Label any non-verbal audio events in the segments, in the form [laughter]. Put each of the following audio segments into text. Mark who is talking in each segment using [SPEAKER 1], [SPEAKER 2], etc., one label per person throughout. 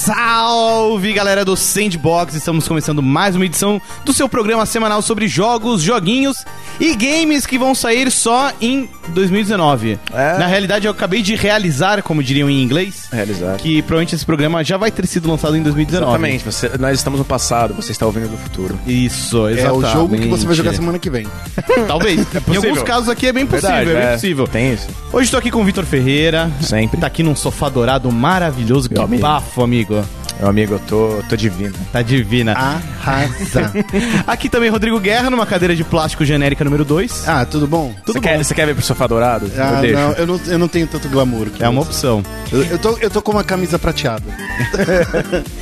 [SPEAKER 1] Salve galera do Sandbox, estamos começando mais uma edição do seu programa semanal sobre jogos, joguinhos e games que vão sair só em 2019.
[SPEAKER 2] É.
[SPEAKER 1] Na realidade, eu acabei de realizar, como diriam em inglês,
[SPEAKER 2] Realizar.
[SPEAKER 1] que provavelmente esse programa já vai ter sido lançado em 2019.
[SPEAKER 2] Exatamente, você- nós estamos no passado, você está ouvindo do futuro.
[SPEAKER 1] Isso, exatamente.
[SPEAKER 3] É o jogo que você vai jogar [laughs] semana que vem.
[SPEAKER 1] Talvez. em alguns casos aqui é bem possível,
[SPEAKER 2] Verdade,
[SPEAKER 1] é bem
[SPEAKER 2] é.
[SPEAKER 1] possível.
[SPEAKER 2] Tem isso.
[SPEAKER 1] Hoje estou aqui com o Vitor Ferreira.
[SPEAKER 2] Sempre.
[SPEAKER 1] Tá aqui num sofá dourado maravilhoso. Que
[SPEAKER 2] Meu amigo.
[SPEAKER 1] bafo, amigo.
[SPEAKER 2] Meu amigo, eu tô, tô divino.
[SPEAKER 1] Tá divina.
[SPEAKER 3] Arrasa.
[SPEAKER 1] [laughs] Aqui também Rodrigo Guerra, numa cadeira de plástico genérica número 2.
[SPEAKER 3] [laughs] ah, tudo bom?
[SPEAKER 2] Você quer, você quer ver pro sofá dourado?
[SPEAKER 3] Ah,
[SPEAKER 2] eu deixo.
[SPEAKER 3] não, eu não, eu não tenho tanto glamour. que
[SPEAKER 1] É uma
[SPEAKER 3] você.
[SPEAKER 1] opção.
[SPEAKER 3] Eu, eu tô, eu tô com uma
[SPEAKER 1] [laughs]
[SPEAKER 3] camisa prateada.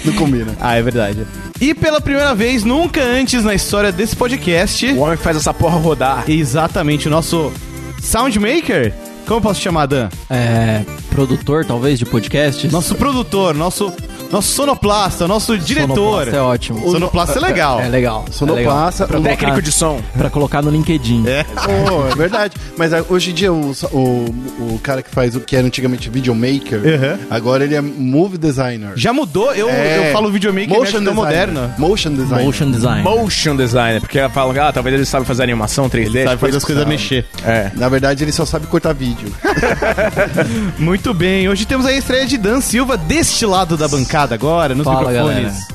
[SPEAKER 3] não combina.
[SPEAKER 1] Ah, é verdade. E pela primeira vez, nunca antes na história desse podcast,
[SPEAKER 2] O homem que faz essa porra rodar.
[SPEAKER 1] exatamente o nosso Soundmaker. Como eu posso chamar, Dan?
[SPEAKER 4] é, produtor, talvez, de podcasts.
[SPEAKER 1] Nosso produtor, nosso, nosso sonoplasta, nosso diretor.
[SPEAKER 4] Sonoplasta é ótimo.
[SPEAKER 1] Sonoplasta é Tá legal.
[SPEAKER 4] É legal. é
[SPEAKER 3] Sonoplasta,
[SPEAKER 4] legal. Pra
[SPEAKER 3] o
[SPEAKER 4] colocar-
[SPEAKER 1] [laughs]
[SPEAKER 2] Técnico de som.
[SPEAKER 4] Pra colocar no LinkedIn.
[SPEAKER 1] É.
[SPEAKER 3] Oh, é verdade. Mas ah, hoje em dia o, o, o cara que faz o que era antigamente videomaker,
[SPEAKER 1] Uhum.
[SPEAKER 3] agora ele é movie designer.
[SPEAKER 1] Já mudou, eu,
[SPEAKER 3] É.
[SPEAKER 1] eu falo videomaker Motion
[SPEAKER 3] Motion
[SPEAKER 1] né,
[SPEAKER 3] designer.
[SPEAKER 1] moderna.
[SPEAKER 3] Motion designer.
[SPEAKER 4] Motion design.
[SPEAKER 2] Motion designer, porque ela fala, ah, talvez ele saiba fazer animação 3D.
[SPEAKER 1] Sabe
[SPEAKER 2] tipo,
[SPEAKER 1] fazer as coisas a mexer.
[SPEAKER 2] É.
[SPEAKER 3] Na verdade, ele só sabe cortar vídeo.
[SPEAKER 1] Muito bem, hoje temos a estreia de Dan Silva deste lado da bancada agora, nos
[SPEAKER 4] Fala,
[SPEAKER 1] microfones.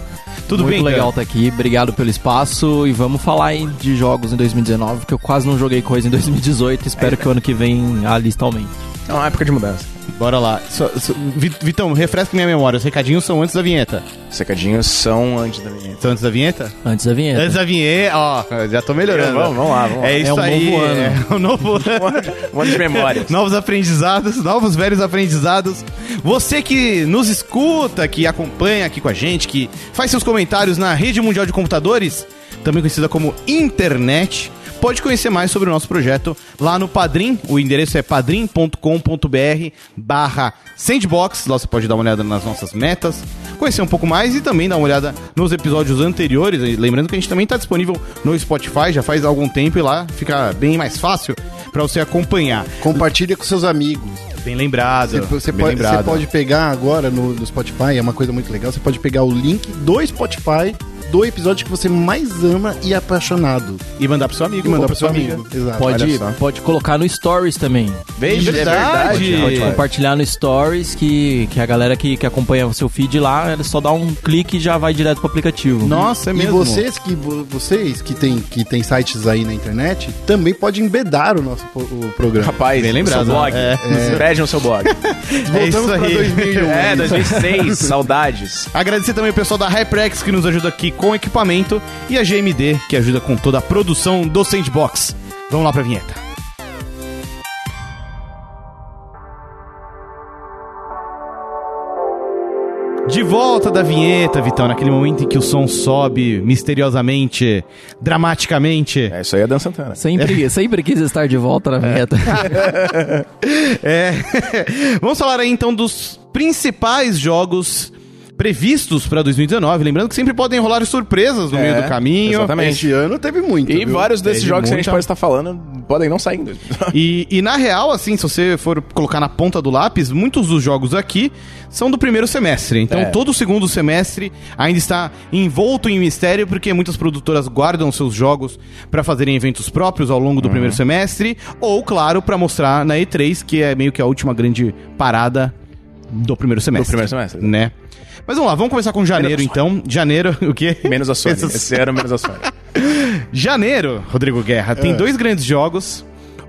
[SPEAKER 1] Tudo
[SPEAKER 4] Muito
[SPEAKER 1] bem,
[SPEAKER 4] legal
[SPEAKER 1] Dan?
[SPEAKER 4] tá aqui. Obrigado pelo espaço. E vamos falar aí de jogos em 2019, porque eu quase não joguei coisa em 2018. Espero que o ano que vem a lista aumente.
[SPEAKER 2] É uma época de mudança.
[SPEAKER 1] Bora lá. Só- só- Vi- Vitão, refresca minha memória. Os recadinhos são antes da vinheta.
[SPEAKER 2] Secadinhos são antes da vinheta.
[SPEAKER 1] São antes da vinheta?
[SPEAKER 4] Antes da vinheta.
[SPEAKER 1] Antes da vinheta, ó, já tô melhorando.
[SPEAKER 2] Vamos, vamos lá, vamos lá.
[SPEAKER 1] É isso
[SPEAKER 4] É um
[SPEAKER 1] aí.
[SPEAKER 4] novo ano.
[SPEAKER 1] É um [laughs] novo ano.
[SPEAKER 2] Um ano de
[SPEAKER 1] [laughs]
[SPEAKER 2] memórias.
[SPEAKER 1] Novos aprendizados, novos velhos aprendizados. Você que nos escuta, que acompanha aqui com a gente, que faz seus comentários na Rede Mundial de Computadores, também conhecida como internet, pode conhecer mais sobre o nosso projeto lá no Padrim. O endereço é padrim.com.br barra sandbox. Lá você pode dar uma olhada nas nossas metas, conhecer um pouco mais e também dar uma olhada nos episódios anteriores. E Lembrando que a gente também está disponível no Spotify, já faz algum tempo e lá fica bem mais fácil para você acompanhar.
[SPEAKER 3] Compartilha com seus amigos.
[SPEAKER 1] Bem lembrado.
[SPEAKER 3] Você, você
[SPEAKER 1] bem
[SPEAKER 3] pode,
[SPEAKER 1] lembrado.
[SPEAKER 3] você pode pegar agora no, no Spotify, é uma coisa muito legal. Você pode pegar o link do Spotify do episódio que você mais ama e é apaixonado.
[SPEAKER 1] E mandar pro seu amigo,
[SPEAKER 3] E mandar
[SPEAKER 1] ou
[SPEAKER 3] pro seu
[SPEAKER 1] pra sua
[SPEAKER 3] amigo.
[SPEAKER 1] amiga.
[SPEAKER 3] Exato.
[SPEAKER 4] Pode,
[SPEAKER 2] Olha só.
[SPEAKER 4] pode colocar no Stories também.
[SPEAKER 2] Veja, é
[SPEAKER 1] Verdade.
[SPEAKER 2] verdade.
[SPEAKER 4] Pode
[SPEAKER 1] É.
[SPEAKER 4] compartilhar no Stories, que, que a galera que, que acompanha o seu feed lá, ela só dá um clique e já vai direto pro aplicativo.
[SPEAKER 1] Nossa, é
[SPEAKER 3] E
[SPEAKER 1] mesmo.
[SPEAKER 3] vocês que, vo- vocês que tem, que tem sites aí na internet, também pode embedar o nosso po- o programa.
[SPEAKER 2] Rapaz,
[SPEAKER 1] Bem
[SPEAKER 2] o
[SPEAKER 1] lembrado,
[SPEAKER 2] seu blog.
[SPEAKER 1] né?
[SPEAKER 2] É. Vejam o seu blog.
[SPEAKER 1] É isso
[SPEAKER 3] pra
[SPEAKER 1] aí.
[SPEAKER 3] 2001.
[SPEAKER 2] é, 2006, saudades.
[SPEAKER 1] [laughs] Agradecer também o pessoal da Hyprex que nos ajuda aqui com equipamento e a GMD que ajuda com toda a produção do Sandbox. Vamos lá pra vinheta. De volta da vinheta, Vitão, naquele momento em que o som sobe misteriosamente, dramaticamente.
[SPEAKER 2] É, isso aí é Dan Santana.
[SPEAKER 4] Sempre, sempre quis estar de volta na
[SPEAKER 1] [laughs]
[SPEAKER 4] vinheta.
[SPEAKER 1] É. [laughs] Vamos falar aí então dos principais jogos previstos para 2019. Lembrando que sempre podem rolar surpresas no
[SPEAKER 2] É,
[SPEAKER 1] meio do caminho.
[SPEAKER 2] Exatamente.
[SPEAKER 3] Este ano teve muito.
[SPEAKER 2] E
[SPEAKER 3] viu?
[SPEAKER 2] vários desses
[SPEAKER 1] Teve
[SPEAKER 2] jogos que a gente
[SPEAKER 1] muita-
[SPEAKER 2] pode estar falando podem não sair em [laughs] 2019.
[SPEAKER 1] [laughs] E, e, na real, assim, se você for colocar na ponta do lápis, muitos dos jogos aqui são do primeiro semestre. Então
[SPEAKER 2] É.
[SPEAKER 1] todo o segundo semestre ainda está envolto em mistério, porque muitas produtoras guardam seus jogos para fazerem eventos próprios ao longo do primeiro semestre, ou, claro, para mostrar na E3, que é meio que a última grande parada do primeiro semestre.
[SPEAKER 2] primeiro semestre.
[SPEAKER 1] Né? Mas vamos lá, vamos começar com janeiro
[SPEAKER 2] Menos a
[SPEAKER 1] então. Janeiro, [laughs] o quê?
[SPEAKER 2] Menos a Sony.
[SPEAKER 1] Menos a
[SPEAKER 2] Esse ano, menos a Sony.
[SPEAKER 1] Janeiro, Rodrigo Guerra, tem
[SPEAKER 3] É.
[SPEAKER 1] dois grandes jogos.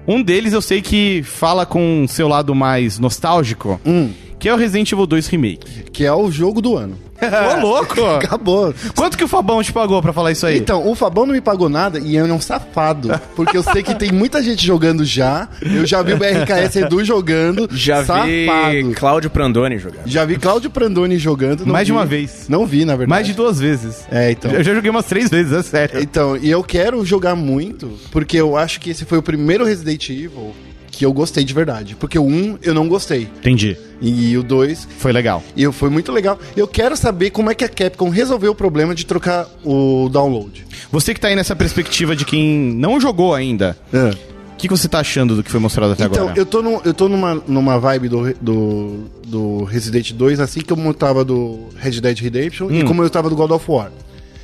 [SPEAKER 1] Um deles eu sei que fala com o seu lado mais nostálgico,
[SPEAKER 3] Hum,
[SPEAKER 1] que é o Resident Evil 2
[SPEAKER 3] [laughs]
[SPEAKER 1] Remake.
[SPEAKER 3] que é o jogo do ano.
[SPEAKER 1] Ô, louco!
[SPEAKER 3] Acabou.
[SPEAKER 1] Quanto que o Fabão te pagou pra falar isso aí?
[SPEAKER 3] Então, o Fabão não me pagou nada e eu é um safado. Porque eu sei que tem muita gente jogando já. Eu já vi o BRKS Edu jogando.
[SPEAKER 2] [laughs] Já
[SPEAKER 3] safado.
[SPEAKER 2] vi Cláudio Prandoni jogando.
[SPEAKER 3] Já vi Cláudio Prandoni jogando. não
[SPEAKER 1] Mais de
[SPEAKER 3] vi-
[SPEAKER 1] uma vez.
[SPEAKER 3] Não vi, na é verdade.
[SPEAKER 1] Mais de duas vezes.
[SPEAKER 3] É, então.
[SPEAKER 1] Eu já joguei umas três vezes, é sério.
[SPEAKER 3] Então, e eu quero jogar muito, porque eu acho que esse foi o primeiro Resident Evil que eu gostei de verdade. Porque o 1 eu não gostei.
[SPEAKER 1] Entendi.
[SPEAKER 3] E o 2
[SPEAKER 1] Foi legal.
[SPEAKER 3] e eu- foi muito legal. Eu quero saber como é que a Capcom resolveu o problema de trocar o download.
[SPEAKER 1] Você que tá aí nessa perspectiva de quem não jogou ainda,
[SPEAKER 3] É.
[SPEAKER 1] o que, que você tá achando do que foi mostrado até
[SPEAKER 3] Então,
[SPEAKER 1] agora?
[SPEAKER 3] eu tô, num, eu tô numa, numa vibe do, re- do, do Resident 2, assim como eu tava do Red Dead Redemption
[SPEAKER 1] Hum.
[SPEAKER 3] e como eu tava do God of War.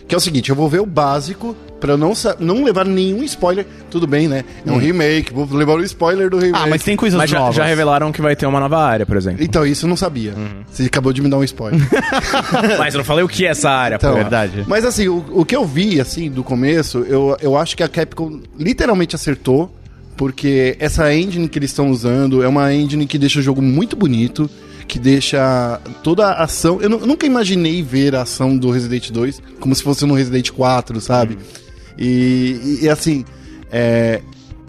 [SPEAKER 3] Que é o seguinte, eu vou ver o básico pra eu não, sa- não levar nenhum spoiler. Tudo bem, né? É um remake, vou levar o spoiler do remake.
[SPEAKER 1] Hum. Ah, mas tem coisas
[SPEAKER 2] Mas já,
[SPEAKER 1] novas.
[SPEAKER 2] já revelaram que vai ter uma nova área,
[SPEAKER 1] [laughs]
[SPEAKER 2] por exemplo.
[SPEAKER 3] Então, isso eu não sabia.
[SPEAKER 1] Uhum.
[SPEAKER 3] Você acabou de me dar um spoiler.
[SPEAKER 2] Mas eu não falei o que é essa área,
[SPEAKER 3] Então,
[SPEAKER 2] pô.
[SPEAKER 1] Verdade.
[SPEAKER 3] Mas assim, o, o que eu vi, assim, do começo, eu, eu acho que a Capcom literalmente acertou, porque essa engine que eles estão usando é uma engine que deixa o jogo muito bonito, que deixa toda a ação... Eu, nu- nunca imaginei ver a ação do Resident 2 como se fosse no Resident 4, sabe? E, e- e, assim, é,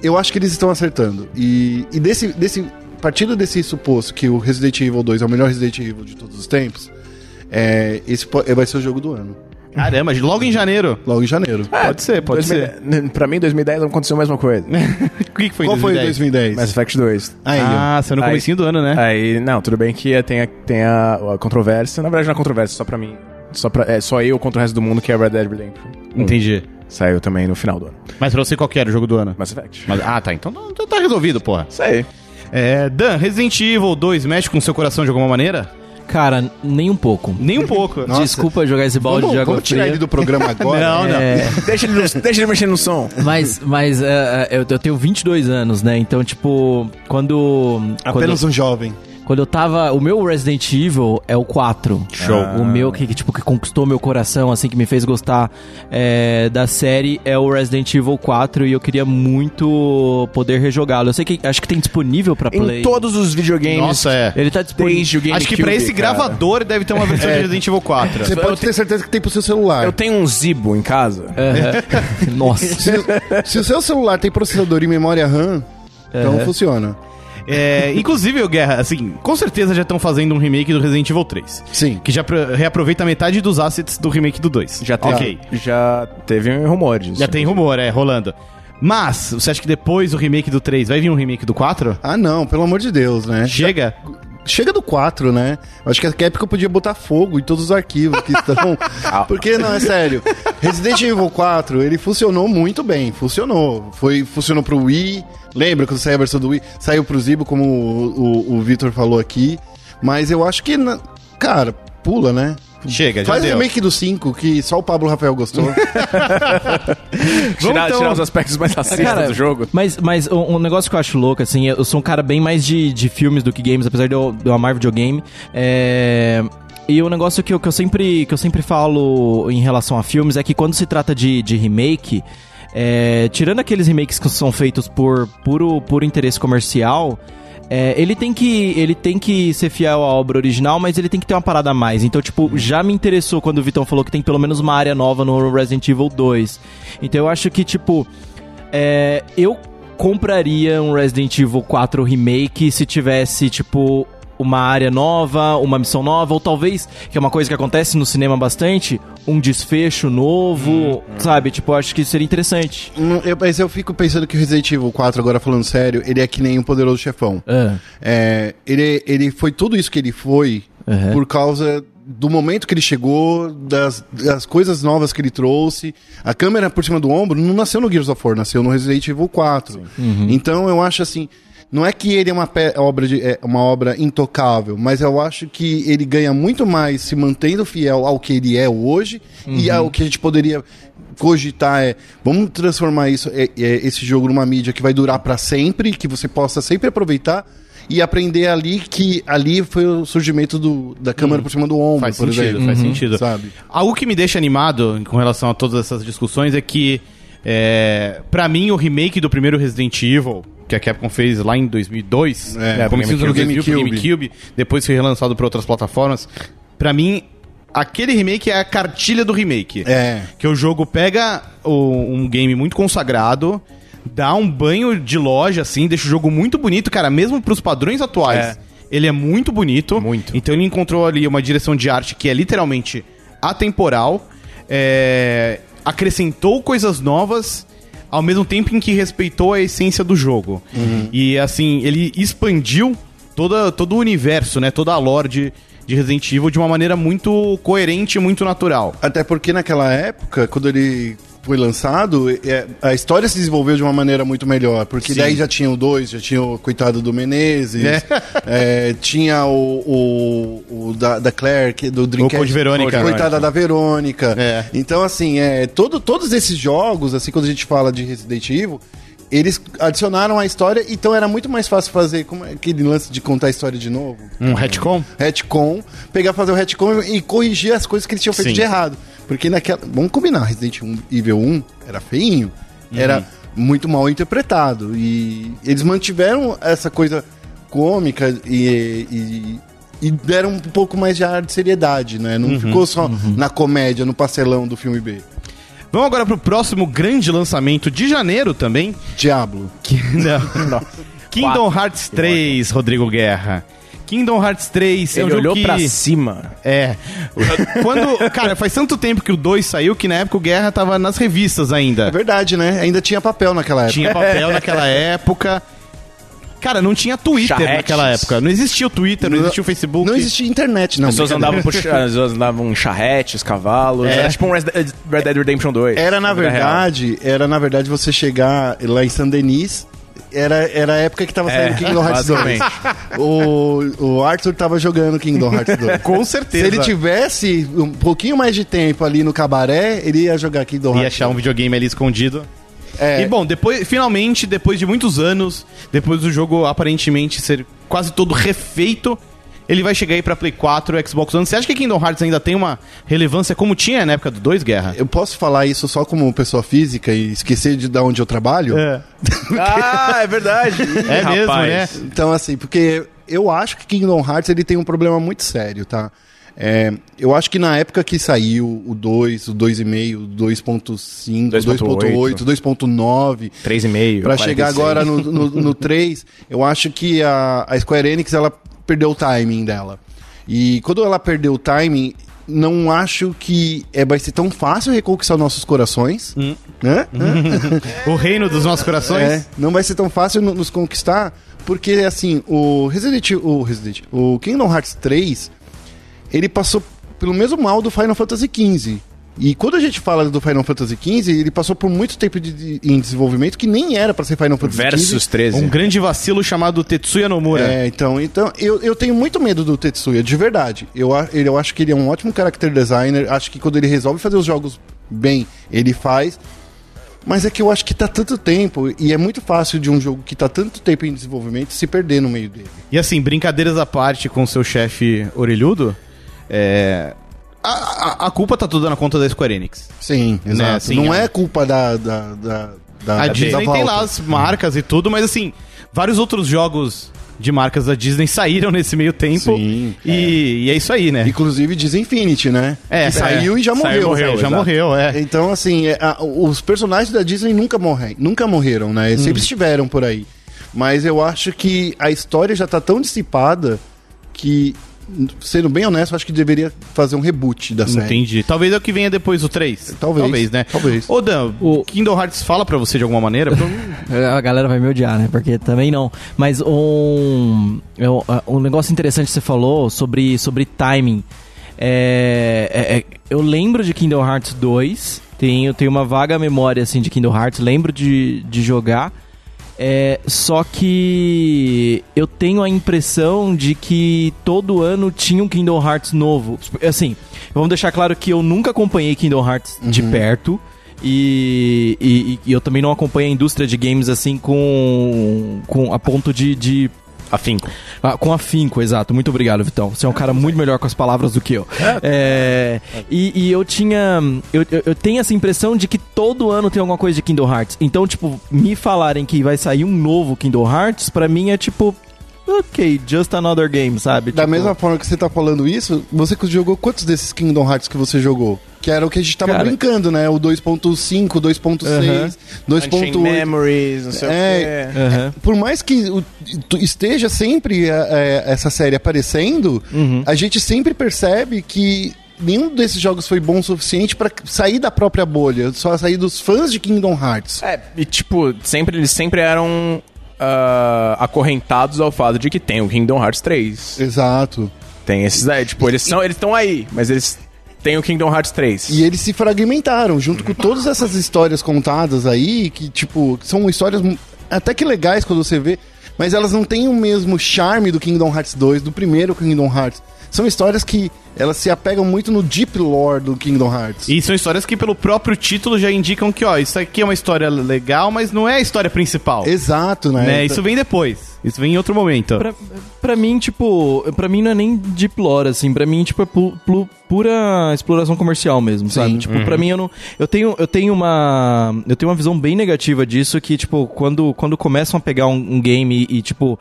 [SPEAKER 3] eu acho que eles estão acertando. E, e desse, desse, partindo desse suposto que o Resident Evil 2 é o melhor Resident Evil de todos os tempos, é, esse po- vai ser o jogo do ano
[SPEAKER 1] Caramba, logo em janeiro.
[SPEAKER 3] logo em janeiro.
[SPEAKER 1] Pode ser, pode ser.
[SPEAKER 2] 2010 Pra mim, 2010 aconteceu a
[SPEAKER 1] [laughs]
[SPEAKER 2] mesma coisa.
[SPEAKER 1] O que, que foi em
[SPEAKER 3] Qual foi em
[SPEAKER 1] 2010?
[SPEAKER 3] 2010?
[SPEAKER 2] Mass Effect 2.
[SPEAKER 3] Aí, ó.
[SPEAKER 1] Ah, saiu no
[SPEAKER 2] Aí.
[SPEAKER 1] comecinho do ano, né?
[SPEAKER 2] Aí, não, tudo bem que tem a, tem a, a controvérsia. Na verdade, não é controvérsia, só pra mim. Só pra, é só eu contra o resto do mundo que é Red Dead Redemption.
[SPEAKER 1] Entendi.
[SPEAKER 2] Saiu também no final do ano.
[SPEAKER 1] Mas pra você, qual que era o jogo do ano?
[SPEAKER 2] Mass Effect.
[SPEAKER 1] Mas- ah, tá. Então, então tá resolvido, porra.
[SPEAKER 2] Isso aí.
[SPEAKER 1] É, Dan, Resident Evil 2 mexe com seu coração de alguma maneira?
[SPEAKER 4] Cara, nem um pouco.
[SPEAKER 1] Nem um pouco.
[SPEAKER 3] [laughs] Nossa.
[SPEAKER 4] Desculpa jogar esse balde
[SPEAKER 3] vamos,
[SPEAKER 4] de água
[SPEAKER 3] vamos tirar [laughs]
[SPEAKER 4] fria.
[SPEAKER 3] ele do programa agora.
[SPEAKER 1] Não, não.
[SPEAKER 4] É,
[SPEAKER 2] [laughs] deixa, ele, no- deixa ele mexer no som.
[SPEAKER 4] mas mas é, é, eu, eu tenho 22 anos, né? Então, tipo, quando. quando-
[SPEAKER 3] Apenas um jovem.
[SPEAKER 4] Quando eu tava. O meu Resident Evil é o 4.
[SPEAKER 1] Show.
[SPEAKER 4] O meu que, que, tipo, que conquistou meu coração, assim, que me fez gostar é, da série é o Resident Evil 4 e eu queria muito poder rejogá-lo. Eu sei que acho que tem disponível pra Play.
[SPEAKER 2] Em todos os videogames.
[SPEAKER 1] Nossa, é.
[SPEAKER 4] Ele tá disponível.
[SPEAKER 2] Desde o GameCube.
[SPEAKER 1] Acho que pra esse
[SPEAKER 2] cara.
[SPEAKER 1] gravador deve ter uma
[SPEAKER 3] [laughs]
[SPEAKER 1] versão de Resident Evil 4.
[SPEAKER 3] É. Você pode ter certeza que tem pro seu celular.
[SPEAKER 2] Eu tenho um Zibo em casa.
[SPEAKER 3] [laughs]
[SPEAKER 4] Aham. Nossa.
[SPEAKER 3] Se, se o seu celular tem processador e memória RAM, então funciona.
[SPEAKER 1] É, inclusive, ô Guerra, assim, com certeza já estão fazendo um remake do Resident Evil 3.
[SPEAKER 3] Sim.
[SPEAKER 1] Que já pro- reaproveita metade dos assets do remake do 2.
[SPEAKER 2] Já teve,
[SPEAKER 1] Ok.
[SPEAKER 2] já teve um rumor disso.
[SPEAKER 1] Já tem rumor, é, rolando. Mas, você acha que depois do remake do 3 vai vir um remake do 4?
[SPEAKER 3] Ah, não, pelo amor de Deus, né?
[SPEAKER 1] Chega?
[SPEAKER 3] Chega do 4, né? Eu acho que a Capcom podia botar fogo em todos os arquivos que [laughs] estão. Porque, não, é sério. Resident Evil 4, ele funcionou muito bem. Funcionou. Foi, funcionou pro Wii. Lembra quando saiu a versão do Wii? Saiu pro Zibo, como o, o, o Victor falou aqui. Mas eu acho que. na- Cara, pula, né?
[SPEAKER 1] Chega, já
[SPEAKER 3] Faz o
[SPEAKER 1] deu.
[SPEAKER 3] remake do 5, que só o Pablo Rafael gostou.
[SPEAKER 2] Tirar,
[SPEAKER 1] Vamos, então-
[SPEAKER 2] tirar os aspectos mais racistas
[SPEAKER 4] Cara,
[SPEAKER 2] do jogo.
[SPEAKER 4] Mas, mas um, um negócio que eu acho louco, assim, eu sou um cara bem mais de, de filmes do que games, apesar de eu, de eu amar videogame. É. E o negócio que eu, que, eu sempre, que eu sempre falo em relação a filmes é que quando se trata de, de remake, é, tirando aqueles remakes que são feitos por puro, puro interesse comercial, é, ele, tem que, ele tem que ser fiel à obra original, mas ele tem que ter uma parada a mais. Então, tipo, já me interessou quando o Vitão falou que tem pelo menos uma área nova no Resident Evil 2. Então eu acho que, tipo, é, eu compraria um Resident Evil 4 Remake se tivesse, tipo, uma área nova, uma missão nova, ou talvez, que é uma coisa que acontece no cinema bastante, um desfecho novo, sabe? Tipo, eu acho que seria interessante.
[SPEAKER 3] [laughs] Não, eu- mas eu fico pensando que o Resident Evil 4, agora falando sério, ele é que nem um poderoso chefão. É, ele, ele foi tudo isso que ele foi
[SPEAKER 4] Uhum.
[SPEAKER 3] por causa do momento que ele chegou, das, das coisas novas que ele trouxe. A câmera por cima do ombro não nasceu no Gears of War, nasceu no Resident Evil 4. Então eu acho assim. Não é que ele é uma pe- obra, de- é uma obra intocável, mas eu acho que ele ganha muito mais se mantendo fiel ao que ele é hoje e ao que a gente poderia cogitar é vamos transformar isso é- é, esse jogo numa mídia que vai durar pra sempre, que você possa sempre aproveitar e aprender ali que ali foi o surgimento do, da câmera por cima do ombro,
[SPEAKER 1] Hum. Faz
[SPEAKER 3] um, por
[SPEAKER 1] sentido,
[SPEAKER 3] exemplo. Uhum.
[SPEAKER 1] faz sentido.
[SPEAKER 3] Sabe?
[SPEAKER 1] Algo que me deixa animado com relação a todas essas discussões é que, é, para mim, o remake do primeiro Resident Evil, que a Capcom fez lá em 2002,
[SPEAKER 3] É,
[SPEAKER 1] né, comecinho do
[SPEAKER 3] pro
[SPEAKER 1] ano 2000 pro
[SPEAKER 3] GameCube.
[SPEAKER 1] GameCube, depois foi relançado para outras plataformas, pra mim, aquele remake é a cartilha do remake.
[SPEAKER 3] É.
[SPEAKER 1] Que o jogo pega o- um game muito consagrado, dá um banho de loja, assim, deixa o jogo muito bonito, cara, mesmo pros padrões atuais.
[SPEAKER 2] É.
[SPEAKER 1] Ele é muito bonito.
[SPEAKER 2] Muito.
[SPEAKER 1] Então ele encontrou ali uma direção de arte que é literalmente atemporal, é, acrescentou coisas novas, ao mesmo tempo em que respeitou a essência do jogo.
[SPEAKER 2] Uhum.
[SPEAKER 1] E assim, ele expandiu toda, todo o universo, né? Toda a lore de, de Resident Evil de uma maneira muito coerente e muito natural.
[SPEAKER 3] Até porque naquela época, quando ele foi lançado, é, a história se desenvolveu de uma maneira muito melhor. Porque daí já tinha o 2, já tinha o coitado do Menezes,
[SPEAKER 1] É.
[SPEAKER 3] [laughs] é, tinha o, o- o da, da Claire, que- do Dreamcast.
[SPEAKER 1] Code Verônica.
[SPEAKER 3] Coitada da Verônica.
[SPEAKER 1] É.
[SPEAKER 3] Então, assim, é, todo, todos esses jogos, assim, quando a gente fala de Resident Evil, eles adicionaram a história, então era muito mais fácil fazer como é aquele lance de contar a história de novo
[SPEAKER 1] Um retcon?
[SPEAKER 3] retcon, pegar, fazer o retcon e corrigir as coisas que eles tinham feito
[SPEAKER 1] Sim.
[SPEAKER 3] de errado. Porque naquela. Vamos combinar, Resident Evil 1 era feinho, era muito mal interpretado. E eles mantiveram essa coisa cômica e. e- e deram um pouco mais de ar de seriedade, né? Não ficou só na comédia, no parcelão do filme B.
[SPEAKER 1] Vamos agora pro próximo grande lançamento de janeiro também.
[SPEAKER 3] Diablo.
[SPEAKER 1] Que, [laughs] não. Kingdom Hearts 3, Rodrigo Guerra. Kingdom Hearts 3 é um
[SPEAKER 2] Ele
[SPEAKER 1] jogo
[SPEAKER 2] olhou
[SPEAKER 1] que...
[SPEAKER 2] pra cima.
[SPEAKER 1] É. Quando. Cara, faz tanto tempo que o 2 saiu que na época o Guerra tava nas revistas ainda.
[SPEAKER 3] É verdade, É. né? Ainda tinha papel naquela época.
[SPEAKER 1] Tinha papel
[SPEAKER 3] [laughs]
[SPEAKER 1] naquela época. Cara, não tinha Twitter
[SPEAKER 2] Charretes.
[SPEAKER 1] naquela época. Não existia o Twitter, não, existia o Facebook.
[SPEAKER 3] Não existia internet, não.
[SPEAKER 2] As pessoas
[SPEAKER 3] brincadeira.
[SPEAKER 2] andavam, por, as pessoas andavam em charretes, cavalos.
[SPEAKER 1] É.
[SPEAKER 2] Era tipo um Res- Red Dead Redemption 2.
[SPEAKER 3] Era na
[SPEAKER 2] vida real.
[SPEAKER 3] verdade, era na verdade você chegar lá em San Denis. Era, era a época que tava
[SPEAKER 2] É,
[SPEAKER 3] saindo Kingdom Hearts 2. O, o Arthur tava jogando Kingdom Hearts 2.
[SPEAKER 1] [laughs] Com
[SPEAKER 3] Se
[SPEAKER 1] certeza.
[SPEAKER 3] ele tivesse um pouquinho mais de tempo ali no cabaré, ele ia jogar Kingdom
[SPEAKER 1] Ia
[SPEAKER 3] Hearts
[SPEAKER 1] achar um videogame ali escondido.
[SPEAKER 3] É.
[SPEAKER 1] E bom, depois, finalmente, depois de muitos anos, depois do jogo aparentemente ser quase todo refeito, ele vai chegar aí pra Play 4 e Xbox One. Você acha que Kingdom Hearts ainda tem uma relevância como tinha na época do 2, Guerra?
[SPEAKER 3] Eu posso falar isso só como pessoa física e esquecer de da onde eu trabalho?
[SPEAKER 2] [laughs] Ah, é verdade.
[SPEAKER 1] É mesmo,
[SPEAKER 2] Rapaz.
[SPEAKER 1] né?
[SPEAKER 3] Então, assim, porque eu acho que Kingdom Hearts ele tem um problema muito sério, tá? É, eu acho que na época que saiu o 2, o 2,5, o 2.5, 2.8, 2.9,
[SPEAKER 2] 3,5.
[SPEAKER 3] pra chegar agora no, no, no 3, eu acho que a, a Square Enix ela perdeu o timing dela. E quando ela perdeu o timing, não acho que é, vai ser tão fácil reconquistar nossos corações. Né?
[SPEAKER 1] O reino dos nossos corações?
[SPEAKER 3] É, não vai ser tão fácil no- nos conquistar, porque assim, o Resident o Resident, o Kingdom Hearts 3, ele passou pelo mesmo mal do Final Fantasy XV. E quando a gente fala do Final Fantasy XV, ele passou por muito tempo de, de- em desenvolvimento que nem era pra ser Final Fantasy
[SPEAKER 2] Versus
[SPEAKER 3] XV.
[SPEAKER 2] 13.
[SPEAKER 1] Um grande vacilo chamado Tetsuya Nomura.
[SPEAKER 3] É, então, então eu, eu tenho muito medo do Tetsuya, de verdade. Eu, a- ele- eu acho que ele é um ótimo character designer. Acho que quando ele resolve fazer os jogos bem, ele faz. Mas é que eu acho que tá tanto tempo, e é muito fácil de um jogo que tá tanto tempo em desenvolvimento se perder no meio dele.
[SPEAKER 1] E assim, brincadeiras à parte com seu chefe orelhudo, é... a, a- a culpa tá toda na conta da Square Enix.
[SPEAKER 3] Sim, exato.
[SPEAKER 1] assim,
[SPEAKER 3] Não
[SPEAKER 1] é.
[SPEAKER 3] é culpa da. da, da da-
[SPEAKER 1] a
[SPEAKER 3] da
[SPEAKER 1] Disney
[SPEAKER 3] volta.
[SPEAKER 1] tem lá as marcas e tudo, mas assim, vários outros jogos de marcas da Disney saíram nesse meio tempo.
[SPEAKER 3] Sim,
[SPEAKER 1] e, e é isso aí, né?
[SPEAKER 3] Inclusive diz Infinity, né?
[SPEAKER 1] É,
[SPEAKER 3] que saiu e já morreu. né?
[SPEAKER 1] É, já
[SPEAKER 2] exato.
[SPEAKER 1] morreu, é.
[SPEAKER 3] Então, assim, é, a- os personagens da Disney nunca, morrem, nunca morreram, né? Sempre estiveram por aí. Mas eu acho que a história já tá tão dissipada que, sendo bem honesto, eu acho que deveria fazer um reboot da série.
[SPEAKER 1] Entendi. Talvez é o que venha depois do 3.
[SPEAKER 3] Talvez.
[SPEAKER 1] Talvez, né?
[SPEAKER 3] Talvez.
[SPEAKER 1] Ô, Dan, o
[SPEAKER 4] O-
[SPEAKER 1] Kingdom Hearts fala pra você de alguma maneira?
[SPEAKER 4] A galera vai me odiar, né? Porque também não. Mas um, é um, ah, um negócio interessante que você falou sobre, sobre timing. É, é- é- eu lembro de Kingdom Hearts 2. Tenho, tenho uma vaga memória assim de Kingdom Hearts. Lembro de, de jogar. É, só que eu tenho a impressão de que todo ano tinha um Kingdom Hearts novo. Assim, vamos deixar claro que eu nunca acompanhei Kingdom Hearts de perto. E, e- e eu também não acompanho a indústria de games assim com, com a ponto de- de
[SPEAKER 2] Afinco.
[SPEAKER 4] ah, com afinco, exato. Muito obrigado, Vitão. Você é um cara muito melhor com as palavras do que eu. É, e, e eu tinha. Eu, eu- eu tenho essa impressão de que todo ano tem alguma coisa de Kingdom Hearts. Então, tipo, me falarem que vai sair um novo Kingdom Hearts, pra mim é tipo. Ok, just another game, sabe?
[SPEAKER 3] Da
[SPEAKER 4] Tipo,
[SPEAKER 3] mesma forma que você tá falando isso, você que jogou quantos desses Kingdom Hearts que você jogou? Que era o que a gente tava
[SPEAKER 4] Cara.
[SPEAKER 3] brincando, né? O 2.5, 2.6, 2.8.
[SPEAKER 2] Memories, não sei
[SPEAKER 3] É.
[SPEAKER 2] o quê.
[SPEAKER 4] aham.
[SPEAKER 3] por mais que o- tu esteja sempre é, é, essa série aparecendo, a gente sempre percebe que nenhum desses jogos foi bom o suficiente pra sair da própria bolha, só sair dos fãs de Kingdom Hearts.
[SPEAKER 2] É, e tipo, sempre, eles sempre eram ah, acorrentados ao fato de que tem o Kingdom Hearts 3.
[SPEAKER 3] Exato.
[SPEAKER 2] Tem esses aí, tipo, eles são, eles estão aí, mas eles Tem o Kingdom Hearts 3.
[SPEAKER 3] E eles se fragmentaram, junto com todas essas histórias contadas aí, que, tipo, são histórias até que legais quando você vê, mas elas não têm o mesmo charme do Kingdom Hearts 2, do primeiro Kingdom Hearts. São histórias que elas se apegam muito no deep lore do Kingdom Hearts.
[SPEAKER 1] E são histórias que, pelo próprio título, já indicam que, ó, isso aqui é uma história legal, mas não é a história principal.
[SPEAKER 3] Exato, né?
[SPEAKER 1] né? Isso vem depois. Isso vem em outro momento.
[SPEAKER 4] Pra, pra mim, tipo, pra mim não é nem deep lore, assim, pra mim, tipo, é pu- pu- pura exploração comercial mesmo, sabe? Tipo, pra mim eu não. Eu tenho, eu tenho uma. Eu tenho uma visão bem negativa disso, que, tipo, quando, quando começam a pegar um, um game e, e, tipo.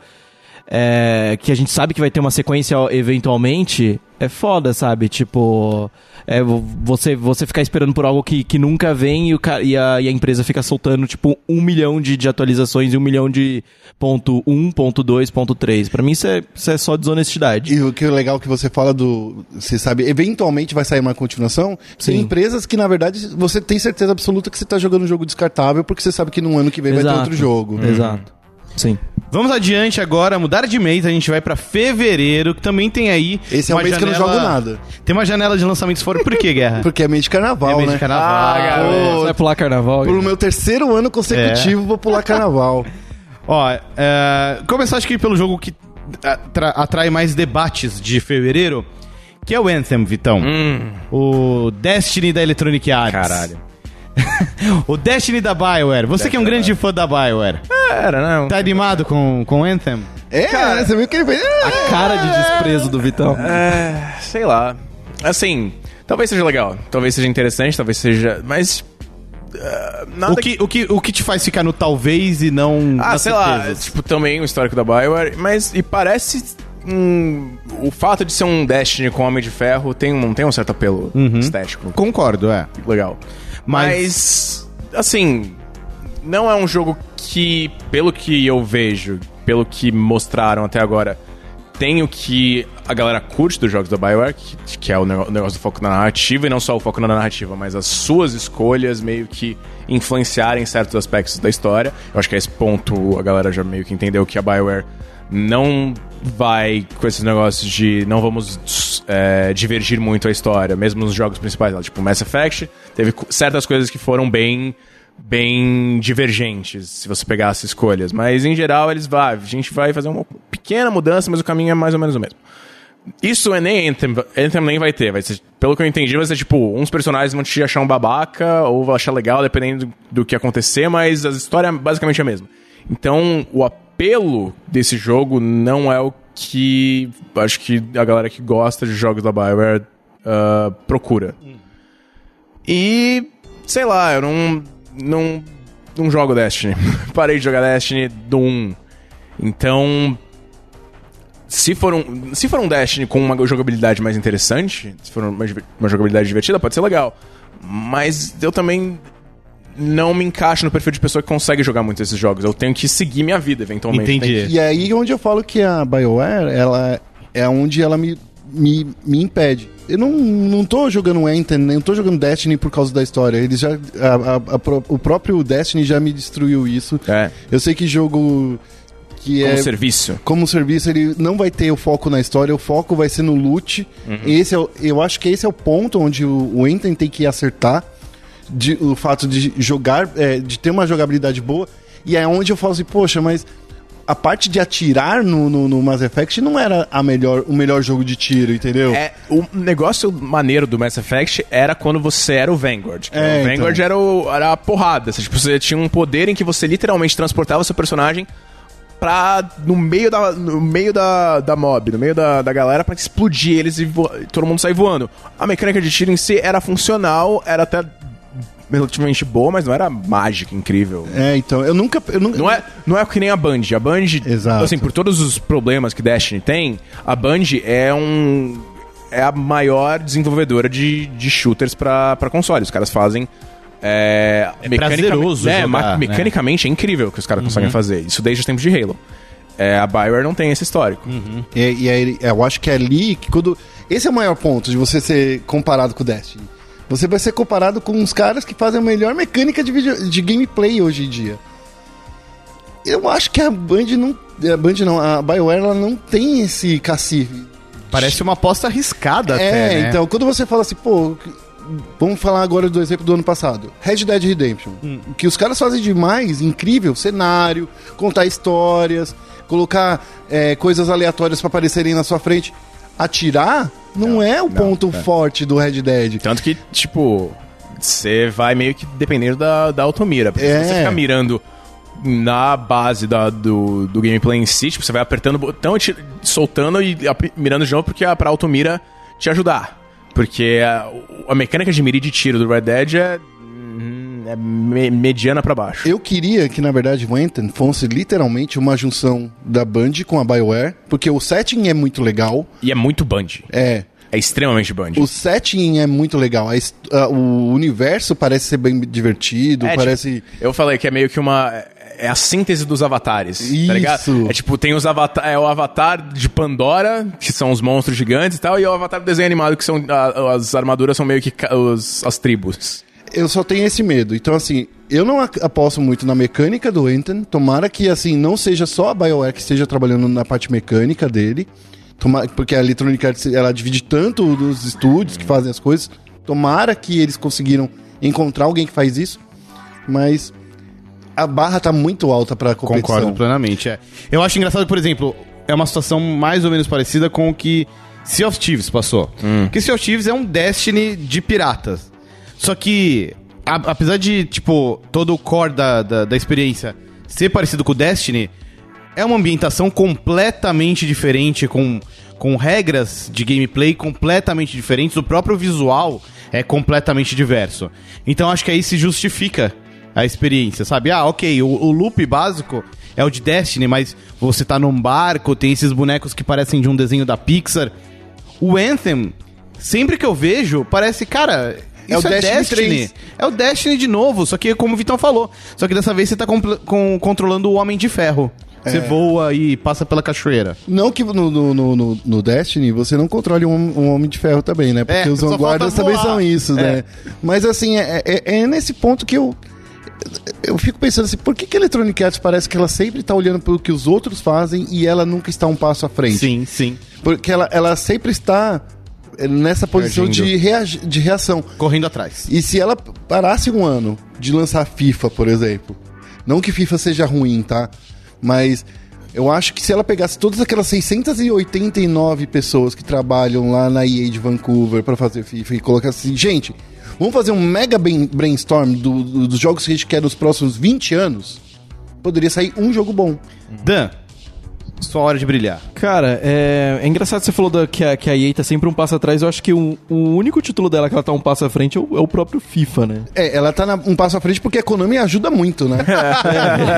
[SPEAKER 4] é, que a gente sabe que vai ter uma sequência eventualmente, é foda, sabe? Tipo, é, vo- você, você ficar esperando por algo que, que nunca vem e, o ca- e a, e a empresa fica soltando, tipo, um milhão de, de atualizações e um milhão de ponto um, ponto dois, ponto três. Pra mim isso é, isso é só desonestidade.
[SPEAKER 3] E o que é legal que você fala do. Você sabe, eventualmente vai sair uma continuação. Tem
[SPEAKER 4] Sim.
[SPEAKER 3] empresas que, na verdade, você tem certeza absoluta que você tá jogando um jogo descartável, porque você sabe que no ano que vem vai ter
[SPEAKER 4] Exato.
[SPEAKER 3] outro
[SPEAKER 1] Hum.
[SPEAKER 3] jogo.
[SPEAKER 4] Exato. Sim.
[SPEAKER 1] Vamos adiante agora, mudar de mês, a gente vai pra fevereiro, que também tem aí.
[SPEAKER 3] Esse é
[SPEAKER 1] uma
[SPEAKER 3] o mês que eu não
[SPEAKER 1] janela-
[SPEAKER 3] jogo nada.
[SPEAKER 1] Tem uma janela de lançamentos fora. Por que,
[SPEAKER 3] [laughs]
[SPEAKER 1] Guerra?
[SPEAKER 3] Porque é mês de carnaval,
[SPEAKER 1] é mês
[SPEAKER 3] né?
[SPEAKER 1] de carnaval.
[SPEAKER 2] Ah, cara.
[SPEAKER 3] Pô,
[SPEAKER 4] Você vai pular carnaval?
[SPEAKER 3] Pelo meu terceiro ano
[SPEAKER 1] É.
[SPEAKER 3] consecutivo, vou
[SPEAKER 1] [laughs]
[SPEAKER 3] pular carnaval.
[SPEAKER 1] Ó, é, começar acho que pelo jogo que atra- atrai mais debates de fevereiro, que é o Anthem, Vitão. O Destiny da Electronic Arts.
[SPEAKER 2] Caralho.
[SPEAKER 1] [laughs] O Destiny da BioWare. Você que é um grande fã da BioWare.
[SPEAKER 2] Era, né? Um- não.
[SPEAKER 1] Tá animado com com o Anthem?
[SPEAKER 3] É, né? você viu que ele fez. É.
[SPEAKER 4] Cara de desprezo do Vitão.
[SPEAKER 2] É, sei lá. Assim, talvez seja legal, talvez seja interessante, talvez seja. Mas. eh, nada
[SPEAKER 1] É. O que, o, que, o que te faz ficar no talvez e não.
[SPEAKER 2] Ah,
[SPEAKER 1] nas
[SPEAKER 2] sei lá,
[SPEAKER 1] certezas?
[SPEAKER 2] tipo, também o histórico da Bioware, mas e parece. hum, o fato de ser um Destiny com Homem de Ferro tem um, tem um certo apelo estético.
[SPEAKER 1] Concordo, é.
[SPEAKER 2] Legal. Mas, assim, não é um jogo que, pelo que eu vejo, pelo que mostraram até agora, tem o que a galera curte dos jogos da Bioware, que, que é o nego- o negócio do foco na narrativa, e não só o foco na narrativa, mas as suas escolhas meio que influenciarem certos aspectos da história. Eu acho que a esse ponto a galera já meio que entendeu que a Bioware não vai com esses negócios de não vamos é, divergir muito a história, mesmo nos jogos principais, lá, tipo Mass Effect, teve co- certas coisas que foram bem bem divergentes, se você pegasse escolhas, mas em geral eles vai, a gente vai fazer uma pequena mudança, mas o caminho é mais ou menos o mesmo. Isso é nem Anthem, Anthem nem vai ter, vai ser, pelo que eu entendi, vai ser tipo, uns personagens vão te achar um babaca ou vão achar legal, dependendo do, do que acontecer, mas a história é basicamente a mesma. Então, o apelo desse jogo não é o que acho que a galera que gosta de jogos da BioWare ah, procura. E sei lá, eu não não não jogo Destiny. [laughs] Parei de jogar Destiny do 1. Então, se for um, se for um Destiny com uma jogabilidade mais interessante, se for uma, diver- uma jogabilidade divertida, pode ser legal. Mas eu também não me encaixo no perfil de pessoa que consegue jogar muito esses jogos. Eu tenho que seguir minha vida, eventualmente. Tem
[SPEAKER 1] Entendi.
[SPEAKER 3] E aí onde eu falo que a BioWare, ela é onde ela me, me, me impede. Eu não, não tô jogando Anthem, não tô jogando Destiny por causa da história. Eles já. a- a- a pro- o próprio Destiny já me destruiu isso.
[SPEAKER 2] que- É,
[SPEAKER 3] Eu sei que jogo que
[SPEAKER 2] como
[SPEAKER 3] é
[SPEAKER 2] um serviço.
[SPEAKER 3] como serviço, ele não vai ter o foco na história, o foco vai ser no loot.
[SPEAKER 2] Uhum.
[SPEAKER 3] Esse é o- eu acho que esse é o ponto onde o, o Enten tem que acertar de- o fato de jogar, é, de ter uma jogabilidade boa. E é onde eu falo assim, poxa, mas a parte de atirar no, no, no Mass Effect não era a melhor, o melhor jogo de tiro, entendeu?
[SPEAKER 2] É, o negócio maneiro do Mass Effect era quando você era o Vanguard. que o
[SPEAKER 3] É,
[SPEAKER 2] Vanguard
[SPEAKER 3] então.
[SPEAKER 2] era, o- era a porrada. Você, tipo, você tinha um poder em que você literalmente transportava seu personagem pra. no meio da. no meio da, da mob, no meio da, da galera, pra explodir eles e vo- todo mundo sair voando. A mecânica de tiro em si era funcional, era até relativamente boa, mas não era mágica, incrível.
[SPEAKER 3] É, então, eu nunca. Eu nunca
[SPEAKER 2] Não é, não é que nem a Band. A Band,
[SPEAKER 3] Exato.
[SPEAKER 2] assim, por todos os problemas que Destiny tem, a Band é um é a maior desenvolvedora de, de shooters pra pra console. Os caras fazem é,
[SPEAKER 1] prazeroso
[SPEAKER 2] é,
[SPEAKER 1] jogar,
[SPEAKER 2] ma-
[SPEAKER 1] né? Uhum.
[SPEAKER 2] mecanicamente é incrível o que os caras conseguem fazer. Isso desde os tempos de Halo. É, a Bioware não tem esse histórico.
[SPEAKER 1] Uhum.
[SPEAKER 3] E, e aí, ele- eu acho que é ali que quando. Esse é o maior ponto de você ser comparado com o Destiny. Você vai ser comparado com uns caras que fazem a melhor mecânica de, vídeo- de gameplay hoje em dia. Eu acho que a Band não. A Band não, a BioWare ela não tem esse cacife
[SPEAKER 1] Parece uma aposta arriscada até,
[SPEAKER 3] É,
[SPEAKER 1] né?
[SPEAKER 3] então, quando você fala assim, pô, vamos falar agora do exemplo do ano passado. Red Dead Redemption. O que os caras fazem demais, incrível, cenário, contar histórias, colocar é, coisas aleatórias pra aparecerem na sua frente. Atirar não, é o ponto forte do Red Dead.
[SPEAKER 2] Tanto que, tipo, você vai meio que dependendo da, da automira. Porque
[SPEAKER 3] É.
[SPEAKER 2] se você ficar mirando na base da- do, do gameplay em si, tipo, você vai apertando o botão e te- soltando e ap- mirando de novo porque é pra automira te ajudar. Porque a, a mecânica de mira e de tiro do Red Dead é, hum, é me- mediana pra baixo.
[SPEAKER 3] Eu queria que, na verdade, o Anthem fosse literalmente uma junção da Band com a BioWare, porque o setting é muito legal.
[SPEAKER 2] E é muito bungee.
[SPEAKER 3] É,
[SPEAKER 2] É extremamente bungee.
[SPEAKER 3] O setting é muito legal. A his- a- o universo parece ser bem divertido,
[SPEAKER 2] É,
[SPEAKER 3] parece.
[SPEAKER 2] tipo, eu falei que é meio que uma. É a síntese dos avatares.
[SPEAKER 3] Isso.
[SPEAKER 2] Tá ligado? É tipo, tem os avatar, é o avatar de Pandora, que são os monstros gigantes e tal, e o avatar do desenho animado, que são. a- as armaduras são meio que ca- os, as tribos.
[SPEAKER 3] Eu só tenho esse medo. Então, assim, eu não ac- aposto muito na mecânica do Anthem. Tomara que, assim, não seja só a BioWare que esteja trabalhando na parte mecânica dele. Toma- porque a Electronic Arts, ela divide tanto dos estúdios que fazem as coisas. Tomara que eles conseguiram encontrar alguém que faz isso. Mas a barra tá muito alta pra competição.
[SPEAKER 1] Concordo plenamente, é. Eu acho engraçado, por exemplo, é uma situação mais ou menos parecida com o que Sea of Thieves passou. Que Sea of Thieves é um Destiny de piratas. Só que, a- apesar de, tipo, todo o core da, da, da experiência ser parecido com o Destiny, é uma ambientação completamente diferente, com, com regras de gameplay completamente diferentes, o próprio visual é completamente diverso. Então acho que aí se justifica a experiência, sabe? Ah, ok, o, o loop básico é o de Destiny, mas você tá num barco, tem esses bonecos que parecem de um desenho da Pixar. O Anthem, sempre que eu vejo, parece, cara.
[SPEAKER 3] É o
[SPEAKER 1] Isso é,
[SPEAKER 3] Destiny
[SPEAKER 1] Destiny.
[SPEAKER 3] 3.
[SPEAKER 1] É o Destiny de novo, só que como o Vitão falou. Só que dessa vez você tá compl- com- controlando o Homem de Ferro. Você
[SPEAKER 4] É.
[SPEAKER 1] voa e passa pela cachoeira.
[SPEAKER 3] Não que no, no, no- no- no Destiny você não controle um, um Homem de Ferro também, né? Porque
[SPEAKER 1] É,
[SPEAKER 3] os
[SPEAKER 1] só
[SPEAKER 3] vanguardas
[SPEAKER 1] falta
[SPEAKER 3] também
[SPEAKER 1] voar. É.
[SPEAKER 3] são isso, né? Mas assim, é, é- é nesse ponto que eu. Eu fico pensando assim, por que, que a Electronic Arts parece que ela sempre tá olhando pro que os outros fazem e ela nunca está um passo à frente?
[SPEAKER 1] Sim, sim.
[SPEAKER 3] Porque ela, ela sempre está eh, nessa posição de, reagi- de reação.
[SPEAKER 1] Correndo atrás.
[SPEAKER 3] E se ela parasse um ano de lançar FIFA, por exemplo, não que FIFA seja ruim, tá? Mas eu acho que se ela pegasse todas aquelas 689 pessoas que trabalham lá na EA de Vancouver pra fazer FIFA e colocasse assim, gente, vamos fazer um mega ben- brainstorm do- do- dos jogos que a gente quer nos próximos 20 anos, poderia sair um jogo bom.
[SPEAKER 1] Dan, sua hora de brilhar.
[SPEAKER 4] Cara, é, é engraçado que você falou da- que, a, que a EA tá sempre um passo atrás. Eu acho que o, o único título dela que ela tá um passo à frente é o, é o próprio FIFA, né?
[SPEAKER 3] É, ela tá na- um passo à frente porque a Konami ajuda muito,
[SPEAKER 4] [laughs]
[SPEAKER 3] né?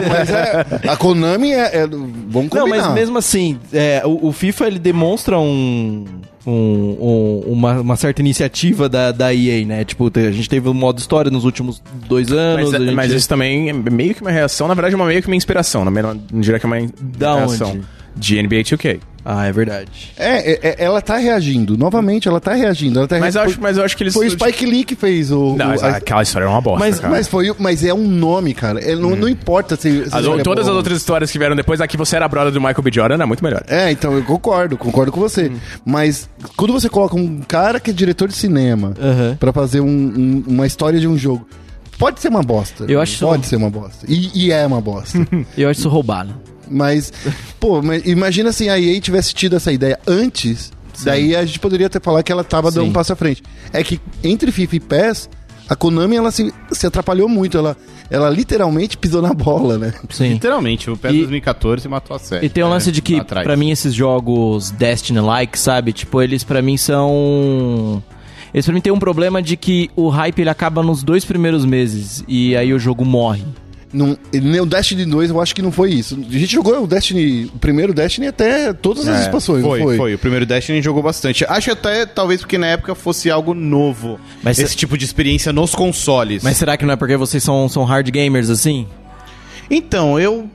[SPEAKER 3] mas é, a Konami é, é- Vamos combinar.
[SPEAKER 4] Não, mas mesmo assim, é, o, o FIFA ele demonstra um, um- um- uma, uma certa iniciativa da, da EA, né? Tipo, te- a gente teve um modo história nos últimos dois anos.
[SPEAKER 2] Mas,
[SPEAKER 4] a gente...
[SPEAKER 2] mas isso também é meio que uma reação, na verdade, é uma, meio que uma inspiração. Não, não, não diria que é uma in-
[SPEAKER 4] Da
[SPEAKER 2] reação.
[SPEAKER 4] onde?
[SPEAKER 2] De NBA 2K.
[SPEAKER 4] Ah, é verdade.
[SPEAKER 3] É, é, é, ela tá reagindo. Novamente, ela tá reagindo. Ela tá
[SPEAKER 2] Mas eu
[SPEAKER 3] reagindo.
[SPEAKER 2] acho, mas eu acho que eles. tipo,
[SPEAKER 3] Foi o Spike Lee que fez o.
[SPEAKER 2] Não,
[SPEAKER 3] o-
[SPEAKER 2] mas
[SPEAKER 3] a-
[SPEAKER 2] aquela história era uma bosta.
[SPEAKER 3] mas,
[SPEAKER 2] cara. Hum.
[SPEAKER 3] mas foi, o- mas é um nome, cara. É, não, não importa se. é se
[SPEAKER 2] As-
[SPEAKER 3] joga
[SPEAKER 2] todas
[SPEAKER 3] bola.
[SPEAKER 2] as outras histórias que vieram depois, aqui você era brother do Michael B. Jordan, é muito melhor.
[SPEAKER 3] É, então eu concordo, concordo com você.
[SPEAKER 2] Hum.
[SPEAKER 3] Mas quando você coloca um cara que é diretor de cinema
[SPEAKER 4] Aham.
[SPEAKER 3] pra fazer um- um- uma história de um jogo. Pode ser uma bosta.
[SPEAKER 4] Eu acho-
[SPEAKER 3] Pode ser uma bosta. E, e é uma
[SPEAKER 4] [laughs]
[SPEAKER 3] bosta.
[SPEAKER 4] Eu acho isso roubado.
[SPEAKER 3] mas, pô, mas imagina assim, a EA tivesse tido essa ideia antes, daí a gente poderia até falar que ela tava dando um passo à frente. É que entre FIFA e PES, a Konami ela se, se atrapalhou muito, ela, ela literalmente pisou na bola, né?
[SPEAKER 4] Sim.
[SPEAKER 1] Literalmente, o PES
[SPEAKER 4] E-
[SPEAKER 1] 2014 matou a série. né?
[SPEAKER 4] E tem um lance de que, pra mim, esses jogos Destiny-like, sabe? Tipo, eles pra mim são. Eles pra mim têm um problema de que o hype ele acaba nos dois primeiros meses e aí o jogo morre.
[SPEAKER 3] Não, nem o Destiny 2 eu acho que não foi isso. A gente jogou o Destiny, o primeiro Destiny até todas as expansões,
[SPEAKER 1] É. Foi,
[SPEAKER 3] não
[SPEAKER 1] foi,
[SPEAKER 3] foi?
[SPEAKER 1] O primeiro Destiny jogou bastante. Acho até, talvez, porque na época fosse algo novo.
[SPEAKER 4] Mas
[SPEAKER 1] esse
[SPEAKER 4] cê-
[SPEAKER 1] tipo de experiência nos consoles.
[SPEAKER 4] Mas será que não é porque vocês são, são hard gamers assim?
[SPEAKER 1] Então, eu.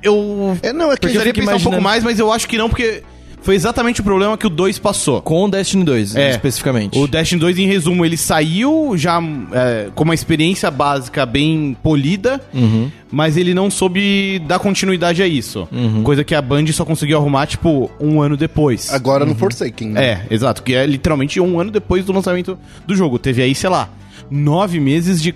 [SPEAKER 1] Eu.
[SPEAKER 3] É, não, é que
[SPEAKER 1] precisaria
[SPEAKER 4] eu fico
[SPEAKER 3] É,
[SPEAKER 1] pensar um pouco
[SPEAKER 4] imaginando-
[SPEAKER 1] mais, mas eu acho que não, porque Foi exatamente o problema que o 2 passou.
[SPEAKER 4] Com o Destiny 2,
[SPEAKER 1] É.
[SPEAKER 4] especificamente.
[SPEAKER 1] O Destiny 2, em resumo, ele saiu já é, com uma experiência básica bem polida,
[SPEAKER 3] Uhum.
[SPEAKER 1] mas ele não soube dar continuidade a isso.
[SPEAKER 3] Uhum.
[SPEAKER 1] Coisa que a Band só conseguiu arrumar, tipo, um ano depois.
[SPEAKER 3] Agora no Forsaken, né?
[SPEAKER 1] É, exato, que é literalmente um ano depois do lançamento do jogo. Teve aí, sei lá, nove meses de,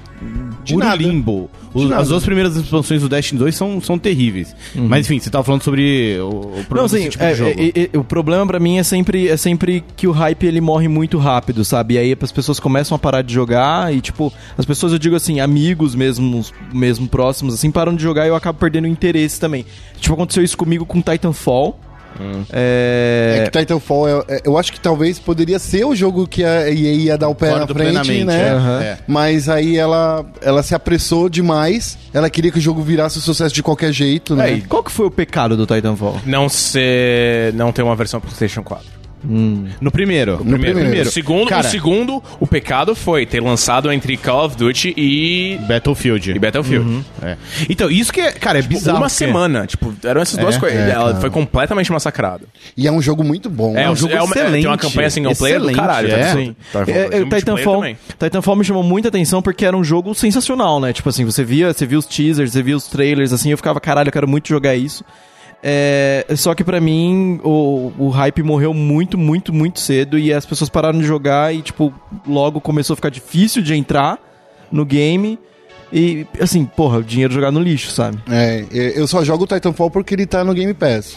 [SPEAKER 1] de
[SPEAKER 3] nada.
[SPEAKER 1] limbo. O-
[SPEAKER 3] nada. Uhum.
[SPEAKER 1] As duas primeiras expansões do Destiny 2 são, são terríveis. Mas enfim, você tava falando sobre o, o problema
[SPEAKER 4] Não, sim,
[SPEAKER 1] desse tipo
[SPEAKER 4] é,
[SPEAKER 1] de jogo.
[SPEAKER 4] é, é, é, o problema pra mim é sempre, é sempre que o hype ele morre muito rápido, sabe? E aí as pessoas começam a parar de jogar e, tipo, as pessoas, eu digo assim, amigos mesmo, mesmo próximos, assim, param de jogar e eu acabo perdendo o interesse também. Tipo, aconteceu isso comigo com Titanfall.
[SPEAKER 1] Hum.
[SPEAKER 4] É...
[SPEAKER 3] É que Titanfall, é- é- eu acho que talvez poderia ser o jogo que a EA ia dar o pé
[SPEAKER 1] Concordo
[SPEAKER 3] na frente,
[SPEAKER 1] plenamente,
[SPEAKER 3] né?
[SPEAKER 1] é, Aham. é.
[SPEAKER 3] Mas aí ela, ela se apressou demais, ela queria que o jogo virasse um sucesso de qualquer jeito, né?
[SPEAKER 1] É,
[SPEAKER 4] Aí, é, Qual que foi o pecado do Titanfall?
[SPEAKER 2] Não ser. Não ter uma versão PlayStation 4.
[SPEAKER 1] No primeiro.
[SPEAKER 3] No primeiro.
[SPEAKER 2] O segundo,
[SPEAKER 1] Cara,
[SPEAKER 2] o segundo, o pecado foi ter lançado entre Call of Duty e,
[SPEAKER 1] Battlefield.
[SPEAKER 2] e Battlefield.
[SPEAKER 1] É. Então, isso que é, cara, é bizarro.
[SPEAKER 2] Uma
[SPEAKER 1] porque-
[SPEAKER 2] semana, tipo, eram essas duas
[SPEAKER 1] É,
[SPEAKER 2] coisas. Ela foi completamente massacrada.
[SPEAKER 3] E é um jogo muito bom.
[SPEAKER 2] É,
[SPEAKER 3] né?
[SPEAKER 2] um jogo
[SPEAKER 1] é uma-
[SPEAKER 2] excelente. Tem uma campanha single player do
[SPEAKER 1] Excelente,
[SPEAKER 2] caralho.
[SPEAKER 1] é.
[SPEAKER 2] tá?
[SPEAKER 1] Sim.
[SPEAKER 4] É, é,
[SPEAKER 2] Tem multiplayer
[SPEAKER 4] Titanfall,
[SPEAKER 2] também.
[SPEAKER 4] Titanfall me chamou muita atenção porque era um jogo sensacional, né? Tipo assim, você via, você via os teasers, você via os trailers, assim, eu ficava, caralho, eu quero muito jogar isso. É, só que pra mim o, o hype morreu muito, muito, muito cedo e as pessoas pararam de jogar e, tipo, logo começou a ficar difícil de entrar no game. E, assim, porra, o dinheiro jogado no lixo, sabe?
[SPEAKER 3] É, eu só jogo o Titanfall porque ele tá no Game
[SPEAKER 1] [laughs]
[SPEAKER 3] Pass.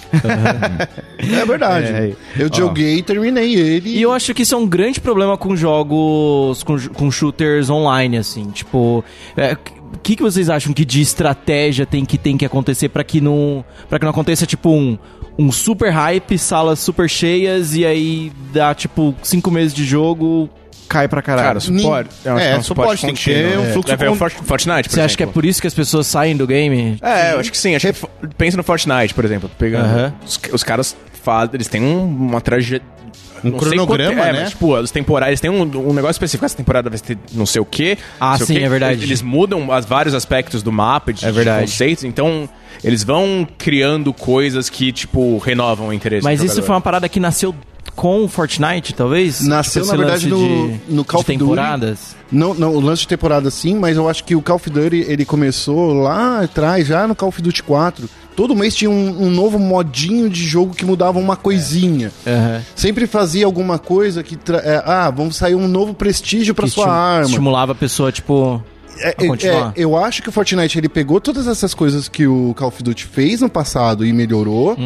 [SPEAKER 3] é verdade.
[SPEAKER 1] É.
[SPEAKER 3] Eu joguei e terminei ele.
[SPEAKER 4] E eu acho que isso é um grande problema com jogos, com, ju- com shooters online, assim. Tipo, é, o que, que vocês acham que de estratégia tem que, tem que acontecer pra que não para que não aconteça, tipo, um, um super hype, salas super cheias e aí dá, tipo, cinco meses de jogo, cai pra caralho.
[SPEAKER 2] Cara, suporte. eu acho
[SPEAKER 1] É,
[SPEAKER 2] que
[SPEAKER 1] suporte, tem que ter
[SPEAKER 2] contínuo.
[SPEAKER 1] um
[SPEAKER 2] É.
[SPEAKER 1] fluxo
[SPEAKER 2] Vai ver o
[SPEAKER 1] con-
[SPEAKER 2] Fort- Fortnite, por
[SPEAKER 4] Você acha que é
[SPEAKER 2] exemplo.
[SPEAKER 4] por isso que as pessoas saem do game?
[SPEAKER 2] É, eu acho que sim. Acho que fo- pensa no Fortnite, por exemplo. Pegando.
[SPEAKER 4] Aham.
[SPEAKER 2] Os, os caras fazem. Eles têm um- uma trajetória.
[SPEAKER 1] Um cronograma,
[SPEAKER 2] é,
[SPEAKER 1] né?
[SPEAKER 2] Mas, tipo, as temporadas, eles têm um, um negócio específico. Essa temporada vai ter não sei o quê.
[SPEAKER 4] Ah,
[SPEAKER 2] não sei o
[SPEAKER 4] sim,
[SPEAKER 2] quê.
[SPEAKER 4] é verdade.
[SPEAKER 2] Eles mudam as, vários aspectos do mapa, de,
[SPEAKER 4] É verdade.
[SPEAKER 2] de conceitos. Então, eles vão criando coisas que, tipo, renovam o interesse.
[SPEAKER 4] Mas
[SPEAKER 2] do
[SPEAKER 4] isso
[SPEAKER 2] jogador.
[SPEAKER 4] foi uma parada que nasceu com o Fortnite, talvez? Tipo,
[SPEAKER 3] Nasceu,
[SPEAKER 4] esse
[SPEAKER 3] na verdade,
[SPEAKER 4] lance
[SPEAKER 3] no- no Call
[SPEAKER 4] de
[SPEAKER 3] of Duty.
[SPEAKER 4] temporadas.
[SPEAKER 3] Não, não, o lance de temporada sim, mas eu acho que o Call of Duty ele começou lá atrás, já no Call of Duty 4. Todo mês tinha um, um novo modinho de jogo que mudava uma coisinha.
[SPEAKER 4] Aham.
[SPEAKER 3] Sempre fazia alguma coisa que. tra- é, ah, vamos sair um novo prestígio pra
[SPEAKER 4] Que
[SPEAKER 3] sua
[SPEAKER 4] esti-
[SPEAKER 3] arma.
[SPEAKER 4] Estimulava a pessoa, tipo.
[SPEAKER 3] É,
[SPEAKER 4] a continuar.
[SPEAKER 3] é, eu acho que o Fortnite ele pegou todas essas coisas que o Call of Duty fez no passado e melhorou.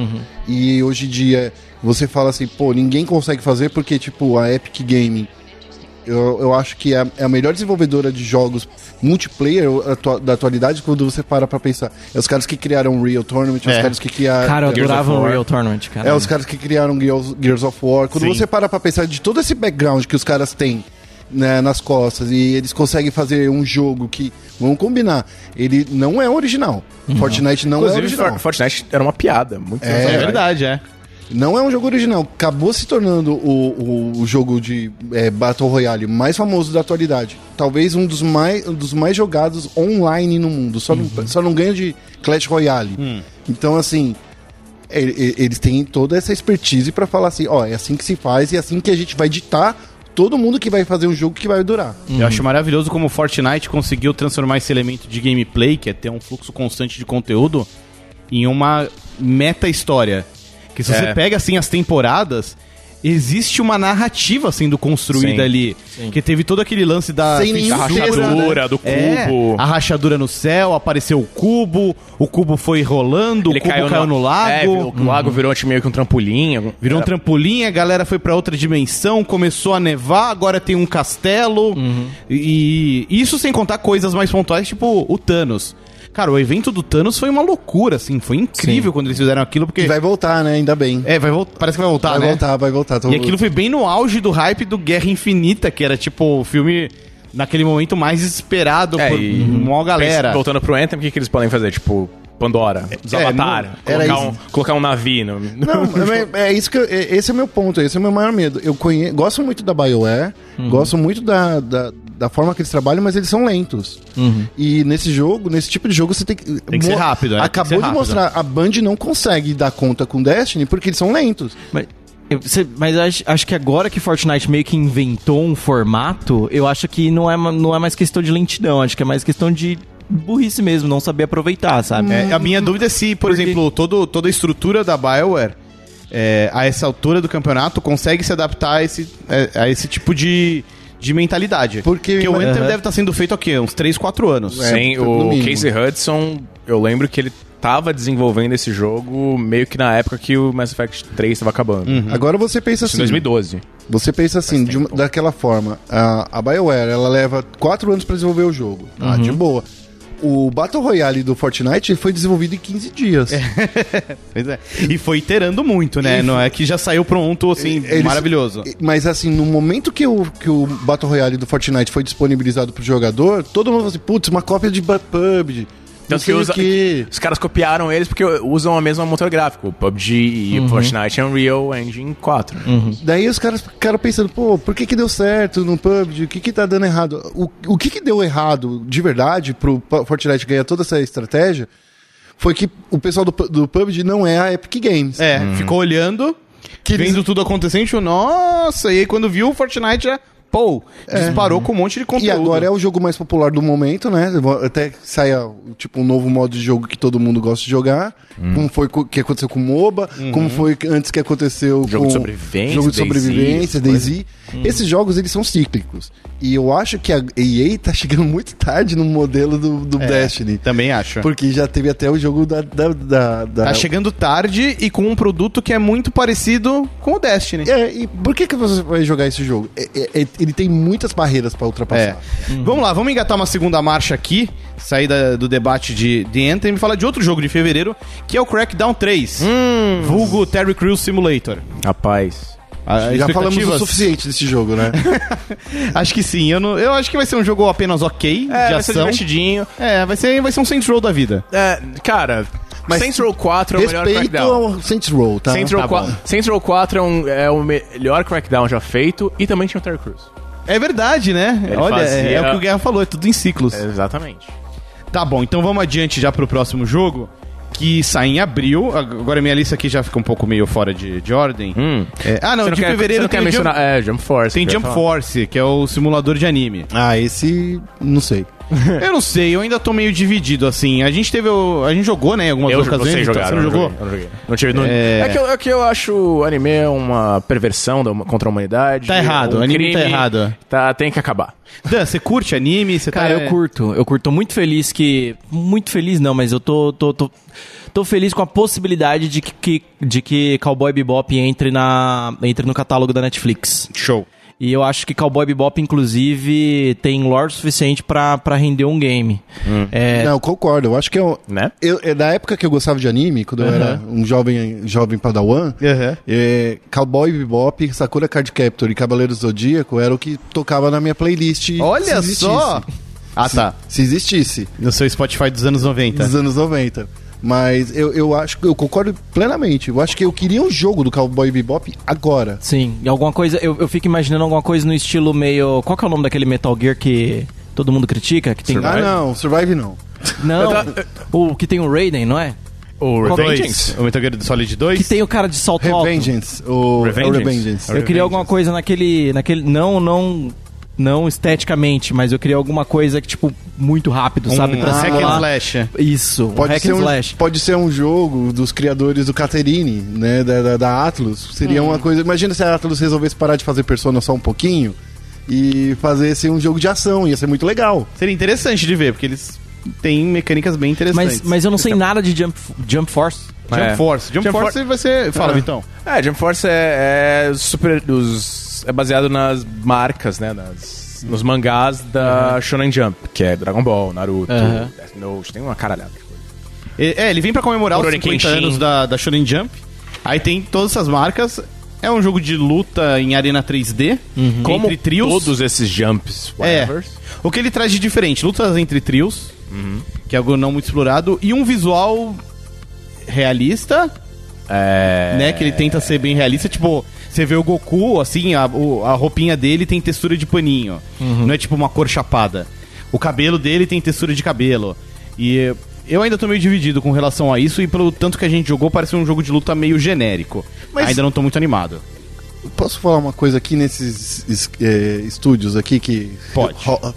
[SPEAKER 3] E hoje em dia você fala assim, pô, ninguém consegue fazer porque, tipo, a Epic Game. Eu, eu acho que é a- é a melhor desenvolvedora de jogos multiplayer atua- da atualidade quando você para pra pensar. É os caras que criaram Real Tournament, é os
[SPEAKER 1] É.
[SPEAKER 3] caras que criaram.
[SPEAKER 4] Cara, eu
[SPEAKER 2] Gears
[SPEAKER 4] adorava
[SPEAKER 2] of
[SPEAKER 4] o
[SPEAKER 2] War.
[SPEAKER 4] Real Tournament, cara.
[SPEAKER 3] É os caras que criaram Gears, Gears of War. Quando
[SPEAKER 1] Sim.
[SPEAKER 3] você para pra pensar de todo esse background que os caras têm né, nas costas e eles conseguem fazer um jogo que, vamos combinar, ele não é original. Fortnite não é
[SPEAKER 2] Inclusive,
[SPEAKER 3] original.
[SPEAKER 2] For- Fortnite era uma piada. Muito
[SPEAKER 1] É,
[SPEAKER 2] engraçado.
[SPEAKER 1] verdade, é.
[SPEAKER 3] Não é um jogo original. Acabou se tornando o, o, o jogo de é, Battle Royale mais famoso da atualidade. Talvez um dos mais, um dos mais jogados online no mundo. Só,
[SPEAKER 1] Uhum.
[SPEAKER 3] não, só não ganha de Clash Royale.
[SPEAKER 1] Hum.
[SPEAKER 3] Então, assim. e- e- Eles têm toda essa expertise pra falar assim, ó, é assim que se faz e é assim que a gente vai ditar todo mundo que vai fazer um jogo que vai durar.
[SPEAKER 1] Eu acho maravilhoso como o Fortnite conseguiu transformar esse elemento de gameplay, que é ter um fluxo constante de conteúdo, em uma meta-história. Que se você
[SPEAKER 2] É.
[SPEAKER 1] pega, assim, as temporadas, existe uma narrativa sendo construída
[SPEAKER 2] Sim,
[SPEAKER 1] ali. Que teve todo aquele lance da... ficha-
[SPEAKER 3] Sem nenhum
[SPEAKER 2] A
[SPEAKER 3] texto,
[SPEAKER 2] rachadura do cubo.
[SPEAKER 1] É, a rachadura no céu, apareceu o cubo, o cubo foi rolando, o cubo caiu, no, lago.
[SPEAKER 2] É, o lago virou tipo, meio que um trampolim. algum-
[SPEAKER 1] Virou um trampolim, a galera foi pra outra dimensão, começou a nevar, agora tem um castelo.
[SPEAKER 3] Uhum.
[SPEAKER 1] E e isso sem contar coisas mais pontuais, tipo o Thanos. Cara, o evento do Thanos foi uma loucura, assim, foi incrível quando eles fizeram aquilo, porque
[SPEAKER 3] E vai voltar, né? Ainda bem.
[SPEAKER 1] é, vai voltar, parece que vai voltar,
[SPEAKER 3] vai
[SPEAKER 1] né?
[SPEAKER 3] voltar, vai voltar. Tô-
[SPEAKER 1] E aquilo foi bem no auge do hype do Guerra Infinita, que era tipo o filme naquele momento mais esperado
[SPEAKER 2] É,
[SPEAKER 1] por
[SPEAKER 2] e-
[SPEAKER 1] uma galera.
[SPEAKER 2] Pensa- Voltando pro Anthem, o que, que eles podem fazer? Tipo, Pandora, Desabatar,
[SPEAKER 3] não-
[SPEAKER 2] colocar,
[SPEAKER 3] era isso.
[SPEAKER 2] um, colocar um navio. No...
[SPEAKER 1] [laughs]
[SPEAKER 3] Não, mas
[SPEAKER 1] tipo-
[SPEAKER 3] é isso que eu- é- esse é o meu ponto, esse é o meu maior medo. Eu conhe, gosto muito da BioWare,
[SPEAKER 1] Uhum.
[SPEAKER 3] gosto muito da, da, da forma que eles trabalham, mas eles são lentos. E nesse jogo, nesse tipo de jogo, você tem que.
[SPEAKER 1] Uhum. Tem que ser rápido, né? Tem que
[SPEAKER 3] Acabou
[SPEAKER 1] ser
[SPEAKER 3] de
[SPEAKER 1] rápido.
[SPEAKER 3] mostrar, a Band não consegue dar conta com Destiny porque eles são lentos.
[SPEAKER 4] Mas, Eu- cê- mas acho, acho que agora que Fortnite meio que inventou um formato, eu acho que não é, ma- não é mais questão de lentidão, acho que é mais questão de burrice mesmo, não saber aproveitar, sabe?
[SPEAKER 1] É, a
[SPEAKER 3] Hum.
[SPEAKER 1] minha dúvida é se, por
[SPEAKER 4] Porque-
[SPEAKER 1] exemplo, todo, toda a estrutura da Bioware, é, a essa altura do campeonato, consegue se adaptar a esse, é, a esse tipo de, de mentalidade.
[SPEAKER 3] Porque-
[SPEAKER 1] o Enter
[SPEAKER 4] Aham.
[SPEAKER 1] deve estar sendo feito há quê? Uns 3, 4 anos.
[SPEAKER 3] É,
[SPEAKER 2] Sim,
[SPEAKER 3] no
[SPEAKER 2] o
[SPEAKER 3] mínimo.
[SPEAKER 2] Casey Hudson, eu lembro que ele tava desenvolvendo esse jogo meio que na época que o Mass Effect 3 tava acabando.
[SPEAKER 1] Uhum.
[SPEAKER 2] Isso
[SPEAKER 3] Agora você
[SPEAKER 2] Em
[SPEAKER 3] pensa assim.
[SPEAKER 2] 2012.
[SPEAKER 3] Você pensa assim, de uma- daquela forma, a, a BioWare, ela leva quatro anos pra desenvolver o jogo. Ah,
[SPEAKER 1] Uhum.
[SPEAKER 3] de boa. O Battle Royale do Fortnite foi desenvolvido em 15
[SPEAKER 1] É,
[SPEAKER 3] dias.
[SPEAKER 1] Pois é. E foi iterando muito, né? Não é que já saiu pronto, assim,
[SPEAKER 3] Eles-
[SPEAKER 1] maravilhoso.
[SPEAKER 3] Mas assim, no momento que o, que o Battle Royale do Fortnite foi disponibilizado pro jogador, todo mundo falou assim, putz, uma cópia de Ba- PUBG.
[SPEAKER 2] Tanto
[SPEAKER 3] Não
[SPEAKER 2] que,
[SPEAKER 3] sei
[SPEAKER 2] Então,
[SPEAKER 3] o
[SPEAKER 2] usa-
[SPEAKER 3] quê."
[SPEAKER 2] os caras copiaram eles porque usam a mesma motor gráfico. O PUBG e
[SPEAKER 3] Uhum.
[SPEAKER 2] o Fortnite Unreal Engine 4.
[SPEAKER 3] Daí os caras ficaram pensando, pô, por que que deu certo no PUBG? O que que tá dando errado? O, o que que deu errado de verdade pro Pa- Fortnite ganhar toda essa estratégia foi que o pessoal do, Pu- do PUBG não é a Epic Games.
[SPEAKER 1] É, ficou olhando, vendo tudo acontecendo, tipo, nossa, e aí quando viu o Fortnite já, pô, disparou com um monte de conteúdo.
[SPEAKER 3] É. E agora é o jogo mais popular do momento, né? Até que saia, tipo, um novo modo de jogo que todo mundo gosta de jogar. Como foi co- que aconteceu com o MOBA, como foi que- antes que aconteceu
[SPEAKER 2] Jogo
[SPEAKER 3] com...
[SPEAKER 2] de sobrevivência,
[SPEAKER 3] Jogo de
[SPEAKER 2] DayZ,
[SPEAKER 3] sobrevivência, DayZ. Esses jogos, eles são cíclicos. E eu acho que a EA tá chegando muito tarde no modelo do,
[SPEAKER 1] É.
[SPEAKER 3] do Destiny.
[SPEAKER 1] Também acho.
[SPEAKER 3] Porque já teve até o jogo da... da, da, da-
[SPEAKER 1] Tá chegando tarde e com um produto que é muito parecido com o Destiny.
[SPEAKER 3] É, e por que, que você vai jogar esse jogo? É- é- é- ele tem muitas barreiras pra ultrapassar.
[SPEAKER 1] É. Vamos lá, vamos engatar uma segunda marcha aqui, sair da- do debate de The Anthem e falar de outro jogo de fevereiro, que é o Crackdown 3, Hum. vulgo Terry Crews Simulator.
[SPEAKER 2] Rapaz.
[SPEAKER 1] Ah,
[SPEAKER 3] Já falamos o
[SPEAKER 1] expectativas?
[SPEAKER 3] suficiente desse jogo, né?
[SPEAKER 1] Acho que sim, eu, não- eu acho que vai ser um jogo apenas ok,
[SPEAKER 2] É,
[SPEAKER 1] de
[SPEAKER 2] vai ser
[SPEAKER 1] ação.
[SPEAKER 2] divertidinho.
[SPEAKER 1] é, vai ser, vai ser um Saints Row da vida.
[SPEAKER 2] É, cara,
[SPEAKER 3] Mas
[SPEAKER 2] Saints Row 4 é o melhor
[SPEAKER 3] Respeito
[SPEAKER 2] crackdown.
[SPEAKER 3] ao Saints Row, tá?
[SPEAKER 2] Saints Row,
[SPEAKER 1] Tá
[SPEAKER 2] 4,
[SPEAKER 1] bom.
[SPEAKER 2] Saints Row 4 é, um- é o melhor crackdown já feito e também tinha o Terry Crews.
[SPEAKER 1] É verdade, né?
[SPEAKER 2] Ele
[SPEAKER 1] Olha, é-
[SPEAKER 2] fazia-
[SPEAKER 1] é o que o Guerra falou, é tudo em ciclos.
[SPEAKER 2] Exatamente.
[SPEAKER 1] Tá bom, então vamos adiante já pro próximo jogo, que sai em abril. Ag- Agora minha lista aqui já fica um pouco meio fora de, de ordem.
[SPEAKER 2] Hum.
[SPEAKER 1] É, ah, não,
[SPEAKER 2] Você
[SPEAKER 1] de
[SPEAKER 2] quer-
[SPEAKER 1] fevereiro
[SPEAKER 2] você não
[SPEAKER 1] tem
[SPEAKER 2] quer
[SPEAKER 1] o
[SPEAKER 2] mencionar. É, Jump Force.
[SPEAKER 1] Tem
[SPEAKER 2] que eu ia
[SPEAKER 1] Jump
[SPEAKER 2] falar.
[SPEAKER 1] Force, que é o simulador de anime.
[SPEAKER 3] Ah, esse. Não sei.
[SPEAKER 1] [laughs] Eu não sei, eu ainda tô meio dividido, assim. A gente teve. o- A gente jogou, né? em Algumas
[SPEAKER 2] Eu,
[SPEAKER 1] ocasiões.
[SPEAKER 2] vocês
[SPEAKER 1] então,
[SPEAKER 2] jogaram,
[SPEAKER 1] você não
[SPEAKER 2] eu
[SPEAKER 1] jogou?
[SPEAKER 2] joguei, eu não joguei. Não tive, não-
[SPEAKER 1] É.
[SPEAKER 2] é... que eu, é que eu acho o anime uma perversão da, contra a humanidade.
[SPEAKER 1] Tá errado,
[SPEAKER 2] um
[SPEAKER 1] o anime tá
[SPEAKER 2] crime.
[SPEAKER 1] errado.
[SPEAKER 2] Tá, tem que acabar.
[SPEAKER 1] Dan, você curte anime? Você
[SPEAKER 4] Cara,
[SPEAKER 1] tá...
[SPEAKER 4] eu curto. Eu curto. Tô muito feliz que. Muito feliz não, mas eu tô. tô, tô... Tô feliz com a possibilidade de que, que- de que Cowboy Bebop entre, na, entre no catálogo da Netflix.
[SPEAKER 1] Show.
[SPEAKER 4] E eu acho que Cowboy Bebop, inclusive, tem lore suficiente pra pra render um game. É,
[SPEAKER 3] Não, eu concordo. Eu acho que eu.
[SPEAKER 2] Né? Uhum.
[SPEAKER 3] eu é da época que eu gostava de anime, quando eu era um jovem, jovem padawan,
[SPEAKER 1] Aham.
[SPEAKER 3] é, Cowboy Bebop, Sakura Card Captor e Cavaleiro Zodíaco era o que tocava na minha playlist. se
[SPEAKER 1] Olha
[SPEAKER 3] existisse.
[SPEAKER 1] só! Ah, tá.
[SPEAKER 3] Se existisse,
[SPEAKER 1] No seu Spotify dos anos 90.
[SPEAKER 2] Tá.
[SPEAKER 3] dos anos 90. Mas eu, eu acho que eu concordo plenamente. Eu acho que eu queria um jogo do Cowboy Bebop agora.
[SPEAKER 4] Sim, e alguma coisa. Eu, eu fico imaginando alguma coisa no estilo meio. Qual que é o nome daquele Metal Gear que todo mundo critica? Que tem.
[SPEAKER 3] Ah, não, Survive não.
[SPEAKER 4] Não,
[SPEAKER 2] Eu tava-
[SPEAKER 4] o que tem o Raiden, não é?
[SPEAKER 2] O
[SPEAKER 1] Dois.
[SPEAKER 2] Revengeance.
[SPEAKER 1] O Metal Gear Solid
[SPEAKER 4] Que
[SPEAKER 1] 2?
[SPEAKER 4] tem o cara de salto alto.
[SPEAKER 3] Revengeance. O, é o
[SPEAKER 2] Revengeance.
[SPEAKER 3] Revengeance.
[SPEAKER 4] Eu queria alguma coisa naquele. naquele. Não, não. Não esteticamente, mas eu queria alguma coisa que, tipo, muito rápido, sabe? Pra
[SPEAKER 1] um hack and
[SPEAKER 4] simular-
[SPEAKER 1] slash.
[SPEAKER 4] Isso, um hack
[SPEAKER 3] Pode ser,
[SPEAKER 4] and
[SPEAKER 3] um,
[SPEAKER 4] slash.
[SPEAKER 3] pode ser um jogo dos criadores do Caterine, né? Da, da, da Atlus. Seria
[SPEAKER 4] Hum.
[SPEAKER 3] uma coisa. Imagina se a Atlus resolvesse parar de fazer persona só um pouquinho e fazer esse um jogo de ação. Ia ser muito legal.
[SPEAKER 1] Seria interessante de ver, porque eles têm mecânicas bem interessantes.
[SPEAKER 4] Mas, mas eu não sei nada de Jump, Jump Force.
[SPEAKER 1] Jump
[SPEAKER 2] É.
[SPEAKER 1] Force. Jump,
[SPEAKER 2] Jump
[SPEAKER 1] Force vai ser. Fala, Vitão.
[SPEAKER 2] É, Jump Force é, é super. Dos, é baseado nas marcas, né? Nas, nos mangás da
[SPEAKER 1] Uhum.
[SPEAKER 2] Shonen Jump, que é Dragon Ball, Naruto,
[SPEAKER 4] Uhum.
[SPEAKER 2] Death Note, tem uma caralhada de coisa.
[SPEAKER 1] E- É, ele vem pra comemorar os
[SPEAKER 2] Rurouni
[SPEAKER 1] 50
[SPEAKER 2] Kenshin.
[SPEAKER 1] anos da, da Shonen Jump. Aí tem todas essas marcas. É um jogo de luta em arena 3D. Entre trios.
[SPEAKER 2] todos esses jumps,
[SPEAKER 1] É.
[SPEAKER 2] whatever.
[SPEAKER 1] O que ele traz de diferente? Lutas entre trios,
[SPEAKER 2] Uhum.
[SPEAKER 1] que é algo não muito explorado, e um visual realista,
[SPEAKER 2] É.
[SPEAKER 1] né? Que ele tenta ser bem realista. Tipo, você vê o Goku, assim, a, o- a roupinha dele tem textura de paninho.
[SPEAKER 3] Uhum.
[SPEAKER 1] Não é tipo uma cor chapada. O cabelo dele tem textura de cabelo. E eh, eu ainda tô meio dividido com relação a isso, e pelo tanto que a gente jogou, parece um jogo de luta meio genérico.
[SPEAKER 3] Mas-
[SPEAKER 1] Ainda não tô muito animado.
[SPEAKER 3] Posso falar uma coisa aqui nesses es- é, estúdios aqui que.
[SPEAKER 1] Pode.
[SPEAKER 3] Ro-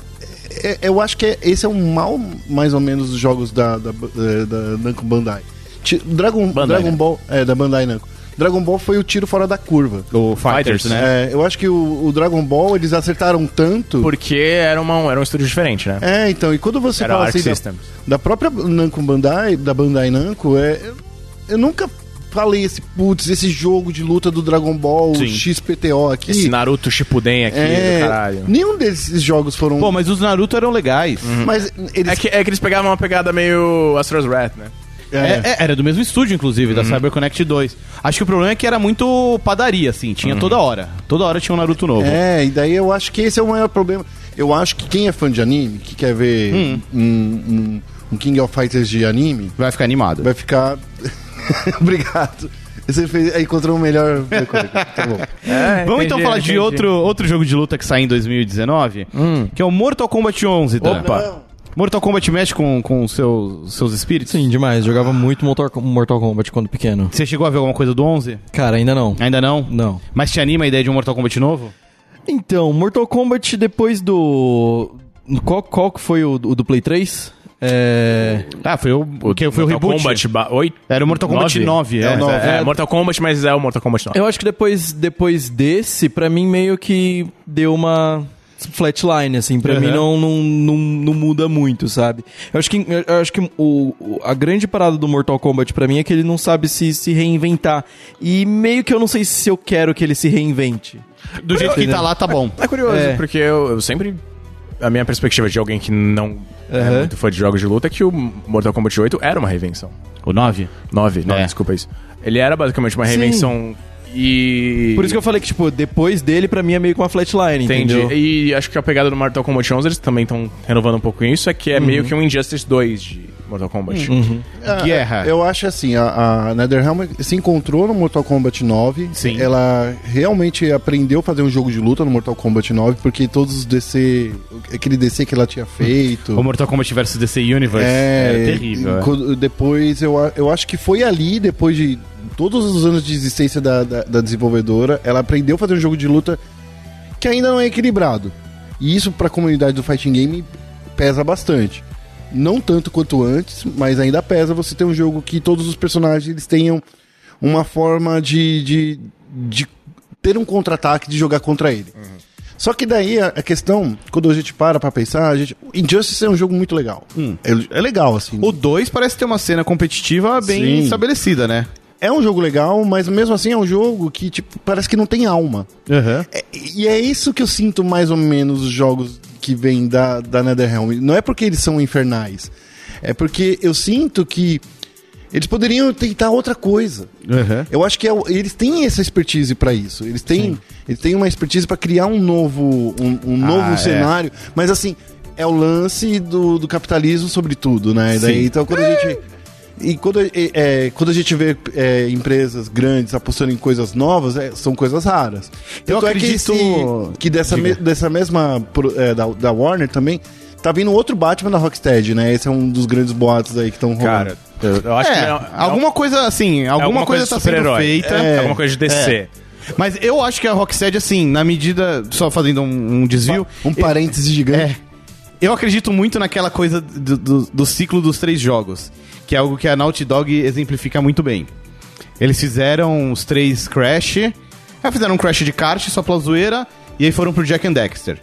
[SPEAKER 3] é- eu acho que é- esse é um mal, mais ou menos, dos jogos da, da, é, da Namco Bandai. Ti- Dragon,
[SPEAKER 2] Bandai,
[SPEAKER 3] Dragon
[SPEAKER 2] né?
[SPEAKER 3] Ball. É, da Bandai Namco. Dragon Ball foi o tiro fora da curva.
[SPEAKER 1] O
[SPEAKER 2] Fighters, né?
[SPEAKER 3] É, eu acho que o, o Dragon Ball eles acertaram tanto.
[SPEAKER 2] Porque era, uma, era um estúdio diferente, né?
[SPEAKER 3] É, então, e quando você
[SPEAKER 2] Era
[SPEAKER 3] fala
[SPEAKER 2] Arc
[SPEAKER 3] assim da,
[SPEAKER 2] Systems.
[SPEAKER 3] da própria Namco Bandai, da Bandai Namco, é, eu, eu nunca falei esse, putz, esse jogo de luta do Dragon Ball
[SPEAKER 1] Sim.
[SPEAKER 3] XPTO aqui.
[SPEAKER 2] Esse Naruto Shippuden aqui,
[SPEAKER 3] é,
[SPEAKER 2] do caralho.
[SPEAKER 3] nenhum desses jogos foram.
[SPEAKER 1] Pô, mas os Naruto eram legais.
[SPEAKER 3] mas eles.
[SPEAKER 2] É que, é que eles pegavam uma pegada meio Astro's Wrath, né?
[SPEAKER 3] é, Uhum.
[SPEAKER 1] É, é, era do mesmo estúdio, inclusive, da CyberConnect 2. Acho que o problema é que era muito padaria, assim. Tinha toda hora. Toda hora tinha um Naruto novo.
[SPEAKER 3] Uhum. É, e daí eu acho que esse é o maior problema. Eu acho que quem é fã de anime, que quer ver
[SPEAKER 2] Hum.
[SPEAKER 3] um, um- um King of Fighters de anime,
[SPEAKER 1] Vai ficar animado.
[SPEAKER 3] vai ficar. [laughs] Obrigado. Você fez, encontrou o melhor. tá bom.
[SPEAKER 1] [laughs] Vamos então falar de outro, outro jogo de luta que sai em 2019, que é o Mortal Kombat 11. Dan.
[SPEAKER 2] Opa.
[SPEAKER 1] Mortal Kombat mexe com, com os seus, seus espíritos?
[SPEAKER 4] Sim, demais. Jogava muito Mortal Com- Mortal Kombat quando pequeno.
[SPEAKER 1] Você chegou a ver alguma coisa do 11?
[SPEAKER 4] Cara, ainda não.
[SPEAKER 1] Ainda não?
[SPEAKER 4] Não.
[SPEAKER 1] Mas te anima a ideia de um Mortal Kombat novo?
[SPEAKER 4] Então, Mortal Kombat depois do. Qual, qual que foi o, o do Play 3? É.
[SPEAKER 1] Ah, foi o, que foi o
[SPEAKER 2] Mortal
[SPEAKER 1] reboot.
[SPEAKER 2] Kombat ba- oito?
[SPEAKER 1] Era o Mortal Kombat 9, é.
[SPEAKER 2] É,
[SPEAKER 1] o nove.
[SPEAKER 2] é, Mortal Kombat, mas é o Mortal Kombat 9.
[SPEAKER 4] Eu acho que depois, depois desse, pra mim meio que deu uma flatline, assim, pra
[SPEAKER 1] Uhum.
[SPEAKER 4] mim não, não, não, não muda muito, sabe? Eu acho que, eu acho que o, o- a grande parada do Mortal Kombat pra mim é que ele não sabe se, se reinventar. E meio que eu não sei se eu quero que ele se reinvente.
[SPEAKER 1] Do jeito que tá lá, tá bom.
[SPEAKER 2] É curioso,
[SPEAKER 4] É.
[SPEAKER 2] porque eu, eu sempre. A minha perspectiva de alguém que não é
[SPEAKER 4] Aham.
[SPEAKER 2] muito fã de jogos de luta é que o Mortal Kombat 8 era uma reinvenção.
[SPEAKER 1] O 9?
[SPEAKER 2] 9, não,
[SPEAKER 1] É.
[SPEAKER 2] desculpa isso. Ele era basicamente uma reinvenção e.
[SPEAKER 4] Por isso que eu falei que, tipo, depois dele, pra mim é meio que uma flatline,
[SPEAKER 2] Entendi.
[SPEAKER 4] entendeu?
[SPEAKER 2] E acho que a pegada do Mortal Kombat 11, eles também estão renovando um pouco isso, é que
[SPEAKER 1] Uhum.
[SPEAKER 2] é meio que um Injustice 2 de Mortal Kombat.
[SPEAKER 3] Ah,
[SPEAKER 1] Guerra.
[SPEAKER 3] Eu acho assim, a, a NetherRealm se encontrou no Mortal Kombat 9.
[SPEAKER 1] Sim.
[SPEAKER 3] Ela realmente aprendeu a fazer um jogo de luta no Mortal Kombat 9, porque todos os DC... Aquele DC que ela tinha feito...
[SPEAKER 1] O Mortal Kombat vs DC Universe.
[SPEAKER 3] É,
[SPEAKER 1] Era terrível.
[SPEAKER 3] e
[SPEAKER 1] é.
[SPEAKER 3] quando- depois eu, a- eu acho que foi ali, depois de todos os anos de existência da, da, da desenvolvedora, ela aprendeu a fazer um jogo de luta que ainda não é equilibrado. E isso pra comunidade do fighting game pesa bastante. Não tanto quanto antes, mas ainda pesa você ter um jogo que todos os personagens eles tenham uma forma de, de, de ter um contra-ataque de jogar contra ele. Só que daí a, a questão, quando a gente para pra pensar, a gente, Injustice é um jogo muito legal. É, é legal, assim.
[SPEAKER 1] O 2 parece ter uma cena competitiva bem
[SPEAKER 3] Sim.
[SPEAKER 1] estabelecida, né?
[SPEAKER 3] É um jogo legal, mas mesmo assim é um jogo que, tipo, parece que não tem alma. É- e é isso que eu sinto mais ou menos os jogos que vêm da, da NetherRealm. Não é porque eles são infernais. É porque eu sinto que eles poderiam tentar outra coisa.
[SPEAKER 1] Aham.
[SPEAKER 3] Eu acho que é o- eles têm essa expertise pra isso. Eles têm, eles têm uma expertise pra criar um novo, um, um novo
[SPEAKER 1] é.
[SPEAKER 3] cenário. Mas assim, é o lance do, do capitalismo sobretudo, né? E Daí,
[SPEAKER 1] Sim.
[SPEAKER 3] então quando a gente e quando, é, é, quando a gente vê é, empresas grandes apostando em coisas novas, é, são coisas raras.
[SPEAKER 1] Eu
[SPEAKER 3] Tanto
[SPEAKER 1] acredito-
[SPEAKER 3] é que, esse- que dessa, me- dessa mesma pro- é, da, da Warner também tá vindo outro Batman da Rocksteady, né? Esse é um dos grandes boatos aí que estão rolando.
[SPEAKER 2] Cara, eu, eu acho que. um-
[SPEAKER 1] É,
[SPEAKER 2] não-
[SPEAKER 1] alguma coisa assim, alguma, coisa,
[SPEAKER 2] é de
[SPEAKER 1] está sendo
[SPEAKER 2] super-herói.
[SPEAKER 1] feita.
[SPEAKER 2] É, alguma coisa de DC.
[SPEAKER 1] Mas eu acho que a Rocksteady, assim, na medida. Só fazendo um, um desvio.
[SPEAKER 3] Um parêntese gigante.
[SPEAKER 1] É. Eu acredito muito naquela coisa do, do- do ciclo dos três jogos, que é algo que a Naughty Dog exemplifica muito bem. Eles fizeram os três Crash, aí fizeram um Crash de kart só pela zoeira, e aí foram pro Jack and Dexter.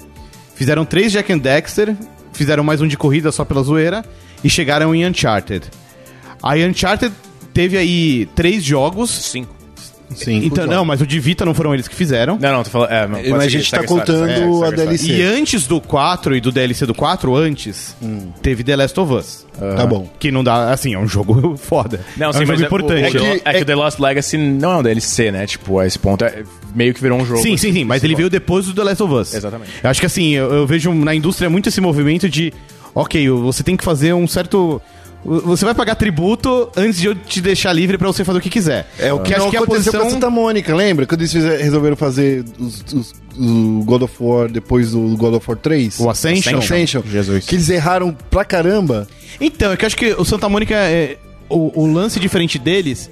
[SPEAKER 1] Fizeram três Jack and Dexter, fizeram mais um de corrida só pela zoeira, e chegaram em Uncharted. A Uncharted teve aí três jogos.
[SPEAKER 2] Cinco.
[SPEAKER 3] Sim.
[SPEAKER 1] Então, não, mas o de Vita não foram eles que fizeram.
[SPEAKER 2] Não, não, tô falando. É, não, pode
[SPEAKER 3] Mas a
[SPEAKER 2] seguir,
[SPEAKER 3] gente tá
[SPEAKER 2] segue história,
[SPEAKER 3] contando
[SPEAKER 2] segue, segue
[SPEAKER 3] a DLC.
[SPEAKER 1] E antes do 4 e do DLC do 4, antes, teve The Last of Us.
[SPEAKER 3] Tá bom.
[SPEAKER 1] Que não dá, assim, é um jogo [laughs] foda.
[SPEAKER 2] Não,
[SPEAKER 1] é um
[SPEAKER 2] sim,
[SPEAKER 1] jogo
[SPEAKER 2] mas é-
[SPEAKER 1] importante.
[SPEAKER 2] É, que,
[SPEAKER 3] É
[SPEAKER 2] é,
[SPEAKER 3] que-
[SPEAKER 2] que o The Lost Legacy não é um DLC, né? Tipo, a esse ponto é, meio que virou um jogo.
[SPEAKER 1] Sim, sim, sim, mas ele veio depois do The Last of Us.
[SPEAKER 2] Exatamente.
[SPEAKER 1] Eu acho que assim, eu, eu vejo na indústria muito esse movimento de, ok, você tem que fazer um certo. Você vai pagar tributo antes de eu te deixar livre pra você fazer o que quiser.
[SPEAKER 3] É o que,
[SPEAKER 1] acho
[SPEAKER 3] não
[SPEAKER 1] que é a
[SPEAKER 3] aconteceu
[SPEAKER 1] posição.
[SPEAKER 3] com a Santa Mônica, lembra? Quando eles fizer- resolveram fazer os- os- o God of War depois do God of War 3.
[SPEAKER 1] O Ascension?
[SPEAKER 3] Ascension.
[SPEAKER 2] Jesus.
[SPEAKER 3] Que eles erraram pra caramba.
[SPEAKER 1] Então, é que eu acho que o Santa Mônica, é, o, o lance diferente deles,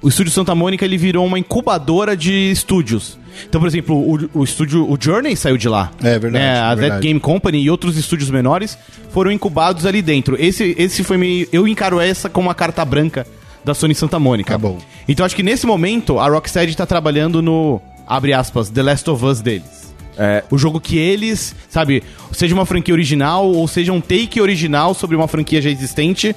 [SPEAKER 1] o estúdio Santa Mônica ele virou uma incubadora de estúdios. Então, por exemplo, o, o estúdio, o Journey saiu de lá.
[SPEAKER 3] É verdade,
[SPEAKER 1] Né? A
[SPEAKER 3] verdade.
[SPEAKER 1] That Game Company e outros estúdios menores foram incubados ali dentro. Esse, esse foi meio. Eu encaro essa como uma carta branca da Sony Santa Mônica.
[SPEAKER 3] Tá bom.
[SPEAKER 1] Então acho que nesse momento a Rocksteady tá trabalhando no. Abre aspas, The Last of Us deles.
[SPEAKER 2] É,
[SPEAKER 1] O jogo que eles, sabe, seja uma franquia original ou seja um take original sobre uma franquia já existente,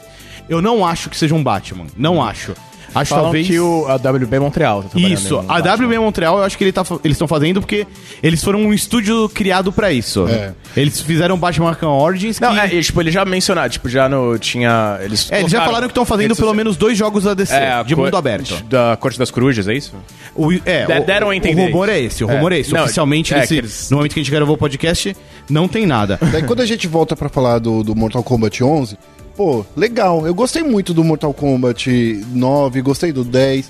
[SPEAKER 1] eu não acho que seja um Batman. Não acho. Acho
[SPEAKER 2] falam
[SPEAKER 1] talvez.
[SPEAKER 2] que o, a WB Montreal tá trabalhando
[SPEAKER 1] Isso,
[SPEAKER 2] em um
[SPEAKER 1] a
[SPEAKER 2] Batman.
[SPEAKER 1] WB Montreal eu acho que ele tá fa- eles estão fazendo porque eles foram um estúdio criado pra isso.
[SPEAKER 3] É.
[SPEAKER 1] Eles fizeram Batman Arkham Origins
[SPEAKER 2] Não,
[SPEAKER 1] que-
[SPEAKER 2] é, e, tipo, ele já mencionaram, tipo, já no, tinha... Eles
[SPEAKER 1] É, eles já
[SPEAKER 2] colocaram É,
[SPEAKER 1] falaram que estão fazendo
[SPEAKER 2] redes
[SPEAKER 1] pelo
[SPEAKER 2] sociais.
[SPEAKER 1] menos dois jogos da DC,
[SPEAKER 2] a
[SPEAKER 1] de
[SPEAKER 2] cor-
[SPEAKER 1] mundo aberto.
[SPEAKER 2] Da Corte das Corujas, é isso?
[SPEAKER 1] O, é,
[SPEAKER 2] De-
[SPEAKER 1] o-
[SPEAKER 2] deram a entender
[SPEAKER 1] O rumor
[SPEAKER 2] isso.
[SPEAKER 1] é esse, o
[SPEAKER 2] É.
[SPEAKER 1] rumor é, esse.
[SPEAKER 2] Não,
[SPEAKER 1] Oficialmente,
[SPEAKER 2] é,
[SPEAKER 1] nesse-
[SPEAKER 2] que eles-
[SPEAKER 1] no momento que a gente gravou o podcast, não tem nada.
[SPEAKER 3] Daí quando a gente volta pra falar do, do Mortal Kombat 11, pô, legal. Eu gostei muito do Mortal Kombat 9, gostei do 10.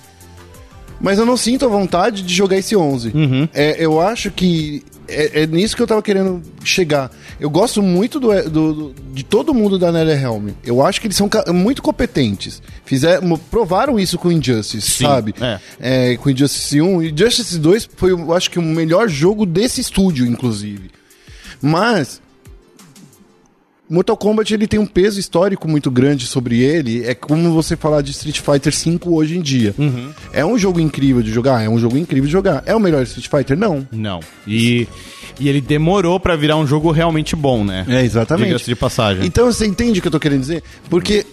[SPEAKER 3] Mas eu não sinto a vontade de jogar esse 11. É, eu acho que é, é nisso que eu tava querendo chegar. Eu gosto muito do, do- do- de todo mundo da Netherrealm. Eu acho que eles são ca- muito competentes. Fizeram, provaram isso com Injustice, sabe?
[SPEAKER 1] é.
[SPEAKER 3] é, com Injustice 1. E Injustice 2 foi, eu acho que, o melhor jogo desse estúdio, inclusive. Mas. Mortal Kombat ele tem um peso histórico muito grande sobre ele. É como você falar de Street Fighter V hoje em dia. É um jogo incrível de jogar? É um jogo incrível de jogar. É o melhor Street Fighter? Não.
[SPEAKER 1] Não. E, e ele demorou pra virar um jogo realmente bom, né?
[SPEAKER 3] É, exatamente.
[SPEAKER 1] Diga-se de passagem.
[SPEAKER 3] Então você entende o que eu tô querendo dizer? Porque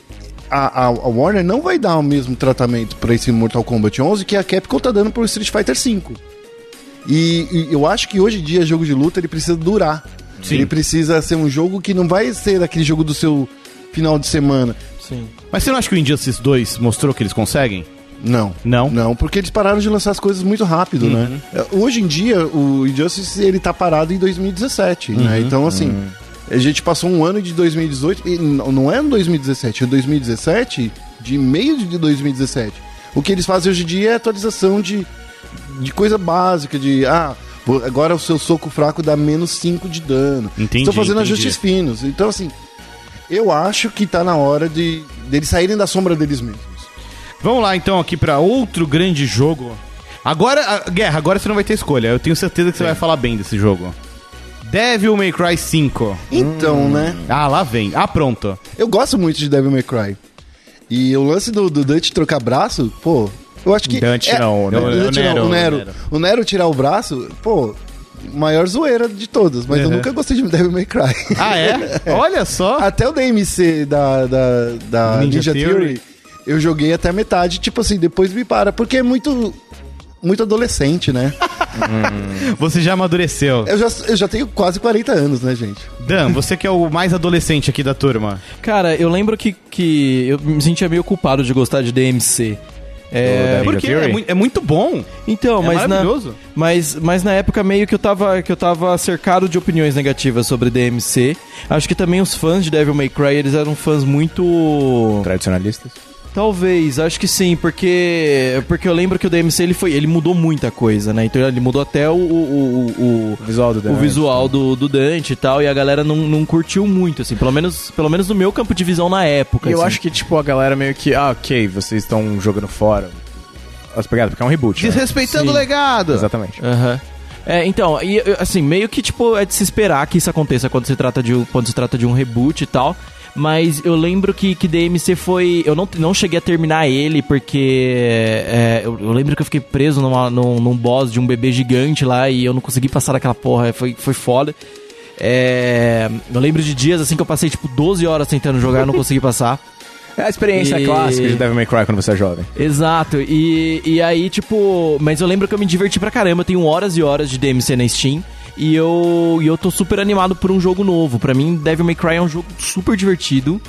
[SPEAKER 3] a, a- a Warner não vai dar o mesmo tratamento pra esse Mortal Kombat 11 que a Capcom tá dando pro Street Fighter V. E, e eu acho que hoje em dia jogo de luta ele precisa durar.
[SPEAKER 1] Sim.
[SPEAKER 3] Ele precisa ser um jogo que não vai ser aquele jogo do seu final de semana.
[SPEAKER 4] Sim.
[SPEAKER 1] Mas você não acha que o Injustice 2 mostrou que eles conseguem?
[SPEAKER 3] Não.
[SPEAKER 1] Não? Uhum.
[SPEAKER 3] Não, porque eles pararam de lançar as coisas muito rápido, né? Eh, Hoje em dia, o Injustice, ele tá parado em 2017, né?
[SPEAKER 1] Uhum.
[SPEAKER 3] Então, assim, a gente passou um ano de 2018, e n- não é no 2017, é 2017, de meio de 2017. O que eles fazem hoje em dia é atualização de, de coisa básica, de, ah, vo- agora o seu soco fraco dá menos 5 de dano.
[SPEAKER 1] Entendi,
[SPEAKER 3] Estão fazendo
[SPEAKER 1] entendi.
[SPEAKER 3] ajustes finos. Então, assim, eu acho que tá na hora de deles saírem da sombra deles mesmos.
[SPEAKER 1] Vamos lá então aqui pra outro grande jogo. Agora, a- Guerra, agora você não vai ter escolha. Eu tenho certeza que você vai falar bem desse jogo. Devil May Cry 5.
[SPEAKER 3] Então, né?
[SPEAKER 1] Ah, lá vem. Ah, pronto.
[SPEAKER 3] Eu gosto muito de Devil May Cry. E o lance do, do Dante trocar braço, pô, eu acho que.
[SPEAKER 2] Dante não,
[SPEAKER 3] o
[SPEAKER 2] né?
[SPEAKER 3] Dante
[SPEAKER 1] O Nero,
[SPEAKER 3] não, o Nero.
[SPEAKER 1] o Nero.
[SPEAKER 3] O Nero tirar o braço, pô, maior zoeira de todas. Mas eu
[SPEAKER 1] Uhum.
[SPEAKER 3] nunca gostei de Devil May Cry.
[SPEAKER 1] [laughs] Ah, é? Olha só.
[SPEAKER 3] Até o DMC da, da, da
[SPEAKER 1] Ninja
[SPEAKER 3] Ninja,
[SPEAKER 1] Theory.
[SPEAKER 3] Theory. eu joguei até a metade. Tipo assim, depois me para, porque é muito. Muito adolescente, né?
[SPEAKER 1] Você já amadureceu.
[SPEAKER 3] Eu já, eu já tenho quase 40 anos, né, gente?
[SPEAKER 1] Dan, você que é o mais adolescente aqui da turma.
[SPEAKER 4] Cara, eu lembro que, que eu me sentia meio culpado de gostar de DMC. É,
[SPEAKER 2] Ninja
[SPEAKER 1] Porque é,
[SPEAKER 2] Theory?
[SPEAKER 1] mui- é muito bom.
[SPEAKER 4] então,
[SPEAKER 1] É
[SPEAKER 4] mas, na,
[SPEAKER 1] maravilhoso.
[SPEAKER 4] mas, mas na época meio que eu, tava, que eu tava cercado de opiniões negativas sobre DMC. Acho que também os fãs de Devil May Cry, eles eram fãs muito...
[SPEAKER 2] Tradicionalistas.
[SPEAKER 4] Talvez, acho que sim, porque porque eu lembro que o DMC ele foi, ele mudou muita coisa, né? Então ele mudou até o o, o, o-
[SPEAKER 2] O visual do
[SPEAKER 4] o visual do, do Dante e tal, e a galera não, não curtiu muito, assim, pelo menos, pelo menos no meu campo de visão na época.
[SPEAKER 2] E eu
[SPEAKER 4] assim.
[SPEAKER 2] acho que, tipo, a galera meio que... Ah, ok, vocês estão jogando fora. As pegadas, porque é um reboot, né?
[SPEAKER 1] Desrespeitando
[SPEAKER 4] Sim.
[SPEAKER 1] o legado.
[SPEAKER 2] Exatamente.
[SPEAKER 4] Aham. É, então, e, eu- assim, meio que tipo é de se esperar que isso aconteça quando se trata de um, quando se trata de um reboot e tal. Mas eu lembro que, que DMC foi. Eu não, não cheguei a terminar ele, porque. é, eu, eu lembro que eu fiquei preso numa- num, num boss de um bebê gigante lá e eu não consegui passar daquela porra. Foi, foi foda. É, eu lembro de dias assim que eu passei tipo 12 horas tentando jogar e não consegui passar.
[SPEAKER 2] É a experiência
[SPEAKER 4] E-
[SPEAKER 2] clássica de Devil May Cry quando você é jovem.
[SPEAKER 4] Exato, e, e aí, tipo. Mas eu lembro que eu me diverti pra caramba, eu tenho horas e horas de DMC na Steam. E eu, e eu tô super animado por um jogo novo. Pra mim, Devil May Cry é um jogo super divertido.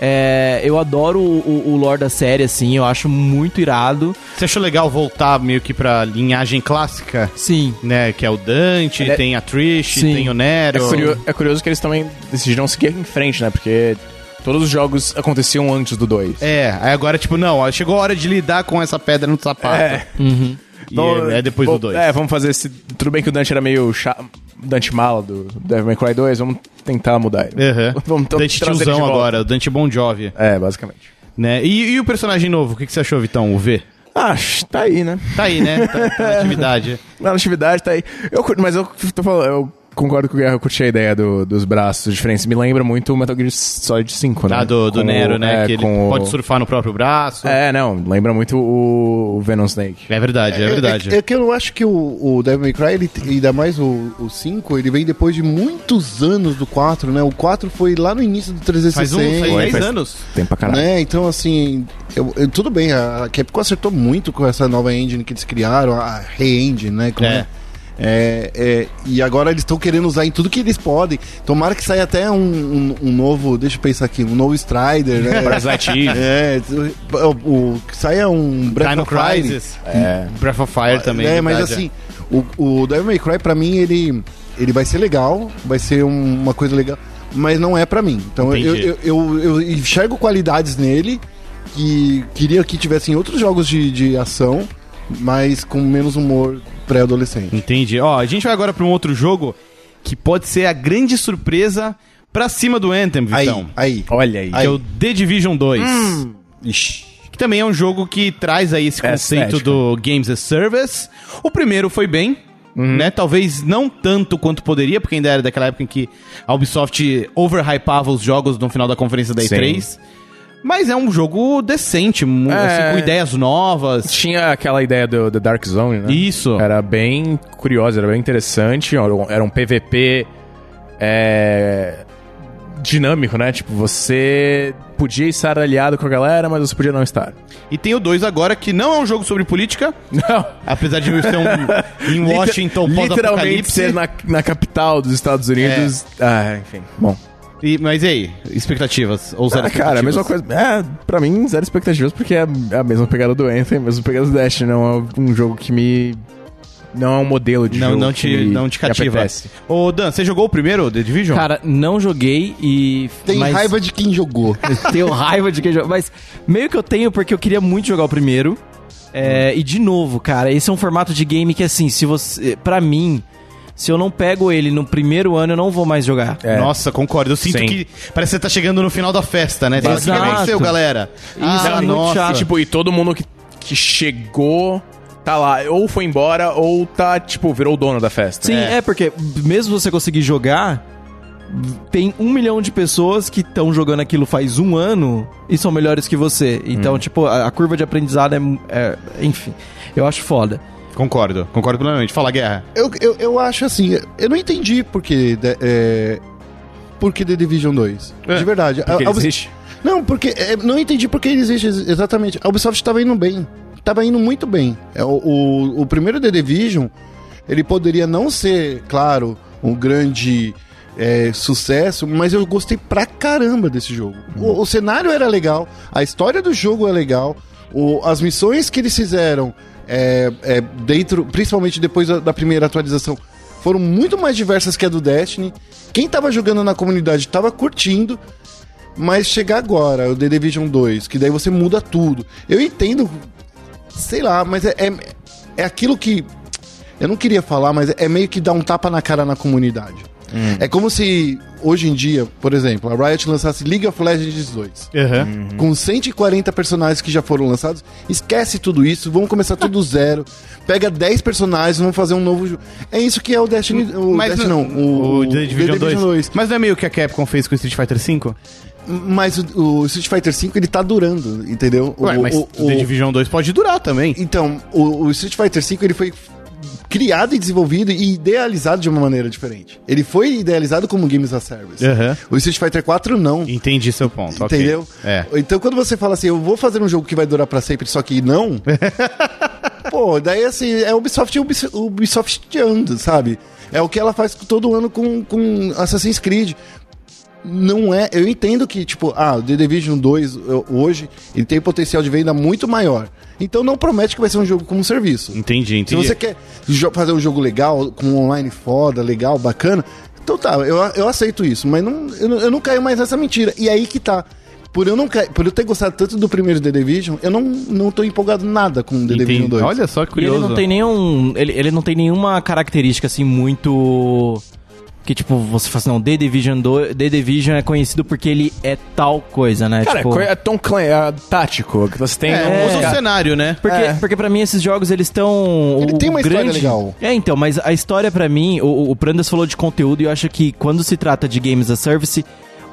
[SPEAKER 4] É, eu adoro o, o, o lore da série, assim, eu acho muito irado.
[SPEAKER 1] Você achou legal voltar meio que pra linhagem clássica?
[SPEAKER 4] Sim.
[SPEAKER 1] Né, que é o Dante,
[SPEAKER 2] Ele é-
[SPEAKER 1] tem a Trish,
[SPEAKER 4] Sim.
[SPEAKER 1] tem o
[SPEAKER 2] É,
[SPEAKER 1] Nero.
[SPEAKER 2] curio- é curioso que eles também decidiram seguir em frente, né? Porque todos os jogos aconteciam antes do 2.
[SPEAKER 1] É, aí agora, tipo, não, ó, chegou a hora de lidar com essa pedra no sapato.
[SPEAKER 2] É.
[SPEAKER 1] E é depois do 2.
[SPEAKER 2] É, vamos fazer esse... Tudo bem que o Dante era meio chato... Dante mala do Devil May Cry 2, vamos tentar mudar ele.
[SPEAKER 1] Uhum.
[SPEAKER 2] Vamos tra-
[SPEAKER 1] Dante
[SPEAKER 2] trazer ele de
[SPEAKER 1] tiozão
[SPEAKER 2] volta.
[SPEAKER 1] agora, Dante Bon Jovi,
[SPEAKER 2] É, basicamente.
[SPEAKER 1] né? E, e o personagem novo, o que, que você achou, Vitão, o V?
[SPEAKER 2] Ah, tá aí, né?
[SPEAKER 1] Tá aí, né? Tá, tá na
[SPEAKER 2] [laughs]
[SPEAKER 1] atividade.
[SPEAKER 2] Na atividade tá aí. Eu curto, mas eu tô falando, eu concordo com o Guerra, eu curti a ideia do- dos braços diferentes. Me lembra muito o Metal Gear Solid 5, né?
[SPEAKER 1] Tá, do, do
[SPEAKER 2] Com o-
[SPEAKER 1] Nero, né?
[SPEAKER 2] é,
[SPEAKER 1] que ele
[SPEAKER 2] com o-
[SPEAKER 1] pode surfar no próprio braço. É,
[SPEAKER 2] É, não, lembra muito o o Venom Snake.
[SPEAKER 1] verdade, é, verdade.
[SPEAKER 3] É, é que eu acho que o, o Devil May Cry, ele, tem- ainda mais o, o 5, ele vem depois de muitos anos do 4, né? O 4 foi lá no início do
[SPEAKER 1] Faz
[SPEAKER 3] 360.
[SPEAKER 1] um, faz
[SPEAKER 2] Foi,
[SPEAKER 1] 10
[SPEAKER 2] faz-
[SPEAKER 1] anos.
[SPEAKER 2] Tem pra caralho.
[SPEAKER 3] Né? Então, assim, eu- eu- tudo bem, a a Capcom acertou muito com essa nova engine que eles criaram, a Re-Engine, né? Como
[SPEAKER 1] É.
[SPEAKER 3] é. É, é, e agora eles estão querendo usar em tudo que eles podem. Tomara que saia até um, um- um novo, deixa eu pensar aqui, um novo
[SPEAKER 2] [laughs]
[SPEAKER 3] Strider, né?
[SPEAKER 2] Brass Lightyear.
[SPEAKER 3] é, o, o- que saia um Breath
[SPEAKER 1] Dino
[SPEAKER 3] of Fire.
[SPEAKER 1] Crisis. Breath of Fire também.
[SPEAKER 3] É, mas
[SPEAKER 1] verdade,
[SPEAKER 3] assim, o, o Devil May Cry, pra mim, ele, ele vai ser legal, vai ser um- uma coisa legal, mas não é pra mim. Então eu,
[SPEAKER 1] Entendi.
[SPEAKER 3] eu, eu, eu enxergo qualidades nele que queria que tivessem outros jogos de, de ação, mas com menos humor pré-adolescente.
[SPEAKER 1] Entendi. Ó, a gente vai agora pra um outro jogo que pode ser a grande surpresa pra cima do Anthem,
[SPEAKER 3] Aí,
[SPEAKER 1] Vitão.
[SPEAKER 3] aí.
[SPEAKER 2] Olha aí.
[SPEAKER 1] que é o The Division 2. Que também é um jogo que traz aí esse
[SPEAKER 2] É
[SPEAKER 1] conceito
[SPEAKER 2] estética.
[SPEAKER 1] do Games as Service. O primeiro foi bem,
[SPEAKER 2] Uhum.
[SPEAKER 1] né? Talvez não tanto quanto poderia, porque ainda era daquela época em que a Ubisoft overhypava os jogos no final da conferência da
[SPEAKER 2] Sim.
[SPEAKER 1] E3. Mas é um jogo decente, mu-
[SPEAKER 2] É.
[SPEAKER 1] assim, com ideias novas.
[SPEAKER 2] Tinha aquela ideia do, do Dark Zone, né?
[SPEAKER 1] Isso.
[SPEAKER 2] Era bem curiosa, era bem interessante. Era um, era um PVP é, dinâmico, né? Tipo, você podia estar aliado com a galera, mas você podia não estar. [laughs]
[SPEAKER 1] E tem o 2 agora, que não é um jogo sobre política,
[SPEAKER 2] Não.
[SPEAKER 1] apesar de ser um, em Washington
[SPEAKER 2] Liter- literalmente
[SPEAKER 1] pós-apocalipse.
[SPEAKER 2] ser na, na capital dos Estados Unidos.
[SPEAKER 1] É.
[SPEAKER 2] Ah, enfim. Bom.
[SPEAKER 1] E- Mas e aí? Expectativas? Ou zero
[SPEAKER 2] Ah, cara, a mesma
[SPEAKER 1] expectativas?
[SPEAKER 2] coisa. É, pra mim, zero expectativas, porque é a mesma pegada do Anthem, a mesma pegada do Dash. Não é um jogo que me. Não é um modelo de
[SPEAKER 1] Não,
[SPEAKER 2] jogo
[SPEAKER 1] não,
[SPEAKER 2] que
[SPEAKER 1] te,
[SPEAKER 2] me-
[SPEAKER 1] não te
[SPEAKER 2] me
[SPEAKER 1] cativa.
[SPEAKER 2] apetece.
[SPEAKER 1] Ô, Dan, você jogou o primeiro, The Division?
[SPEAKER 4] Cara, não joguei e.
[SPEAKER 3] Tem
[SPEAKER 4] mas-
[SPEAKER 3] raiva de quem jogou.
[SPEAKER 4] Tenho raiva de quem joga. Mas meio que eu tenho porque eu queria muito jogar o primeiro. É, e de novo, cara, esse é um formato de game que assim, se você. Pra mim, se eu não pego ele no primeiro ano, eu não vou mais jogar.
[SPEAKER 2] É.
[SPEAKER 1] Nossa, concordo. Eu sinto
[SPEAKER 2] Sim.
[SPEAKER 1] que parece que você tá chegando no final da festa, né? Você fala, O que
[SPEAKER 4] Exato.
[SPEAKER 1] aconteceu, galera? Ah,
[SPEAKER 4] Isso é muito
[SPEAKER 2] E,
[SPEAKER 4] chato.
[SPEAKER 2] tipo, e todo mundo que, que chegou tá lá, ou foi embora, ou tá, tipo, virou o dono da festa.
[SPEAKER 4] Sim,
[SPEAKER 1] É.
[SPEAKER 4] é. porque mesmo você conseguir jogar, tem um milhão de pessoas que estão jogando aquilo faz um ano e são melhores que você. Então, tipo, a, a curva de aprendizado é, é- Enfim, eu acho foda.
[SPEAKER 1] Concordo, concordo plenamente. Fala, Guerra.
[SPEAKER 3] Eu, eu, eu acho assim, eu não entendi por que, de- é, por que The Division 2.
[SPEAKER 1] É,
[SPEAKER 3] de verdade.
[SPEAKER 2] Porque
[SPEAKER 3] A- a-
[SPEAKER 2] ele existe.
[SPEAKER 3] Não, porque é, não entendi por que ele existe ex- exatamente. A Ubisoft estava indo bem. Tava indo muito bem. É, o, o, o primeiro The Division, ele poderia não ser, claro, um grande é, sucesso, mas eu gostei pra caramba desse jogo. O, o cenário era legal, a história do jogo é legal, o- as missões que eles fizeram é, é, dentro, principalmente depois da- da primeira atualização, foram muito mais diversas que a do Destiny. Quem tava jogando na comunidade tava curtindo, mas chegar agora, o The Division 2, que daí você muda tudo. Eu entendo, sei lá, mas é, é, é aquilo que. Eu não queria falar, mas é meio que dar um tapa na cara na comunidade.
[SPEAKER 1] Hum.
[SPEAKER 3] É como se, hoje em dia, por exemplo, a Riot lançasse League of Legends 2
[SPEAKER 1] Uhum.
[SPEAKER 3] com 140 personagens que já foram lançados, esquece tudo isso, vamos começar tudo
[SPEAKER 1] [laughs]
[SPEAKER 3] do zero, pega 10 personagens, vamos fazer um novo jogo. É isso que é o Destiny, o Destiny não, o,
[SPEAKER 1] o The Division 2.
[SPEAKER 3] 2.
[SPEAKER 1] Mas não é meio que a Capcom fez com o Street Fighter V?
[SPEAKER 3] Mas o, o Street Fighter V ele tá durando, entendeu?
[SPEAKER 1] Ué,
[SPEAKER 3] o,
[SPEAKER 1] mas
[SPEAKER 3] o-
[SPEAKER 1] o, The
[SPEAKER 3] o-
[SPEAKER 1] Division 2 pode durar também.
[SPEAKER 3] Então, o, o Street Fighter V ele foi criado e desenvolvido e idealizado de uma maneira diferente. Ele foi idealizado como Games as Service.
[SPEAKER 1] Aham.
[SPEAKER 3] O Street Fighter 4 não.
[SPEAKER 1] Entendi seu ponto, ok.
[SPEAKER 3] Entendeu?
[SPEAKER 1] É.
[SPEAKER 3] Então quando você fala assim, eu vou fazer um jogo que vai durar pra sempre, só
[SPEAKER 1] [laughs]
[SPEAKER 3] que não. pô, daí assim, é Ubisoft Ubis- Ubisoftiando, sabe? É o que ela faz todo ano com, com Assassin's Creed. Não é. Eu entendo que, tipo, ah, o The Division 2 eu- hoje, ele tem potencial de venda muito maior. Então não promete que vai ser um jogo como serviço.
[SPEAKER 1] Entendi,
[SPEAKER 3] Se
[SPEAKER 1] entendi.
[SPEAKER 3] você quer jo- fazer um jogo legal, com um online foda, legal, bacana, então tá, eu, eu aceito isso, mas não, eu, não- eu não caio mais nessa mentira. E aí que tá. Por eu, não cair- por eu ter gostado tanto do primeiro The Division, eu não, não tô empolgado nada com o The Division
[SPEAKER 1] Entendi.
[SPEAKER 3] 2.
[SPEAKER 1] Olha só que
[SPEAKER 4] E
[SPEAKER 1] curioso.
[SPEAKER 4] ele não tem nenhum. Ele, ele não tem nenhuma característica assim muito. Que, tipo, você fala assim, não, The Division, 2, The Division é conhecido porque ele é tal coisa, né?
[SPEAKER 2] Cara,
[SPEAKER 4] tipo,
[SPEAKER 2] é Tom Clancy, é tático. que Você tem
[SPEAKER 1] É,
[SPEAKER 2] um-
[SPEAKER 1] usa o cenário, né?
[SPEAKER 4] Porque,
[SPEAKER 2] É.
[SPEAKER 4] porque pra mim esses jogos eles estão.
[SPEAKER 3] Ele
[SPEAKER 4] o-
[SPEAKER 3] tem uma
[SPEAKER 4] o
[SPEAKER 3] história
[SPEAKER 4] grande...
[SPEAKER 3] legal.
[SPEAKER 4] É, então, mas a história pra mim, o, o Prandas falou de conteúdo e eu acho que quando se trata de games as service,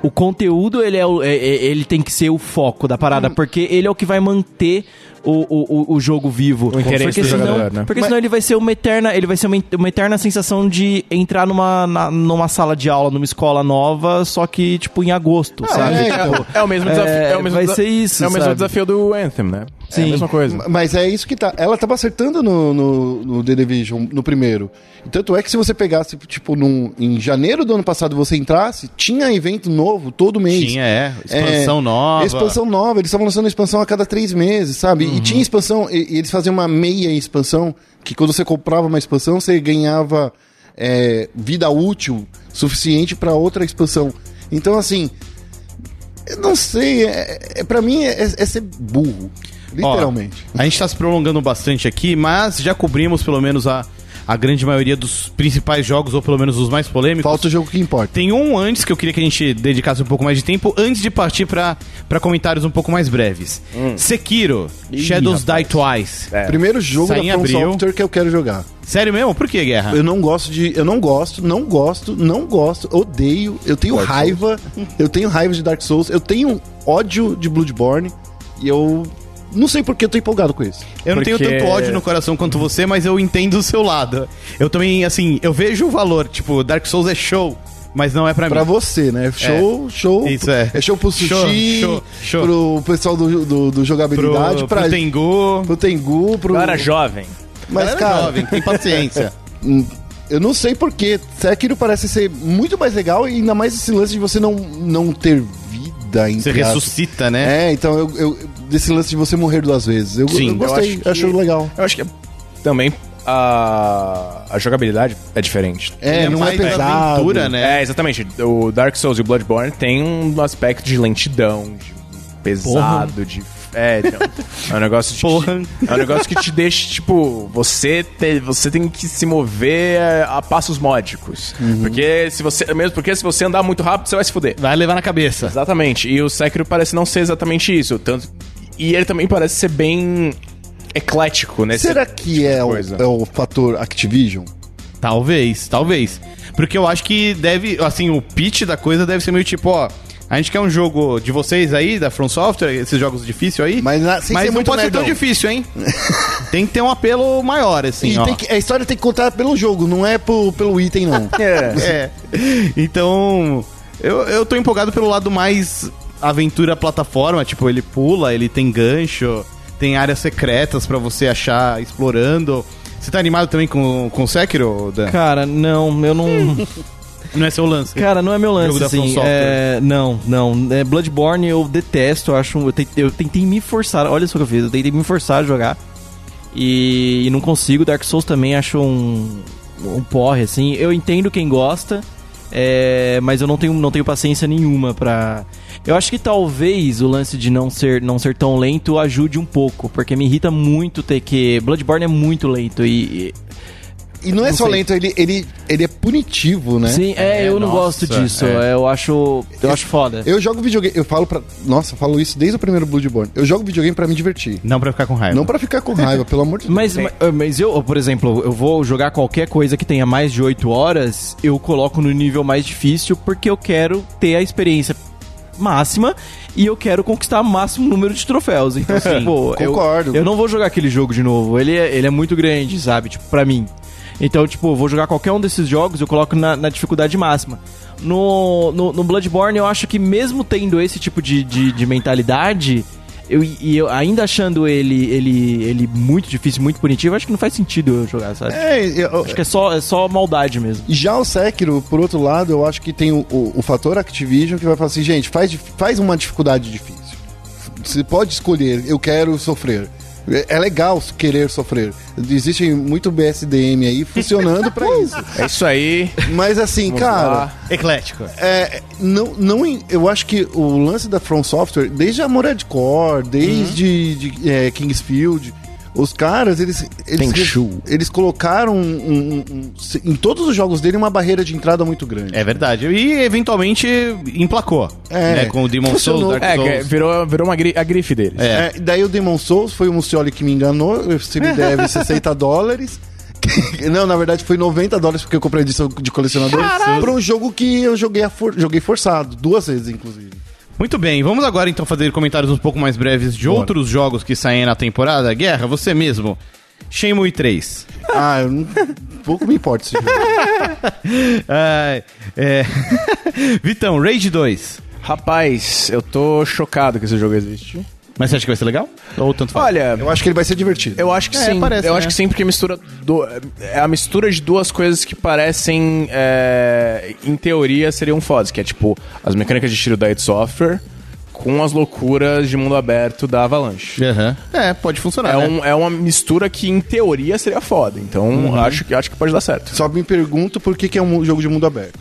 [SPEAKER 4] o conteúdo ele, é, o- é- é- ele tem que ser o foco da
[SPEAKER 3] Hum.
[SPEAKER 4] parada, porque ele é o que vai manter. O, o, o- o jogo vivo.
[SPEAKER 2] O interesse
[SPEAKER 4] porque
[SPEAKER 2] do
[SPEAKER 4] senão,
[SPEAKER 2] jogador, né?
[SPEAKER 4] porque senão ele vai ser uma eterna, ele vai ser uma, uma eterna sensação de entrar numa, na- numa sala de aula, numa escola nova, só que tipo em agosto, sabe?
[SPEAKER 3] é,
[SPEAKER 4] Tipo,
[SPEAKER 2] É o mesmo desafio. É, o mesmo
[SPEAKER 4] vai
[SPEAKER 2] desa-
[SPEAKER 4] ser isso,
[SPEAKER 2] É o mesmo
[SPEAKER 4] sabe?
[SPEAKER 2] desafio do Anthem, né? É a
[SPEAKER 4] Sim.
[SPEAKER 2] mesma coisa.
[SPEAKER 3] Mas é isso que tá. Ela tava acertando no, no, no The Division, no primeiro. Tanto é que se você pegasse, tipo, num, em janeiro do ano passado você entrasse, tinha evento novo todo mês.
[SPEAKER 1] Tinha, é. Expansão
[SPEAKER 3] É,
[SPEAKER 1] nova. Uhum.
[SPEAKER 3] Expansão nova, eles estavam lançando expansão a cada três meses, sabe? E tinha expansão, e, e eles faziam uma meia expansão, que quando você comprava uma expansão, você ganhava é, vida útil suficiente para outra expansão. Então, assim, eu não sei, é, é, para mim é, é ser burro,
[SPEAKER 1] Ó,
[SPEAKER 3] literalmente.
[SPEAKER 1] a gente tá se prolongando bastante aqui, mas já cobrimos pelo menos a, a grande maioria dos principais jogos, ou pelo menos os mais polêmicos.
[SPEAKER 3] Falta o jogo que importa.
[SPEAKER 1] Tem um antes que eu queria que a gente dedicasse um pouco mais de tempo, antes de partir pra pra comentários um pouco mais breves.
[SPEAKER 3] Hum.
[SPEAKER 1] Sekiro, Shadows Die Twice.
[SPEAKER 2] É.
[SPEAKER 3] Primeiro jogo
[SPEAKER 1] Sai
[SPEAKER 3] da
[SPEAKER 1] em
[SPEAKER 3] From
[SPEAKER 1] abril.
[SPEAKER 3] Software que eu quero jogar.
[SPEAKER 1] Sério mesmo? Por que, Guerra?
[SPEAKER 3] Eu não gosto de. Eu não gosto, não gosto, não gosto, odeio. Eu tenho raiva. Eu tenho raiva de Dark Souls. Eu tenho ódio de Bloodborne. E eu. Não sei porque eu tô empolgado com isso.
[SPEAKER 1] Eu não
[SPEAKER 2] Porque-
[SPEAKER 1] tenho tanto ódio no coração quanto você, mas eu entendo o seu lado. Eu também, assim, eu vejo o valor. Tipo, Dark Souls é show, mas não é pra,
[SPEAKER 3] Pra
[SPEAKER 1] mim.
[SPEAKER 3] você, né? Show, show.
[SPEAKER 1] Isso é.
[SPEAKER 3] É show pro
[SPEAKER 1] Show,
[SPEAKER 3] sushi,
[SPEAKER 1] show, show.
[SPEAKER 3] pro pessoal do, do, do jogabilidade,
[SPEAKER 1] Pro,
[SPEAKER 3] pra,
[SPEAKER 1] pro Tengu.
[SPEAKER 3] pro Tengu, pro.
[SPEAKER 2] Eu era jovem.
[SPEAKER 3] mas,
[SPEAKER 1] Galera
[SPEAKER 3] cara,
[SPEAKER 1] jovem, tem
[SPEAKER 3] [laughs]
[SPEAKER 1] paciência.
[SPEAKER 3] Hum, Eu não sei porquê. Sekiro parece ser muito mais legal, e ainda mais esse lance de você não, não ter vida em
[SPEAKER 1] Você ressuscita, né?
[SPEAKER 3] É, então eu, eu- desse lance de você morrer duas vezes. Eu,
[SPEAKER 1] Sim,
[SPEAKER 3] eu gostei,
[SPEAKER 2] eu
[SPEAKER 3] eu
[SPEAKER 2] acho que-
[SPEAKER 3] legal.
[SPEAKER 2] Eu acho que é- também a, a jogabilidade é diferente.
[SPEAKER 3] É,
[SPEAKER 1] Ele
[SPEAKER 3] não é
[SPEAKER 1] mais da
[SPEAKER 3] pesado.
[SPEAKER 1] aventura, né?
[SPEAKER 2] É. exatamente. O Dark Souls e o Bloodborne tem um aspecto de lentidão, de pesado, de. É, então, é um negócio de.
[SPEAKER 1] Porra.
[SPEAKER 2] É um negócio que te deixa, tipo, você, te- você tem que se mover é, a passos módicos. Porque se você. é Mesmo porque se você andar muito rápido, você vai se fuder.
[SPEAKER 1] Vai levar na cabeça.
[SPEAKER 2] Exatamente. E o Sekiro parece não ser exatamente isso. Tanto... E ele também parece ser bem eclético, né?
[SPEAKER 3] Será que é o,
[SPEAKER 2] coisa.
[SPEAKER 3] é o fator Activision?
[SPEAKER 1] Talvez, talvez. Porque eu acho que deve, assim, o pitch da coisa deve ser meio tipo, ó, a gente quer um jogo de vocês aí, da From Software, esses jogos difíceis aí.
[SPEAKER 3] Mas na- sem ser
[SPEAKER 1] não
[SPEAKER 3] muito
[SPEAKER 1] pode ser tão
[SPEAKER 3] nerdão.
[SPEAKER 1] difícil,
[SPEAKER 3] [laughs]
[SPEAKER 1] hein? tem que ter um apelo maior, assim,
[SPEAKER 3] E
[SPEAKER 1] ó.
[SPEAKER 3] tem que- a história tem que contar pelo jogo, não é pro- pelo item, não.
[SPEAKER 1] É.
[SPEAKER 2] É.
[SPEAKER 1] [laughs] Então, eu, eu tô empolgado pelo lado mais aventura plataforma, tipo, ele pula, ele tem gancho, tem áreas secretas pra você achar explorando. Você tá animado também com com o Sekiro, Dan?
[SPEAKER 4] Cara, não, eu
[SPEAKER 3] Hum.
[SPEAKER 1] [laughs]
[SPEAKER 4] não.
[SPEAKER 1] Não é seu lance.
[SPEAKER 4] Cara, não é meu lance,
[SPEAKER 1] Jogo da From
[SPEAKER 4] assim.
[SPEAKER 1] Software.
[SPEAKER 4] é, não, não. É, Bloodborne eu detesto, eu acho. Eu tentei, eu tentei me forçar, olha só o que eu fiz, eu tentei me forçar a jogar. E, e não consigo. Dark Souls também acho um, um porre, assim. Eu entendo quem gosta, é, mas eu não tenho, não tenho paciência nenhuma pra. Eu acho que talvez o lance de não ser, não ser tão lento ajude um pouco, porque me irrita muito ter que. Bloodborne é muito lento e- e
[SPEAKER 3] E não é
[SPEAKER 4] Não
[SPEAKER 3] só
[SPEAKER 4] sei.
[SPEAKER 3] lento, ele, ele, ele é punitivo, né?
[SPEAKER 4] Sim, é,
[SPEAKER 1] É,
[SPEAKER 4] eu não
[SPEAKER 1] nossa,
[SPEAKER 4] gosto disso.
[SPEAKER 1] é.
[SPEAKER 4] é, Eu acho. Eu acho foda.
[SPEAKER 3] Eu jogo videogame, eu falo pra. Nossa, eu falo isso desde o primeiro Bloodborne. Eu jogo videogame pra me divertir.
[SPEAKER 1] Não pra ficar com raiva.
[SPEAKER 3] Não pra ficar com raiva, pelo amor de Deus.
[SPEAKER 4] Mas, ma- ah, mas eu, por exemplo, eu vou jogar qualquer coisa que tenha mais de 8 horas, eu coloco no nível mais difícil porque eu quero ter a experiência máxima e eu quero conquistar o máximo número de troféus. Então, assim, tipo, eu-
[SPEAKER 3] concordo.
[SPEAKER 4] Eu, não vou jogar aquele jogo de novo. Ele é, ele é muito grande, sabe? Tipo, pra mim. Então, tipo, eu vou jogar qualquer um desses jogos, eu coloco na, na dificuldade máxima. No, no, no Bloodborne, eu acho que mesmo tendo esse tipo de, de, de mentalidade, eu, e eu ainda achando ele, ele, ele muito difícil, muito punitivo, eu acho que não faz sentido eu jogar, sabe?
[SPEAKER 3] É, eu,
[SPEAKER 4] Acho que é só, é só maldade mesmo.
[SPEAKER 3] Já o Sekiro, por outro lado, eu acho que tem o, o- o fator Activision que vai falar assim, gente, faz, dif- faz uma dificuldade difícil. Você pode escolher, eu quero sofrer. É- É legal querer sofrer. Existe muito BSDM aí funcionando
[SPEAKER 2] [laughs]
[SPEAKER 3] pra isso.
[SPEAKER 2] É isso aí.
[SPEAKER 3] Mas assim,
[SPEAKER 2] Vamos
[SPEAKER 3] cara,
[SPEAKER 2] lá.
[SPEAKER 1] Eclético.
[SPEAKER 3] é, não, não, em- eu acho que o lance da From Software, desde a Moradcore, desde de, é, Kingsfield, Os caras, eles. Eles,
[SPEAKER 4] Tem show.
[SPEAKER 3] eles colocaram um- um- um- em todos os jogos dele uma barreira de entrada muito grande.
[SPEAKER 1] É verdade. E eventualmente emplacou.
[SPEAKER 3] É.
[SPEAKER 1] Né? Com o Demon Souls,
[SPEAKER 3] Funcionou.
[SPEAKER 1] Dark
[SPEAKER 2] [laughs] É, que
[SPEAKER 1] Souls.
[SPEAKER 2] virou, virou uma gri- a grife deles.
[SPEAKER 1] É.
[SPEAKER 3] É, daí o Demon Souls foi o Mucioli que me enganou, se me deve 60 dólares. [laughs] Não, na verdade foi 90 dólares porque eu comprei a edição de colecionador para um jogo que eu joguei, a for- joguei forçado, duas vezes inclusive.
[SPEAKER 1] Muito bem, vamos agora então fazer comentários um pouco mais breves de outros jogos que saem na temporada. Guerra, você mesmo. Shenmue 3.
[SPEAKER 3] Ah, eu não, pouco me importa esse jogo.
[SPEAKER 1] Ah, é... [laughs] Vitão, Rage 2.
[SPEAKER 2] Rapaz, eu tô chocado que esse jogo existe.
[SPEAKER 1] Mas você acha que vai ser legal? Ou tanto faz?
[SPEAKER 2] Olha,
[SPEAKER 3] Eu acho que ele vai ser divertido.
[SPEAKER 2] eu acho que
[SPEAKER 1] É,
[SPEAKER 2] sim.
[SPEAKER 1] parece,
[SPEAKER 2] eu
[SPEAKER 1] né?
[SPEAKER 2] acho que sim, porque mistura. do- é a mistura de duas coisas que parecem. é, em teoria seriam fodas, que é tipo as mecânicas de tiro da id Software com as loucuras de mundo aberto da Avalanche.
[SPEAKER 1] Aham. É, pode funcionar.
[SPEAKER 2] É,
[SPEAKER 1] né?
[SPEAKER 2] um- é uma mistura que, em teoria, seria foda. Então,
[SPEAKER 1] Uhum.
[SPEAKER 2] acho, que, acho que pode dar certo.
[SPEAKER 3] Só me pergunto por que, que é um jogo de mundo aberto.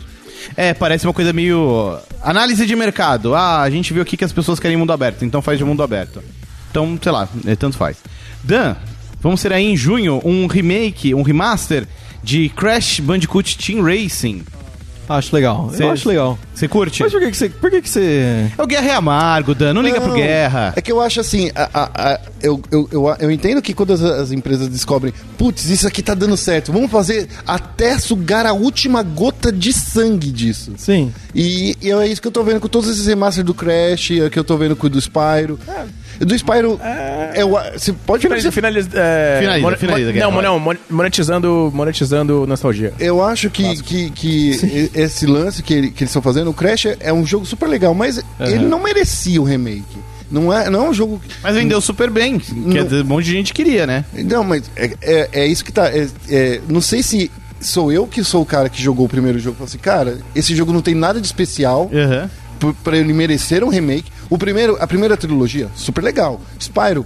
[SPEAKER 1] É, parece uma coisa meio. Análise de mercado. Ah, a gente viu aqui que as pessoas querem mundo aberto, então faz de mundo aberto. Então, sei lá, é, tanto faz. Dan, vamos ter aí em junho um remake, um remaster de Crash Bandicoot Team Racing.
[SPEAKER 4] Acho legal.
[SPEAKER 1] Cê-
[SPEAKER 4] Eu acho legal.
[SPEAKER 1] Você curte?
[SPEAKER 4] Mas por que que você... Por que que você...
[SPEAKER 1] É o Guerra é amargo, Dan. Não liga
[SPEAKER 3] Não,
[SPEAKER 1] pro Guerra.
[SPEAKER 3] É que eu acho assim, a- a- a- eu, eu, eu, eu entendo que quando as, as empresas descobrem, putz, isso aqui tá dando certo, vamos fazer até sugar a última gota de sangue disso.
[SPEAKER 4] Sim.
[SPEAKER 3] E, e é isso que eu tô vendo com todos esses remasters do Crash, é que eu tô vendo com o do Spyro.
[SPEAKER 1] É.
[SPEAKER 3] Do Spyro, é, eu a- você pode
[SPEAKER 2] Finaliza,
[SPEAKER 3] perceber-
[SPEAKER 2] finaliza, é,
[SPEAKER 1] Finaliza,
[SPEAKER 2] mone-
[SPEAKER 1] finaliza,
[SPEAKER 2] mon-
[SPEAKER 1] Guerra,
[SPEAKER 2] Não,
[SPEAKER 1] vai.
[SPEAKER 2] não, mon- monetizando, monetizando nostalgia.
[SPEAKER 3] Eu acho que, que, que e- esse lance que, ele- que eles estão fazendo, o Crash é- é um jogo super legal, mas ele não merecia o remake. Não é, não é um jogo.
[SPEAKER 1] Mas vendeu super bem. Quer dizer, um monte de gente queria, né?
[SPEAKER 3] Não, mas é, é, é isso que tá. é- é, não sei se sou eu que sou o cara que jogou o primeiro jogo e falou assim, cara, esse jogo não tem nada de especial
[SPEAKER 1] Aham.
[SPEAKER 3] p- pra ele merecer um remake. O primeiro, a primeira trilogia, super legal. Spyro,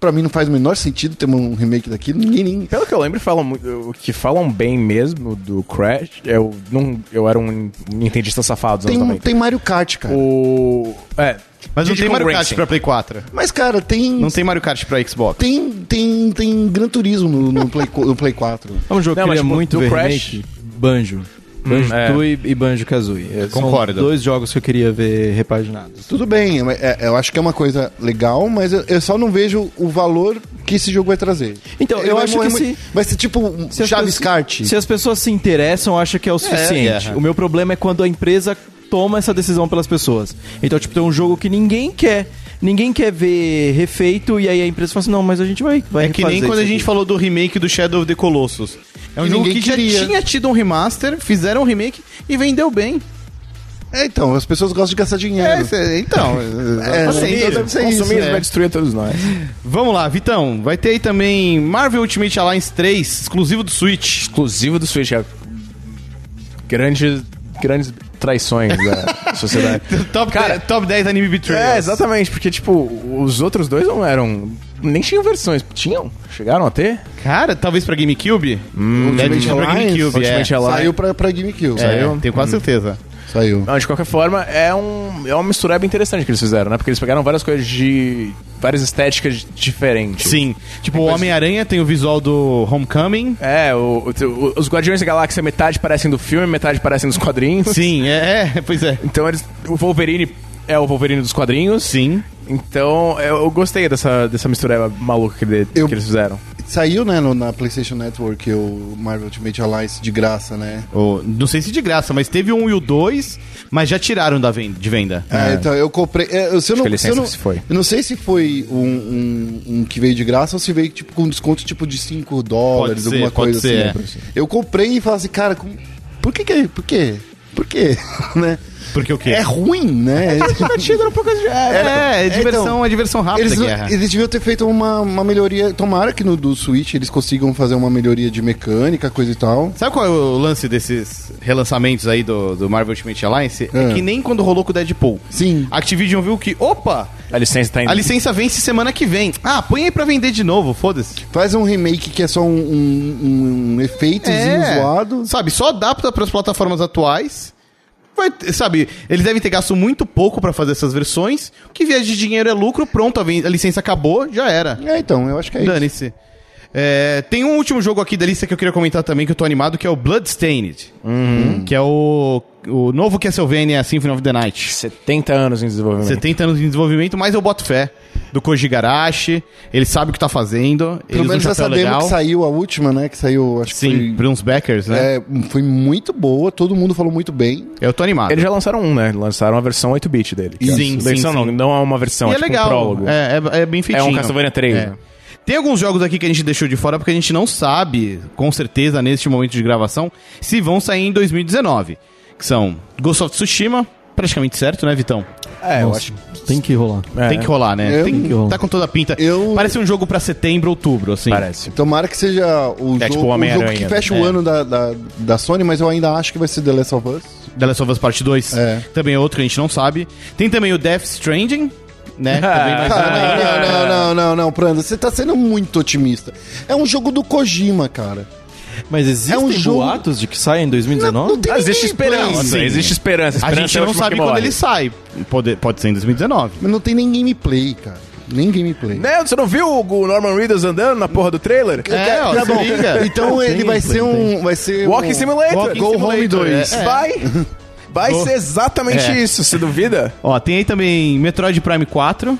[SPEAKER 3] pra mim não faz o menor sentido ter um remake daquilo, ninguém nem.
[SPEAKER 2] Pelo que eu lembro, falam, mu- o que falam bem mesmo do Crash, eu, não, eu era um nintendista safado dos
[SPEAKER 3] Tem,
[SPEAKER 2] anos
[SPEAKER 3] um-
[SPEAKER 2] 90.
[SPEAKER 3] tem Mario Kart, cara.
[SPEAKER 2] O... É,
[SPEAKER 1] Mas não tem
[SPEAKER 2] Digimon
[SPEAKER 1] Mario Kart
[SPEAKER 2] Racing.
[SPEAKER 1] pra Play 4.
[SPEAKER 3] Mas, cara, tem.
[SPEAKER 1] Não tem Mario Kart pra Xbox.
[SPEAKER 3] Tem, tem, tem Gran Turismo no, no Play, co- no Play 4.
[SPEAKER 4] É um jogo
[SPEAKER 2] Não,
[SPEAKER 4] que eu
[SPEAKER 2] mas,
[SPEAKER 4] queria
[SPEAKER 2] tipo,
[SPEAKER 4] muito
[SPEAKER 2] do
[SPEAKER 4] ver
[SPEAKER 2] Crash-
[SPEAKER 4] remake. Banjo. Banjo
[SPEAKER 2] é.
[SPEAKER 4] Tooie e Banjo Kazooie. É, são
[SPEAKER 1] Concordo.
[SPEAKER 4] dois jogos que eu queria ver repaginados.
[SPEAKER 3] Tudo bem, é- é- eu acho que é uma coisa legal, mas eu, eu só não vejo o valor que esse jogo vai trazer.
[SPEAKER 4] Então,
[SPEAKER 3] Ele é
[SPEAKER 4] eu
[SPEAKER 3] vai
[SPEAKER 4] acho
[SPEAKER 3] morrer
[SPEAKER 4] que
[SPEAKER 3] muito- Vai ser tipo um
[SPEAKER 4] Se as
[SPEAKER 3] Chaves
[SPEAKER 4] pessoas-
[SPEAKER 3] Kart.
[SPEAKER 4] Se as pessoas se interessam, acha que é o suficiente.
[SPEAKER 1] Guerra.
[SPEAKER 4] o meu problema é quando a empresa toma essa decisão pelas pessoas. Então, tipo, tem um jogo que ninguém quer. Ninguém quer ver refeito e aí a empresa fala assim: não, mas a gente vai. vai
[SPEAKER 1] É que nem
[SPEAKER 4] refazer
[SPEAKER 1] quando a
[SPEAKER 4] isso
[SPEAKER 1] gente
[SPEAKER 4] aqui."
[SPEAKER 1] falou do remake do Shadow of the Colossus. É um
[SPEAKER 3] Que
[SPEAKER 1] jogo
[SPEAKER 3] ninguém
[SPEAKER 1] que já
[SPEAKER 3] queria.
[SPEAKER 1] tinha tido um remaster, fizeram um remake e vendeu bem.
[SPEAKER 3] É, então, as pessoas gostam de gastar
[SPEAKER 1] É,
[SPEAKER 3] dinheiro.
[SPEAKER 1] cê- então.
[SPEAKER 3] É,
[SPEAKER 1] assim, então deve ser isso,
[SPEAKER 2] Consumismo
[SPEAKER 1] né?
[SPEAKER 2] vai destruir todos nós.
[SPEAKER 1] Vamos lá, Vitão. Vai ter aí também Marvel Ultimate Alliance 3, exclusivo do Switch. [laughs]
[SPEAKER 2] Exclusivo do Switch. é. Grandes, grandes traições
[SPEAKER 1] [laughs]
[SPEAKER 2] da sociedade.
[SPEAKER 1] Top,
[SPEAKER 2] Cara,
[SPEAKER 1] 10, top 10 Anime Betrayals.
[SPEAKER 2] É, exatamente, porque, tipo, os outros dois não eram. Nem tinham versões. Tinham? Chegaram a ter?
[SPEAKER 1] Cara, talvez pra GameCube? Hum, Deve
[SPEAKER 3] Ultimate
[SPEAKER 1] ser pra
[SPEAKER 3] Alliance?
[SPEAKER 1] GameCube,
[SPEAKER 2] Ultimate
[SPEAKER 1] é.
[SPEAKER 2] Alliance.
[SPEAKER 3] Saiu pra, pra GameCube.
[SPEAKER 1] É, tenho quase certeza.
[SPEAKER 3] Saiu.
[SPEAKER 2] Não, de qualquer forma, é, um, é uma mistureba interessante que eles fizeram, né? Porque eles pegaram várias coisas de. várias estéticas diferentes.
[SPEAKER 1] Sim. Tipo, o Homem-Aranha tem o visual do Homecoming.
[SPEAKER 2] É, o- o- os Guardiões da Galáxia metade parecem do filme, metade parecem dos quadrinhos.
[SPEAKER 1] [laughs] Sim, é, é, pois é.
[SPEAKER 2] Então eles. O Wolverine é o Wolverine dos quadrinhos.
[SPEAKER 1] Sim.
[SPEAKER 2] Então eu, eu gostei dessa, dessa mistureba maluca que, de-
[SPEAKER 3] Eu-
[SPEAKER 2] que eles fizeram.
[SPEAKER 3] Saiu, né, no- na PlayStation Network o Marvel Ultimate Alliance de graça, né?
[SPEAKER 1] Ou, não sei se de graça, mas teve um e o dois, mas já tiraram da venda, de venda.
[SPEAKER 3] É, então, eu comprei. é, eu- se eu
[SPEAKER 2] Acho que a
[SPEAKER 3] não, se eu
[SPEAKER 2] licença
[SPEAKER 3] não,
[SPEAKER 2] se foi.
[SPEAKER 3] eu não sei se foi um, um- um que veio de graça ou se veio tipo, com desconto tipo de 5 dólares,
[SPEAKER 1] ser,
[SPEAKER 3] alguma
[SPEAKER 1] pode
[SPEAKER 3] coisa
[SPEAKER 1] ser, é.
[SPEAKER 3] assim. Eu comprei e falei assim, cara, com- por que que. Por quê? Por quê? [laughs] né?
[SPEAKER 1] Porque o quê?
[SPEAKER 3] É ruim, né?
[SPEAKER 1] É, é diversão,
[SPEAKER 3] então,
[SPEAKER 1] é diversão rápida,
[SPEAKER 3] Eles, não-
[SPEAKER 1] um guerra.
[SPEAKER 3] eles deviam ter feito uma, uma melhoria. Tomara que no do Switch eles consigam fazer uma melhoria de mecânica, coisa e tal.
[SPEAKER 1] Sabe qual é o lance desses relançamentos aí do, do Marvel Ultimate Alliance? É.
[SPEAKER 3] É.
[SPEAKER 1] que nem quando rolou com o Deadpool.
[SPEAKER 3] Sim.
[SPEAKER 1] A Activision viu que, opa,
[SPEAKER 2] A licença tá indo.
[SPEAKER 1] a licença vence semana que vem. Ah, põe aí pra vender de novo, foda-se.
[SPEAKER 3] Faz um remake que é só um, um, um efeitozinho zoado.
[SPEAKER 1] É. Sabe, só adapta pras plataformas atuais. vai, sabe, eles devem ter gasto muito pouco pra fazer essas versões. O que vier de dinheiro é lucro, pronto, a, ven- a licença acabou, já era.
[SPEAKER 3] É, então, eu acho que é isso.
[SPEAKER 1] Dane-se. É, tem um último jogo aqui da lista que eu queria comentar também, que eu tô animado, que é o Bloodstained.
[SPEAKER 3] Uhum.
[SPEAKER 1] Que é o, o novo Castlevania Symphony of the Night.
[SPEAKER 2] 70 anos em desenvolvimento.
[SPEAKER 1] 70 anos de desenvolvimento, mas eu boto fé. Do Koji Garashi, ele sabe o que tá fazendo, ele usa
[SPEAKER 3] Pelo
[SPEAKER 1] um
[SPEAKER 3] menos essa
[SPEAKER 1] chapéu
[SPEAKER 3] demo
[SPEAKER 1] legal.
[SPEAKER 3] que saiu, a última, né? Que saiu, acho
[SPEAKER 1] Sim,
[SPEAKER 3] que foi,
[SPEAKER 1] Brunsbackers, né?
[SPEAKER 3] é, foi muito boa, todo mundo falou muito bem.
[SPEAKER 1] Eu tô animado.
[SPEAKER 2] Eles já lançaram um, né? Lançaram a versão 8-bit dele.
[SPEAKER 1] Sim,
[SPEAKER 2] Versão
[SPEAKER 1] sim, sim.
[SPEAKER 2] Não, não é uma versão,
[SPEAKER 1] e
[SPEAKER 2] é,
[SPEAKER 1] é
[SPEAKER 2] tipo
[SPEAKER 1] legal.
[SPEAKER 2] um prólogo.
[SPEAKER 1] É, é, é bem feitinho.
[SPEAKER 2] É um Castlevania 3,
[SPEAKER 1] É.
[SPEAKER 2] né?
[SPEAKER 1] Tem alguns jogos aqui que a gente deixou de fora porque a gente não sabe, com certeza, neste momento de gravação, se vão sair em 2019. Que são Ghost of Tsushima, praticamente certo, né, Vitão?
[SPEAKER 2] É, eu acho.
[SPEAKER 4] Tem que rolar.
[SPEAKER 2] É,
[SPEAKER 1] Tem que rolar, né?
[SPEAKER 3] Eu-
[SPEAKER 1] Tem que- tá com toda a pinta.
[SPEAKER 3] Eu-
[SPEAKER 1] Parece um jogo pra setembro, outubro, assim.
[SPEAKER 2] Parece.
[SPEAKER 3] Tomara que seja o
[SPEAKER 2] É tipo o
[SPEAKER 3] jogo, o jogo
[SPEAKER 2] Homem-Aranha,
[SPEAKER 3] que fecha
[SPEAKER 2] né?
[SPEAKER 3] o ano da, da, da Sony, mas eu ainda acho que vai ser The Last of Us.
[SPEAKER 1] The Last of Us Part 2.
[SPEAKER 3] É.
[SPEAKER 1] Também é outro que a gente não sabe. Tem também o Death Stranding,
[SPEAKER 2] [laughs] Ah,
[SPEAKER 1] né? Também mais um aí.
[SPEAKER 3] Cara, não, não, não, não, não, Pranda, você tá sendo muito otimista. É um jogo do Kojima, cara.
[SPEAKER 4] Mas existem
[SPEAKER 3] um jogo-
[SPEAKER 4] boatos de que sai em 2019?
[SPEAKER 3] tem
[SPEAKER 2] Ah, Existe
[SPEAKER 3] gameplay.
[SPEAKER 2] esperança,
[SPEAKER 1] Sim.
[SPEAKER 2] existe esperança.
[SPEAKER 1] A
[SPEAKER 2] esperança
[SPEAKER 1] gente
[SPEAKER 2] é
[SPEAKER 1] não
[SPEAKER 2] última
[SPEAKER 1] sabe
[SPEAKER 2] que
[SPEAKER 1] quando
[SPEAKER 2] morre.
[SPEAKER 1] ele sai. Pode, pode ser em 2019.
[SPEAKER 3] Mas não tem nem gameplay, cara. Nem gameplay.
[SPEAKER 2] Né? Você não viu o Norman Reedus andando na porra do trailer?
[SPEAKER 1] É, ó,
[SPEAKER 3] tá
[SPEAKER 1] se
[SPEAKER 3] bom.
[SPEAKER 1] liga.
[SPEAKER 3] Então ele vai ser um. Vai ser
[SPEAKER 2] Walking
[SPEAKER 3] um...
[SPEAKER 2] Simulator.
[SPEAKER 1] Walking
[SPEAKER 3] Go
[SPEAKER 1] Simulator,
[SPEAKER 3] Home 2.
[SPEAKER 1] é.
[SPEAKER 2] Vai! Vai ser exatamente
[SPEAKER 1] É.
[SPEAKER 2] isso, você duvida?
[SPEAKER 1] Ó, tem aí também Metroid Prime 4.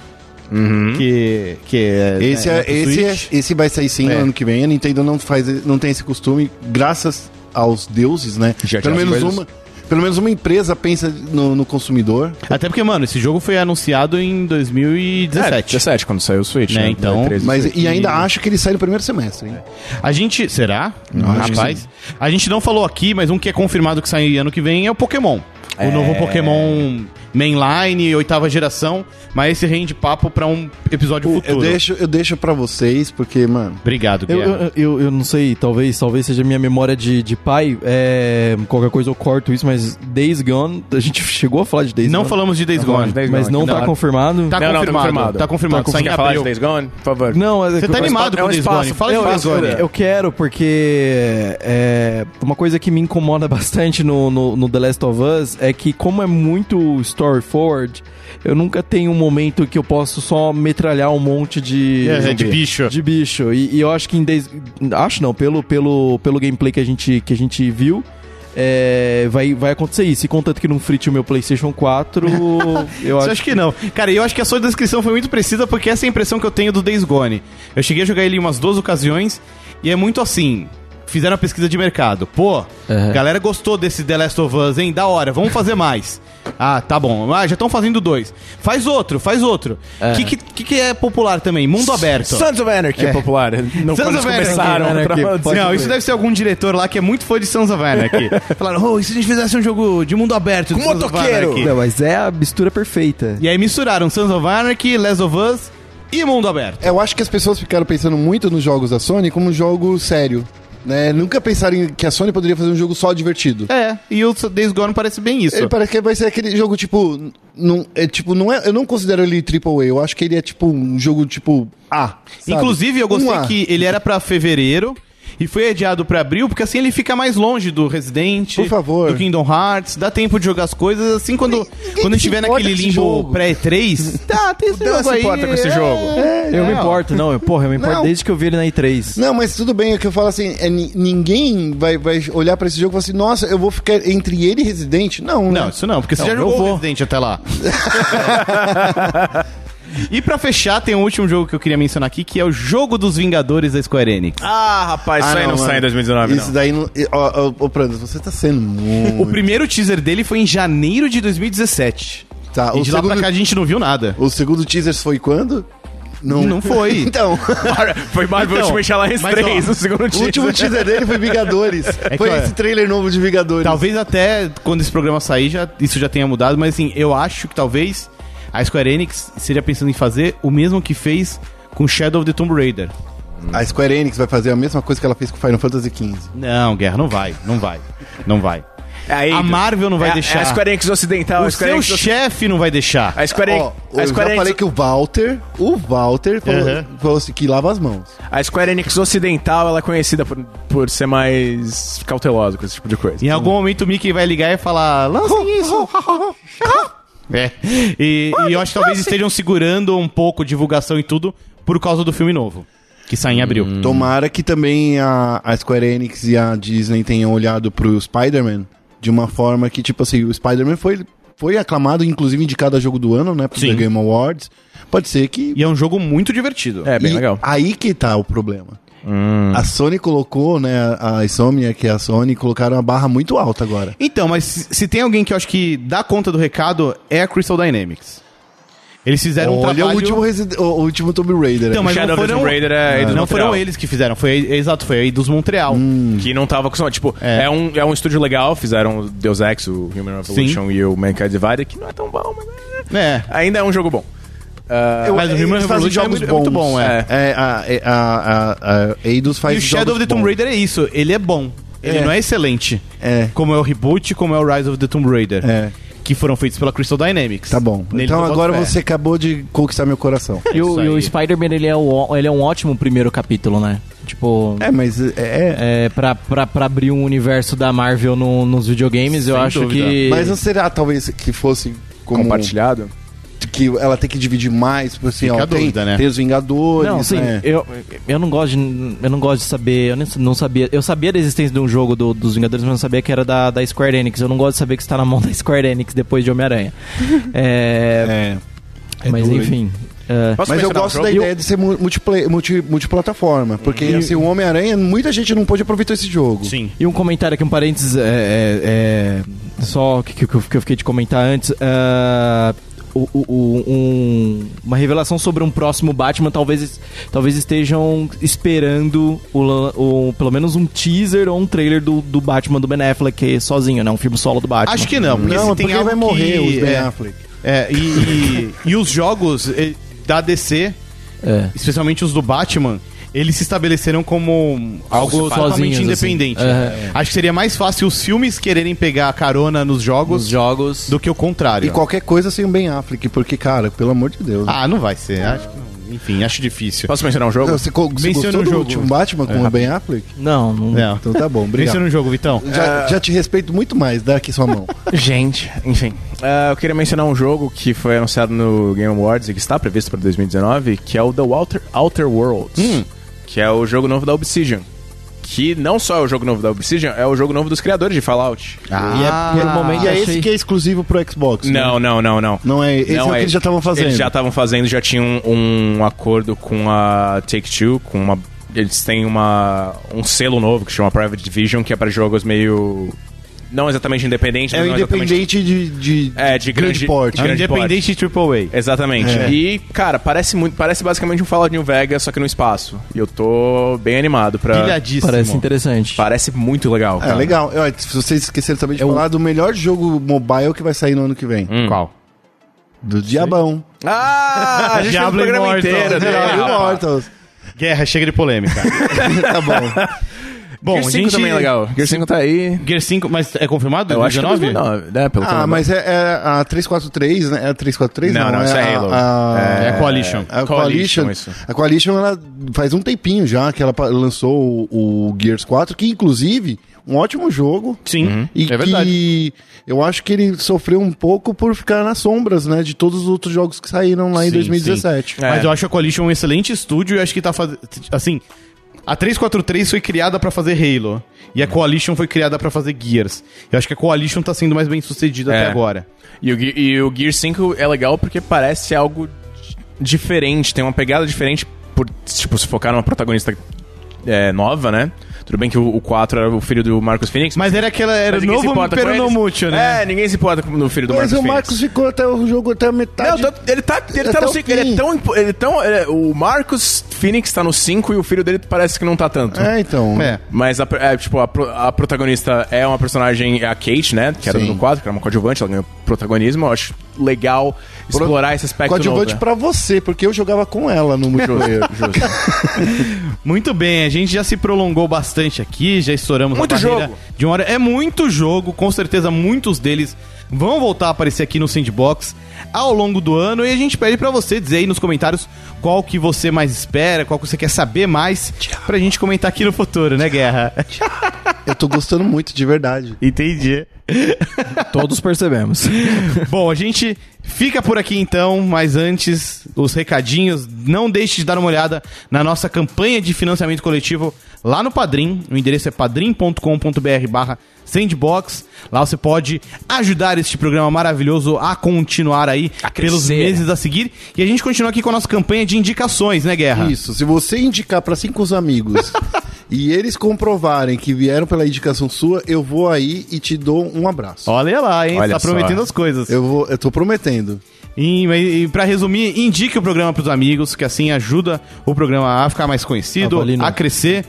[SPEAKER 1] Que, que é.
[SPEAKER 3] Esse,
[SPEAKER 1] é,
[SPEAKER 3] é,
[SPEAKER 1] é pro
[SPEAKER 3] esse, é-
[SPEAKER 1] Switch.
[SPEAKER 3] esse vai sair sim
[SPEAKER 1] É.
[SPEAKER 3] ano que vem. A Nintendo não, faz, não tem esse costume, graças aos deuses, né?
[SPEAKER 2] Já
[SPEAKER 3] pelo,
[SPEAKER 2] tinha
[SPEAKER 3] menos
[SPEAKER 2] coisas.
[SPEAKER 3] uma, pelo menos uma empresa pensa no, no consumidor.
[SPEAKER 1] Até porque, mano, esse jogo foi anunciado em 2017.
[SPEAKER 2] 17, quando saiu o Switch.
[SPEAKER 1] Né,
[SPEAKER 2] Né?
[SPEAKER 1] então.
[SPEAKER 2] É 13,
[SPEAKER 3] Mas,
[SPEAKER 2] isso aqui.
[SPEAKER 3] e ainda acho que ele sai no primeiro semestre. Hein?
[SPEAKER 1] A gente. Será?
[SPEAKER 3] acho que
[SPEAKER 1] Rapaz. A gente não falou aqui, mas um que é confirmado que sai ano que vem é o Pokémon. O novo Pokémon mainline, oitava geração. Mas esse rende papo pra um episódio
[SPEAKER 3] Eu
[SPEAKER 1] futuro.
[SPEAKER 3] deixo, eu deixo pra vocês, porque, mano.
[SPEAKER 1] Obrigado,
[SPEAKER 4] Eu,
[SPEAKER 1] Guerra.
[SPEAKER 4] eu, eu, eu não sei, talvez talvez seja minha memória de, de pai. é, qualquer coisa eu corto isso, mas Days Gone, a gente [laughs] chegou a falar de Days
[SPEAKER 1] Não
[SPEAKER 4] Gone.
[SPEAKER 1] falamos de Days Gone.
[SPEAKER 2] falamos de Days
[SPEAKER 4] mas não,
[SPEAKER 2] Não,
[SPEAKER 4] tá
[SPEAKER 2] não.
[SPEAKER 1] Tá,
[SPEAKER 4] confirmado.
[SPEAKER 2] Não, não, tá
[SPEAKER 1] confirmado,
[SPEAKER 2] confirmado.
[SPEAKER 1] tá confirmado.
[SPEAKER 4] Tá
[SPEAKER 1] Sai em
[SPEAKER 2] Quer falar de
[SPEAKER 1] abril.
[SPEAKER 2] Days Gone? Por favor.
[SPEAKER 4] Não, é
[SPEAKER 1] Você tá animado
[SPEAKER 2] é
[SPEAKER 1] com
[SPEAKER 2] um
[SPEAKER 1] o Days
[SPEAKER 2] espaço.
[SPEAKER 1] Gone? Fala de
[SPEAKER 4] eu,
[SPEAKER 1] Days
[SPEAKER 4] eu,
[SPEAKER 1] Gone.
[SPEAKER 4] eu quero, porque é, uma coisa que me incomoda [laughs] bastante no, no, no The Last of Us é que, como é muito story forward, eu nunca tenho um momento que eu posso só metralhar um monte de.
[SPEAKER 1] É,
[SPEAKER 4] zumbi.
[SPEAKER 1] de bicho.
[SPEAKER 4] De bicho. E, e eu acho que em Days. Acho não, pelo, pelo, pelo gameplay que a gente, que a gente viu. é, vai, vai acontecer isso. E contanto que não frite o meu PlayStation [laughs] 4, eu
[SPEAKER 1] Isso eu
[SPEAKER 4] acho
[SPEAKER 1] acho que não. Cara, eu acho que a sua descrição foi muito precisa porque essa é a impressão que eu tenho do Days Gone. Eu cheguei a jogar ele em umas duas ocasiões e é muito assim. Fizeram a pesquisa de mercado. Pô, galera gostou desse The Last of Us, hein? Da hora, vamos fazer mais. Ah, tá bom. Ah, já estão fazendo dois. Faz outro, faz outro. O que, que, que que é popular também? Mundo aberto.
[SPEAKER 2] Sons of Anarchy é popular. Não,
[SPEAKER 1] Sons
[SPEAKER 2] quando eles
[SPEAKER 1] of Anarchy,
[SPEAKER 2] começaram. né,
[SPEAKER 4] Anarchy,
[SPEAKER 2] pra-
[SPEAKER 4] pode
[SPEAKER 2] Não,
[SPEAKER 1] Não, isso deve ser algum diretor lá que é muito fã de Sons of Anarchy. Falaram, oh, e se a gente fizesse um jogo de mundo aberto? de
[SPEAKER 2] Com
[SPEAKER 1] Sons of
[SPEAKER 2] motoqueiro.
[SPEAKER 1] Anarchy?"
[SPEAKER 4] Não, mas é a mistura perfeita.
[SPEAKER 1] E aí misturaram Sons of Anarchy, Last of Us e Mundo Aberto.
[SPEAKER 3] Eu acho que as pessoas ficaram pensando muito nos jogos da Sony como um jogo sério. Né? Nunca pensaram em que a Sony poderia fazer um jogo só divertido.
[SPEAKER 1] É, e o Days Gone parece bem isso.
[SPEAKER 3] Ele parece que vai ser aquele jogo, tipo. Não, é, tipo não é, eu não considero ele AAA, eu acho que ele é tipo um jogo tipo A. sabe?
[SPEAKER 1] Ah, Inclusive, eu gostei
[SPEAKER 3] Um A.
[SPEAKER 1] que ele era pra fevereiro e foi adiado pra abril, porque assim ele fica mais longe do Resident,
[SPEAKER 3] Por favor.
[SPEAKER 1] do Kingdom Hearts, dá tempo de jogar as coisas, assim quando,
[SPEAKER 3] ninguém
[SPEAKER 1] quando
[SPEAKER 3] se
[SPEAKER 1] estiver
[SPEAKER 3] importa
[SPEAKER 1] naquele
[SPEAKER 3] com esse
[SPEAKER 1] limbo
[SPEAKER 3] jogo.
[SPEAKER 1] pré-3, tá, tem esse
[SPEAKER 2] Dan
[SPEAKER 1] jogo
[SPEAKER 2] se
[SPEAKER 1] aí. é,
[SPEAKER 2] importa com esse jogo.
[SPEAKER 4] Eu me
[SPEAKER 1] ó.
[SPEAKER 4] importo, É, não. Eu, porra, eu me importo
[SPEAKER 3] Não.
[SPEAKER 4] desde que eu vi ele na E3.
[SPEAKER 3] Não, mas tudo bem, é que eu falo assim, é, ni- ninguém vai, vai olhar pra esse jogo e falar assim, nossa, eu vou ficar entre ele e Resident? Não,
[SPEAKER 1] Não,
[SPEAKER 3] né?
[SPEAKER 1] isso não, porque você
[SPEAKER 4] Não,
[SPEAKER 1] já
[SPEAKER 4] eu
[SPEAKER 1] jogou o
[SPEAKER 4] vou.
[SPEAKER 1] Resident até lá. e pra fechar, tem um último jogo que eu queria mencionar aqui, que é o Jogo dos Vingadores da Square Enix.
[SPEAKER 2] Ah, rapaz, isso aí não
[SPEAKER 3] mano.
[SPEAKER 2] sai em 2019,
[SPEAKER 3] Isso
[SPEAKER 2] não.
[SPEAKER 3] daí não. e- Ó, ó, ô, Prandas, você
[SPEAKER 2] [laughs]
[SPEAKER 3] tá sendo muito.
[SPEAKER 1] O primeiro teaser dele foi em janeiro de 2017.
[SPEAKER 3] Tá,
[SPEAKER 1] e
[SPEAKER 3] o
[SPEAKER 1] de lá pra
[SPEAKER 3] segundo-
[SPEAKER 1] cá a gente não viu nada.
[SPEAKER 3] O segundo teaser foi quando?
[SPEAKER 1] Não foi. [laughs]
[SPEAKER 3] [laughs] então,
[SPEAKER 2] Mar- Foi Marvel
[SPEAKER 1] Então,
[SPEAKER 2] Ultimate Alliance
[SPEAKER 1] mas,
[SPEAKER 2] 3,
[SPEAKER 1] ó,
[SPEAKER 2] o segundo
[SPEAKER 3] o último teaser dele foi Vingadores.
[SPEAKER 1] É que,
[SPEAKER 3] foi
[SPEAKER 1] ó,
[SPEAKER 3] esse trailer novo de Vingadores.
[SPEAKER 1] Talvez até quando esse programa sair já, isso já tenha mudado, mas assim, eu acho que talvez a Square Enix seria pensando em fazer o mesmo que fez com Shadow of the Tomb Raider.
[SPEAKER 3] A Square Enix vai fazer a mesma coisa que ela fez com Final Fantasy XV.
[SPEAKER 1] Não, Guerra, não vai, não vai, não vai.
[SPEAKER 2] Aí,
[SPEAKER 1] A Marvel não vai
[SPEAKER 2] é-
[SPEAKER 1] deixar.
[SPEAKER 2] É a Square Enix Ocidental.
[SPEAKER 1] O
[SPEAKER 2] a Square
[SPEAKER 1] seu
[SPEAKER 2] Enix
[SPEAKER 1] chefe não vai deixar.
[SPEAKER 2] A Square,
[SPEAKER 3] Ó,
[SPEAKER 2] a
[SPEAKER 3] eu já
[SPEAKER 2] Square
[SPEAKER 3] falei
[SPEAKER 2] Enix,
[SPEAKER 3] que o Walter, o Walter falou,
[SPEAKER 1] Uhum.
[SPEAKER 3] falou assim, que lava as mãos.
[SPEAKER 2] a Square Enix Ocidental ela é conhecida por, por ser mais cautelosa com esse tipo de coisa.
[SPEAKER 1] Em algum momento o Mickey vai ligar e falar: lancem isso!
[SPEAKER 2] [laughs]
[SPEAKER 1] é. E, e eu acho que talvez
[SPEAKER 2] assim.
[SPEAKER 1] estejam segurando um pouco divulgação e tudo por causa do filme novo, que sai
[SPEAKER 2] Hum.
[SPEAKER 1] em abril.
[SPEAKER 3] Uhum. Tomara que também a, a Square Enix e a Disney tenham olhado pro Spider-Man de uma forma que, tipo assim, o Spider-Man foi, foi aclamado, inclusive indicado a jogo do ano, né? Pro
[SPEAKER 1] Sim.
[SPEAKER 3] The Game Awards. Pode ser que.
[SPEAKER 1] E é um jogo muito divertido.
[SPEAKER 2] É, bem
[SPEAKER 3] e
[SPEAKER 2] legal. Hum.
[SPEAKER 3] Aí que tá o problema. A Sony colocou, né? A a Insomniac e a Sony colocaram a barra muito alta agora.
[SPEAKER 1] Então, mas se se tem alguém que eu acho que dá conta do recado, é a Crystal Dynamics. Eles fizeram um
[SPEAKER 3] Olha
[SPEAKER 1] trabalho...
[SPEAKER 3] o último, Resi- o, o último Tomb Raider.
[SPEAKER 1] Então, mas
[SPEAKER 2] Shadow
[SPEAKER 1] não
[SPEAKER 2] of the
[SPEAKER 1] foram,
[SPEAKER 2] Raider é aí dos
[SPEAKER 1] não
[SPEAKER 2] Montreal. Hum.
[SPEAKER 1] foram eles que fizeram, foi aí- exato, foi aí dos Montreal.
[SPEAKER 2] Que não tava acostumado. Tipo,
[SPEAKER 1] É.
[SPEAKER 2] é. um, é um estúdio legal, fizeram o Deus Ex, o Human Revolution e o Mankind Divided, que não é tão bom, mas é-
[SPEAKER 1] É.
[SPEAKER 2] ainda é um jogo bom. Ah,
[SPEAKER 1] Eu- mas o Human
[SPEAKER 3] Eles fazem
[SPEAKER 1] Revolution é
[SPEAKER 3] jogos
[SPEAKER 1] muito, é muito
[SPEAKER 3] bons.
[SPEAKER 1] bom, é.
[SPEAKER 3] É, a, a, a, a Eidos faz
[SPEAKER 1] E o Shadow
[SPEAKER 3] jogos
[SPEAKER 1] of the Tomb
[SPEAKER 3] bons.
[SPEAKER 1] Raider é isso, ele é bom. Ele
[SPEAKER 3] É.
[SPEAKER 1] não é excelente.
[SPEAKER 3] É.
[SPEAKER 1] Como é o reboot, como é o Rise of the Tomb Raider.
[SPEAKER 3] É.
[SPEAKER 1] Que foram feitos pela Crystal Dynamics.
[SPEAKER 3] Tá bom.
[SPEAKER 1] Neles eu
[SPEAKER 3] então
[SPEAKER 1] boto
[SPEAKER 3] agora
[SPEAKER 1] fé.
[SPEAKER 3] você acabou de conquistar meu coração.
[SPEAKER 4] E
[SPEAKER 1] Isso
[SPEAKER 4] o, e o
[SPEAKER 1] aí.
[SPEAKER 4] Spider-Man, ele, é o- ele é um ótimo primeiro capítulo, né? Tipo...
[SPEAKER 3] É, mas é.
[SPEAKER 4] É, pra, pra, pra abrir um universo da Marvel no- nos videogames, eu
[SPEAKER 1] Sem
[SPEAKER 4] acho
[SPEAKER 1] dúvida.
[SPEAKER 4] que.
[SPEAKER 3] Mas não será talvez que fosse como
[SPEAKER 2] compartilhado.
[SPEAKER 3] que ela tem que dividir mais, tipo assim,
[SPEAKER 1] Fica
[SPEAKER 3] ó,
[SPEAKER 1] a dúvida,
[SPEAKER 3] tem,
[SPEAKER 1] né?
[SPEAKER 3] tem os Vingadores,
[SPEAKER 4] Não, sim,
[SPEAKER 3] né?
[SPEAKER 4] eu, eu não gosto de, eu não gosto de saber, eu nem- não sabia, eu sabia da existência de um jogo do- dos Vingadores, mas não sabia que era da, da Square Enix. Eu não gosto de saber que está na mão da Square Enix depois de Homem-Aranha. É,
[SPEAKER 3] É.
[SPEAKER 4] mas
[SPEAKER 3] duro,
[SPEAKER 4] enfim, é,
[SPEAKER 2] Posso
[SPEAKER 3] Mas eu
[SPEAKER 2] mencionar um
[SPEAKER 3] gosto
[SPEAKER 2] jogo?
[SPEAKER 3] da ideia de ser mu- multiple- multi- multiplataforma, porque assim, o Homem-Aranha, muita gente não pôde aproveitar esse jogo.
[SPEAKER 1] Sim.
[SPEAKER 4] E um comentário aqui, um parênteses, é, é, é, só que, que, que eu- que eu fiquei de comentar antes. ah, o- o- o- um- uma revelação sobre um próximo Batman, talvez, talvez estejam esperando o, lan- o- pelo menos um teaser ou um trailer do, do Batman do Ben Affleck sozinho, né? Um filme solo do Batman.
[SPEAKER 1] Acho que não, porque
[SPEAKER 3] Tá Não,
[SPEAKER 1] se tem
[SPEAKER 3] porque
[SPEAKER 1] algo
[SPEAKER 3] vai morrer
[SPEAKER 1] que,
[SPEAKER 3] os Ben
[SPEAKER 1] é,
[SPEAKER 3] Affleck.
[SPEAKER 1] É, e, [laughs] e- e os jogos eh, da DC,
[SPEAKER 4] É.
[SPEAKER 1] especialmente os do Batman, eles se estabeleceram como algo
[SPEAKER 4] Sozinhos,
[SPEAKER 1] totalmente
[SPEAKER 4] assim.
[SPEAKER 1] independente.
[SPEAKER 4] É.
[SPEAKER 1] Acho que seria mais fácil os filmes quererem pegar carona nos jogos
[SPEAKER 4] Os jogos.
[SPEAKER 1] do que o contrário.
[SPEAKER 3] E qualquer coisa sem o Ben Affleck, porque, cara, pelo amor de Deus.
[SPEAKER 1] Ah, não vai ser. Acho que não. Enfim, acho difícil.
[SPEAKER 3] Então
[SPEAKER 2] Posso mencionar um jogo?
[SPEAKER 3] Não, Você, co- você
[SPEAKER 1] Menciona
[SPEAKER 3] gostou
[SPEAKER 1] um
[SPEAKER 3] do
[SPEAKER 1] jogo.
[SPEAKER 3] último Batman com o Ben Affleck?
[SPEAKER 4] Não, não.
[SPEAKER 1] Não.
[SPEAKER 3] Então tá bom,
[SPEAKER 1] Pensa
[SPEAKER 3] obrigado.
[SPEAKER 1] no jogo, Vitão.
[SPEAKER 3] Já, já te respeito muito mais, dá aqui sua mão.
[SPEAKER 2] Gente, enfim. Ah, eu queria mencionar um jogo que foi anunciado no Game Awards e que está previsto para 2019, que é o The Outer, Outer Worlds, que é o jogo novo da Obsidian. Que não só é o jogo novo da Obsidian, é o jogo novo dos criadores de Fallout.
[SPEAKER 4] Ah,
[SPEAKER 3] e é,
[SPEAKER 4] por um momento
[SPEAKER 3] e é
[SPEAKER 4] achei-
[SPEAKER 3] esse que é exclusivo pro Xbox. né?
[SPEAKER 2] Não, não, não, não.
[SPEAKER 3] Não é. Esse é o que eles já estavam fazendo.
[SPEAKER 2] Eles já estavam fazendo, já tinham um, um acordo com a Take-Two, com uma... Eles têm uma, um selo novo que chama Private Division, que é para jogos meio... Não exatamente independente,
[SPEAKER 3] É
[SPEAKER 2] mas
[SPEAKER 3] o
[SPEAKER 2] não exatamente
[SPEAKER 3] independente de, de,
[SPEAKER 2] É, de grande-
[SPEAKER 3] porte.
[SPEAKER 2] de grande-
[SPEAKER 1] É Independente AAA.
[SPEAKER 2] Exatamente.
[SPEAKER 3] É.
[SPEAKER 2] E, cara, parece muito, parece basicamente um Fallout New Vegas, só que no espaço. E eu tô bem animado
[SPEAKER 1] É.
[SPEAKER 2] pra.
[SPEAKER 1] Pilhadíssimo.
[SPEAKER 4] Parece interessante.
[SPEAKER 2] Parece muito legal.
[SPEAKER 3] É
[SPEAKER 2] cara.
[SPEAKER 3] legal. Eu, se vocês esqueceram também de
[SPEAKER 4] É o-
[SPEAKER 3] falar do melhor jogo mobile que vai sair no ano que vem.
[SPEAKER 2] Hum.
[SPEAKER 1] Qual?
[SPEAKER 3] Do Diabão.
[SPEAKER 2] Ah, a gente fez o
[SPEAKER 1] Diablo
[SPEAKER 2] programa
[SPEAKER 1] Immortal.
[SPEAKER 2] inteiro. né?
[SPEAKER 1] Diablo
[SPEAKER 3] Diablo
[SPEAKER 2] Rapaz.
[SPEAKER 3] Immortals.
[SPEAKER 1] Guerra, chega de
[SPEAKER 2] [laughs]
[SPEAKER 1] polêmica.
[SPEAKER 3] [laughs] tá bom.
[SPEAKER 1] Bom,
[SPEAKER 2] Gear 5 também é legal. Gear 5 tá aí.
[SPEAKER 1] Gear 5, mas é confirmado?
[SPEAKER 2] Eu acho que é
[SPEAKER 1] 19?
[SPEAKER 2] 2009, né? Pelo
[SPEAKER 3] Ah, mas é, é a 343, né? É a 343?
[SPEAKER 2] Não, não, isso é
[SPEAKER 3] a-
[SPEAKER 2] Halo.
[SPEAKER 3] A,
[SPEAKER 1] É, é Coalition.
[SPEAKER 3] a
[SPEAKER 2] Coalition,
[SPEAKER 3] Coalition,
[SPEAKER 2] isso.
[SPEAKER 3] a Coalition, ela faz um tempinho já que ela pa- lançou o, o Gears 4, que inclusive um ótimo jogo.
[SPEAKER 1] Sim,
[SPEAKER 3] E
[SPEAKER 1] é verdade.
[SPEAKER 3] que eu acho que ele sofreu um pouco por ficar nas sombras, né? De todos os outros jogos que saíram lá em
[SPEAKER 1] Sim,
[SPEAKER 3] 2017.
[SPEAKER 2] É.
[SPEAKER 1] Mas eu acho a Coalition um excelente estúdio e acho que tá fazendo. Assim, a 343 foi criada pra fazer Halo. E a Coalition foi criada pra fazer Gears. Eu acho que a Coalition tá sendo mais bem sucedida
[SPEAKER 2] É.
[SPEAKER 1] até agora.
[SPEAKER 2] E o, Ge- e o Gear 5 é legal porque parece algo di- diferente, tem uma pegada diferente por, tipo, se focar numa protagonista é, nova, né? Tudo bem que o, o 4 era o filho do Marcos Phoenix,
[SPEAKER 1] Mas era aquela. Era
[SPEAKER 2] Mas
[SPEAKER 1] o
[SPEAKER 2] ninguém se
[SPEAKER 1] novo
[SPEAKER 2] importa com
[SPEAKER 1] Império
[SPEAKER 2] eles.
[SPEAKER 1] Nomútil, né?
[SPEAKER 2] É, ninguém se importa com o filho do
[SPEAKER 3] Mas
[SPEAKER 2] Marcos
[SPEAKER 3] o Marcos
[SPEAKER 2] Phoenix.
[SPEAKER 3] ficou até o jogo até a
[SPEAKER 2] Não,
[SPEAKER 3] metade.
[SPEAKER 2] tá- ele tá, ele tá
[SPEAKER 3] Até
[SPEAKER 2] no
[SPEAKER 3] o
[SPEAKER 2] 5. Ele
[SPEAKER 3] fim.
[SPEAKER 2] é tão. impo- Ele é tão ele é- o Marcos Phoenix tá no 5 e o filho dele parece que não tá tanto.
[SPEAKER 3] É, então.
[SPEAKER 1] É.
[SPEAKER 2] Mas, a, é, tipo, a, pro- a protagonista é uma personagem, é a Kate, né? Que era
[SPEAKER 3] Sim.
[SPEAKER 2] no 4, que era uma coadjuvante, ela ganhou protagonismo. Eu acho legal. explorar esse aspecto novo.
[SPEAKER 3] Coadjuvante
[SPEAKER 2] né?
[SPEAKER 3] pra você, porque eu jogava com ela
[SPEAKER 1] [laughs]
[SPEAKER 3] no multiplayer.
[SPEAKER 1] Muito bem, a gente já se prolongou bastante aqui, já estouramos
[SPEAKER 2] Muito
[SPEAKER 1] a barreira
[SPEAKER 2] jogo.
[SPEAKER 1] de uma hora. É muito jogo, com certeza muitos deles vão voltar a aparecer aqui no Sandbox ao longo do ano e a gente pede pra você dizer aí nos comentários qual que você mais espera, qual que você quer saber mais pra gente comentar aqui no futuro, né, Guerra?
[SPEAKER 3] eu tô gostando muito, de verdade.
[SPEAKER 1] [laughs] Entendi.
[SPEAKER 4] Todos percebemos.
[SPEAKER 1] Bom, a gente fica por aqui então, mas antes, os recadinhos. Não deixe de dar uma olhada na nossa campanha de financiamento coletivo lá no Padrim. O endereço é padrim.com.br barra sandbox. Lá você pode ajudar este programa maravilhoso a continuar aí
[SPEAKER 2] A crescer. né?
[SPEAKER 1] pelos meses a seguir. E a gente continua aqui com a nossa campanha de indicações, né, Guerra?
[SPEAKER 3] Isso, se você indicar pra cinco os
[SPEAKER 1] [laughs]
[SPEAKER 3] amigos e eles comprovarem que vieram pela indicação sua, eu vou aí e te dou um abraço.
[SPEAKER 1] Olha lá, hein?
[SPEAKER 2] Olha
[SPEAKER 1] tá
[SPEAKER 2] só.
[SPEAKER 1] prometendo as coisas.
[SPEAKER 3] Eu, vou, eu tô prometendo.
[SPEAKER 1] E, e para resumir, indique o programa pros amigos, que assim ajuda o programa a ficar mais conhecido,
[SPEAKER 3] Ah,
[SPEAKER 4] Avalie, né?
[SPEAKER 1] a crescer.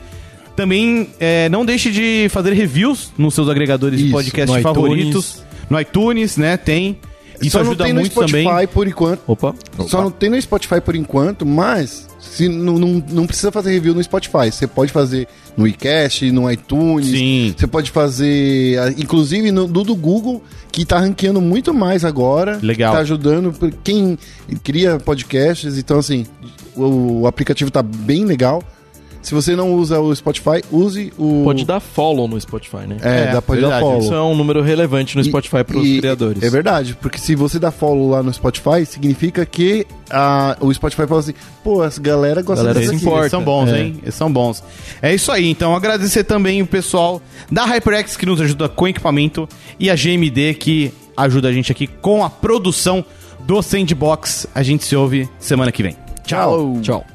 [SPEAKER 1] Também é, não deixe de fazer reviews nos seus agregadores de
[SPEAKER 3] Isso,
[SPEAKER 1] podcast
[SPEAKER 4] no iTunes.
[SPEAKER 1] favoritos. No iTunes, né? Tem. Isso
[SPEAKER 3] Só
[SPEAKER 1] ajuda
[SPEAKER 3] não tem
[SPEAKER 1] muito
[SPEAKER 3] no Spotify
[SPEAKER 1] também.
[SPEAKER 3] por enquanto.
[SPEAKER 4] Opa.
[SPEAKER 3] Só não tem no Spotify por enquanto, mas se não, não- não precisa fazer review no Spotify. Você pode fazer no iCast, no iTunes.
[SPEAKER 1] Sim.
[SPEAKER 3] Você pode fazer, ah, inclusive, no, do, do Google, que tá ranqueando muito mais agora.
[SPEAKER 1] Legal.
[SPEAKER 3] Tá ajudando por- quem cria podcasts. Então, assim, o, o aplicativo tá bem legal. Se você não usa o Spotify, use o...
[SPEAKER 4] Pode dar follow no Spotify, né?
[SPEAKER 3] É,
[SPEAKER 1] É,
[SPEAKER 3] dá, pode
[SPEAKER 1] verdade,
[SPEAKER 3] dar follow.
[SPEAKER 4] Isso é um número relevante no Spotify para os
[SPEAKER 3] E-
[SPEAKER 4] criadores.
[SPEAKER 3] É verdade, porque se você dá follow lá no Spotify, significa que a- o Spotify fala assim, pô, essa galera gosta
[SPEAKER 4] Galera
[SPEAKER 3] disso
[SPEAKER 4] se
[SPEAKER 3] aqui.
[SPEAKER 4] importa.
[SPEAKER 1] Eles são bons,
[SPEAKER 4] É.
[SPEAKER 1] hein? Eles são bons. É isso aí. Então, agradecer também o pessoal da HyperX que nos ajuda com equipamento e a GMD que ajuda a gente aqui com a produção do Sandbox. A gente se ouve semana que vem.
[SPEAKER 3] Tchau.
[SPEAKER 4] Tchau.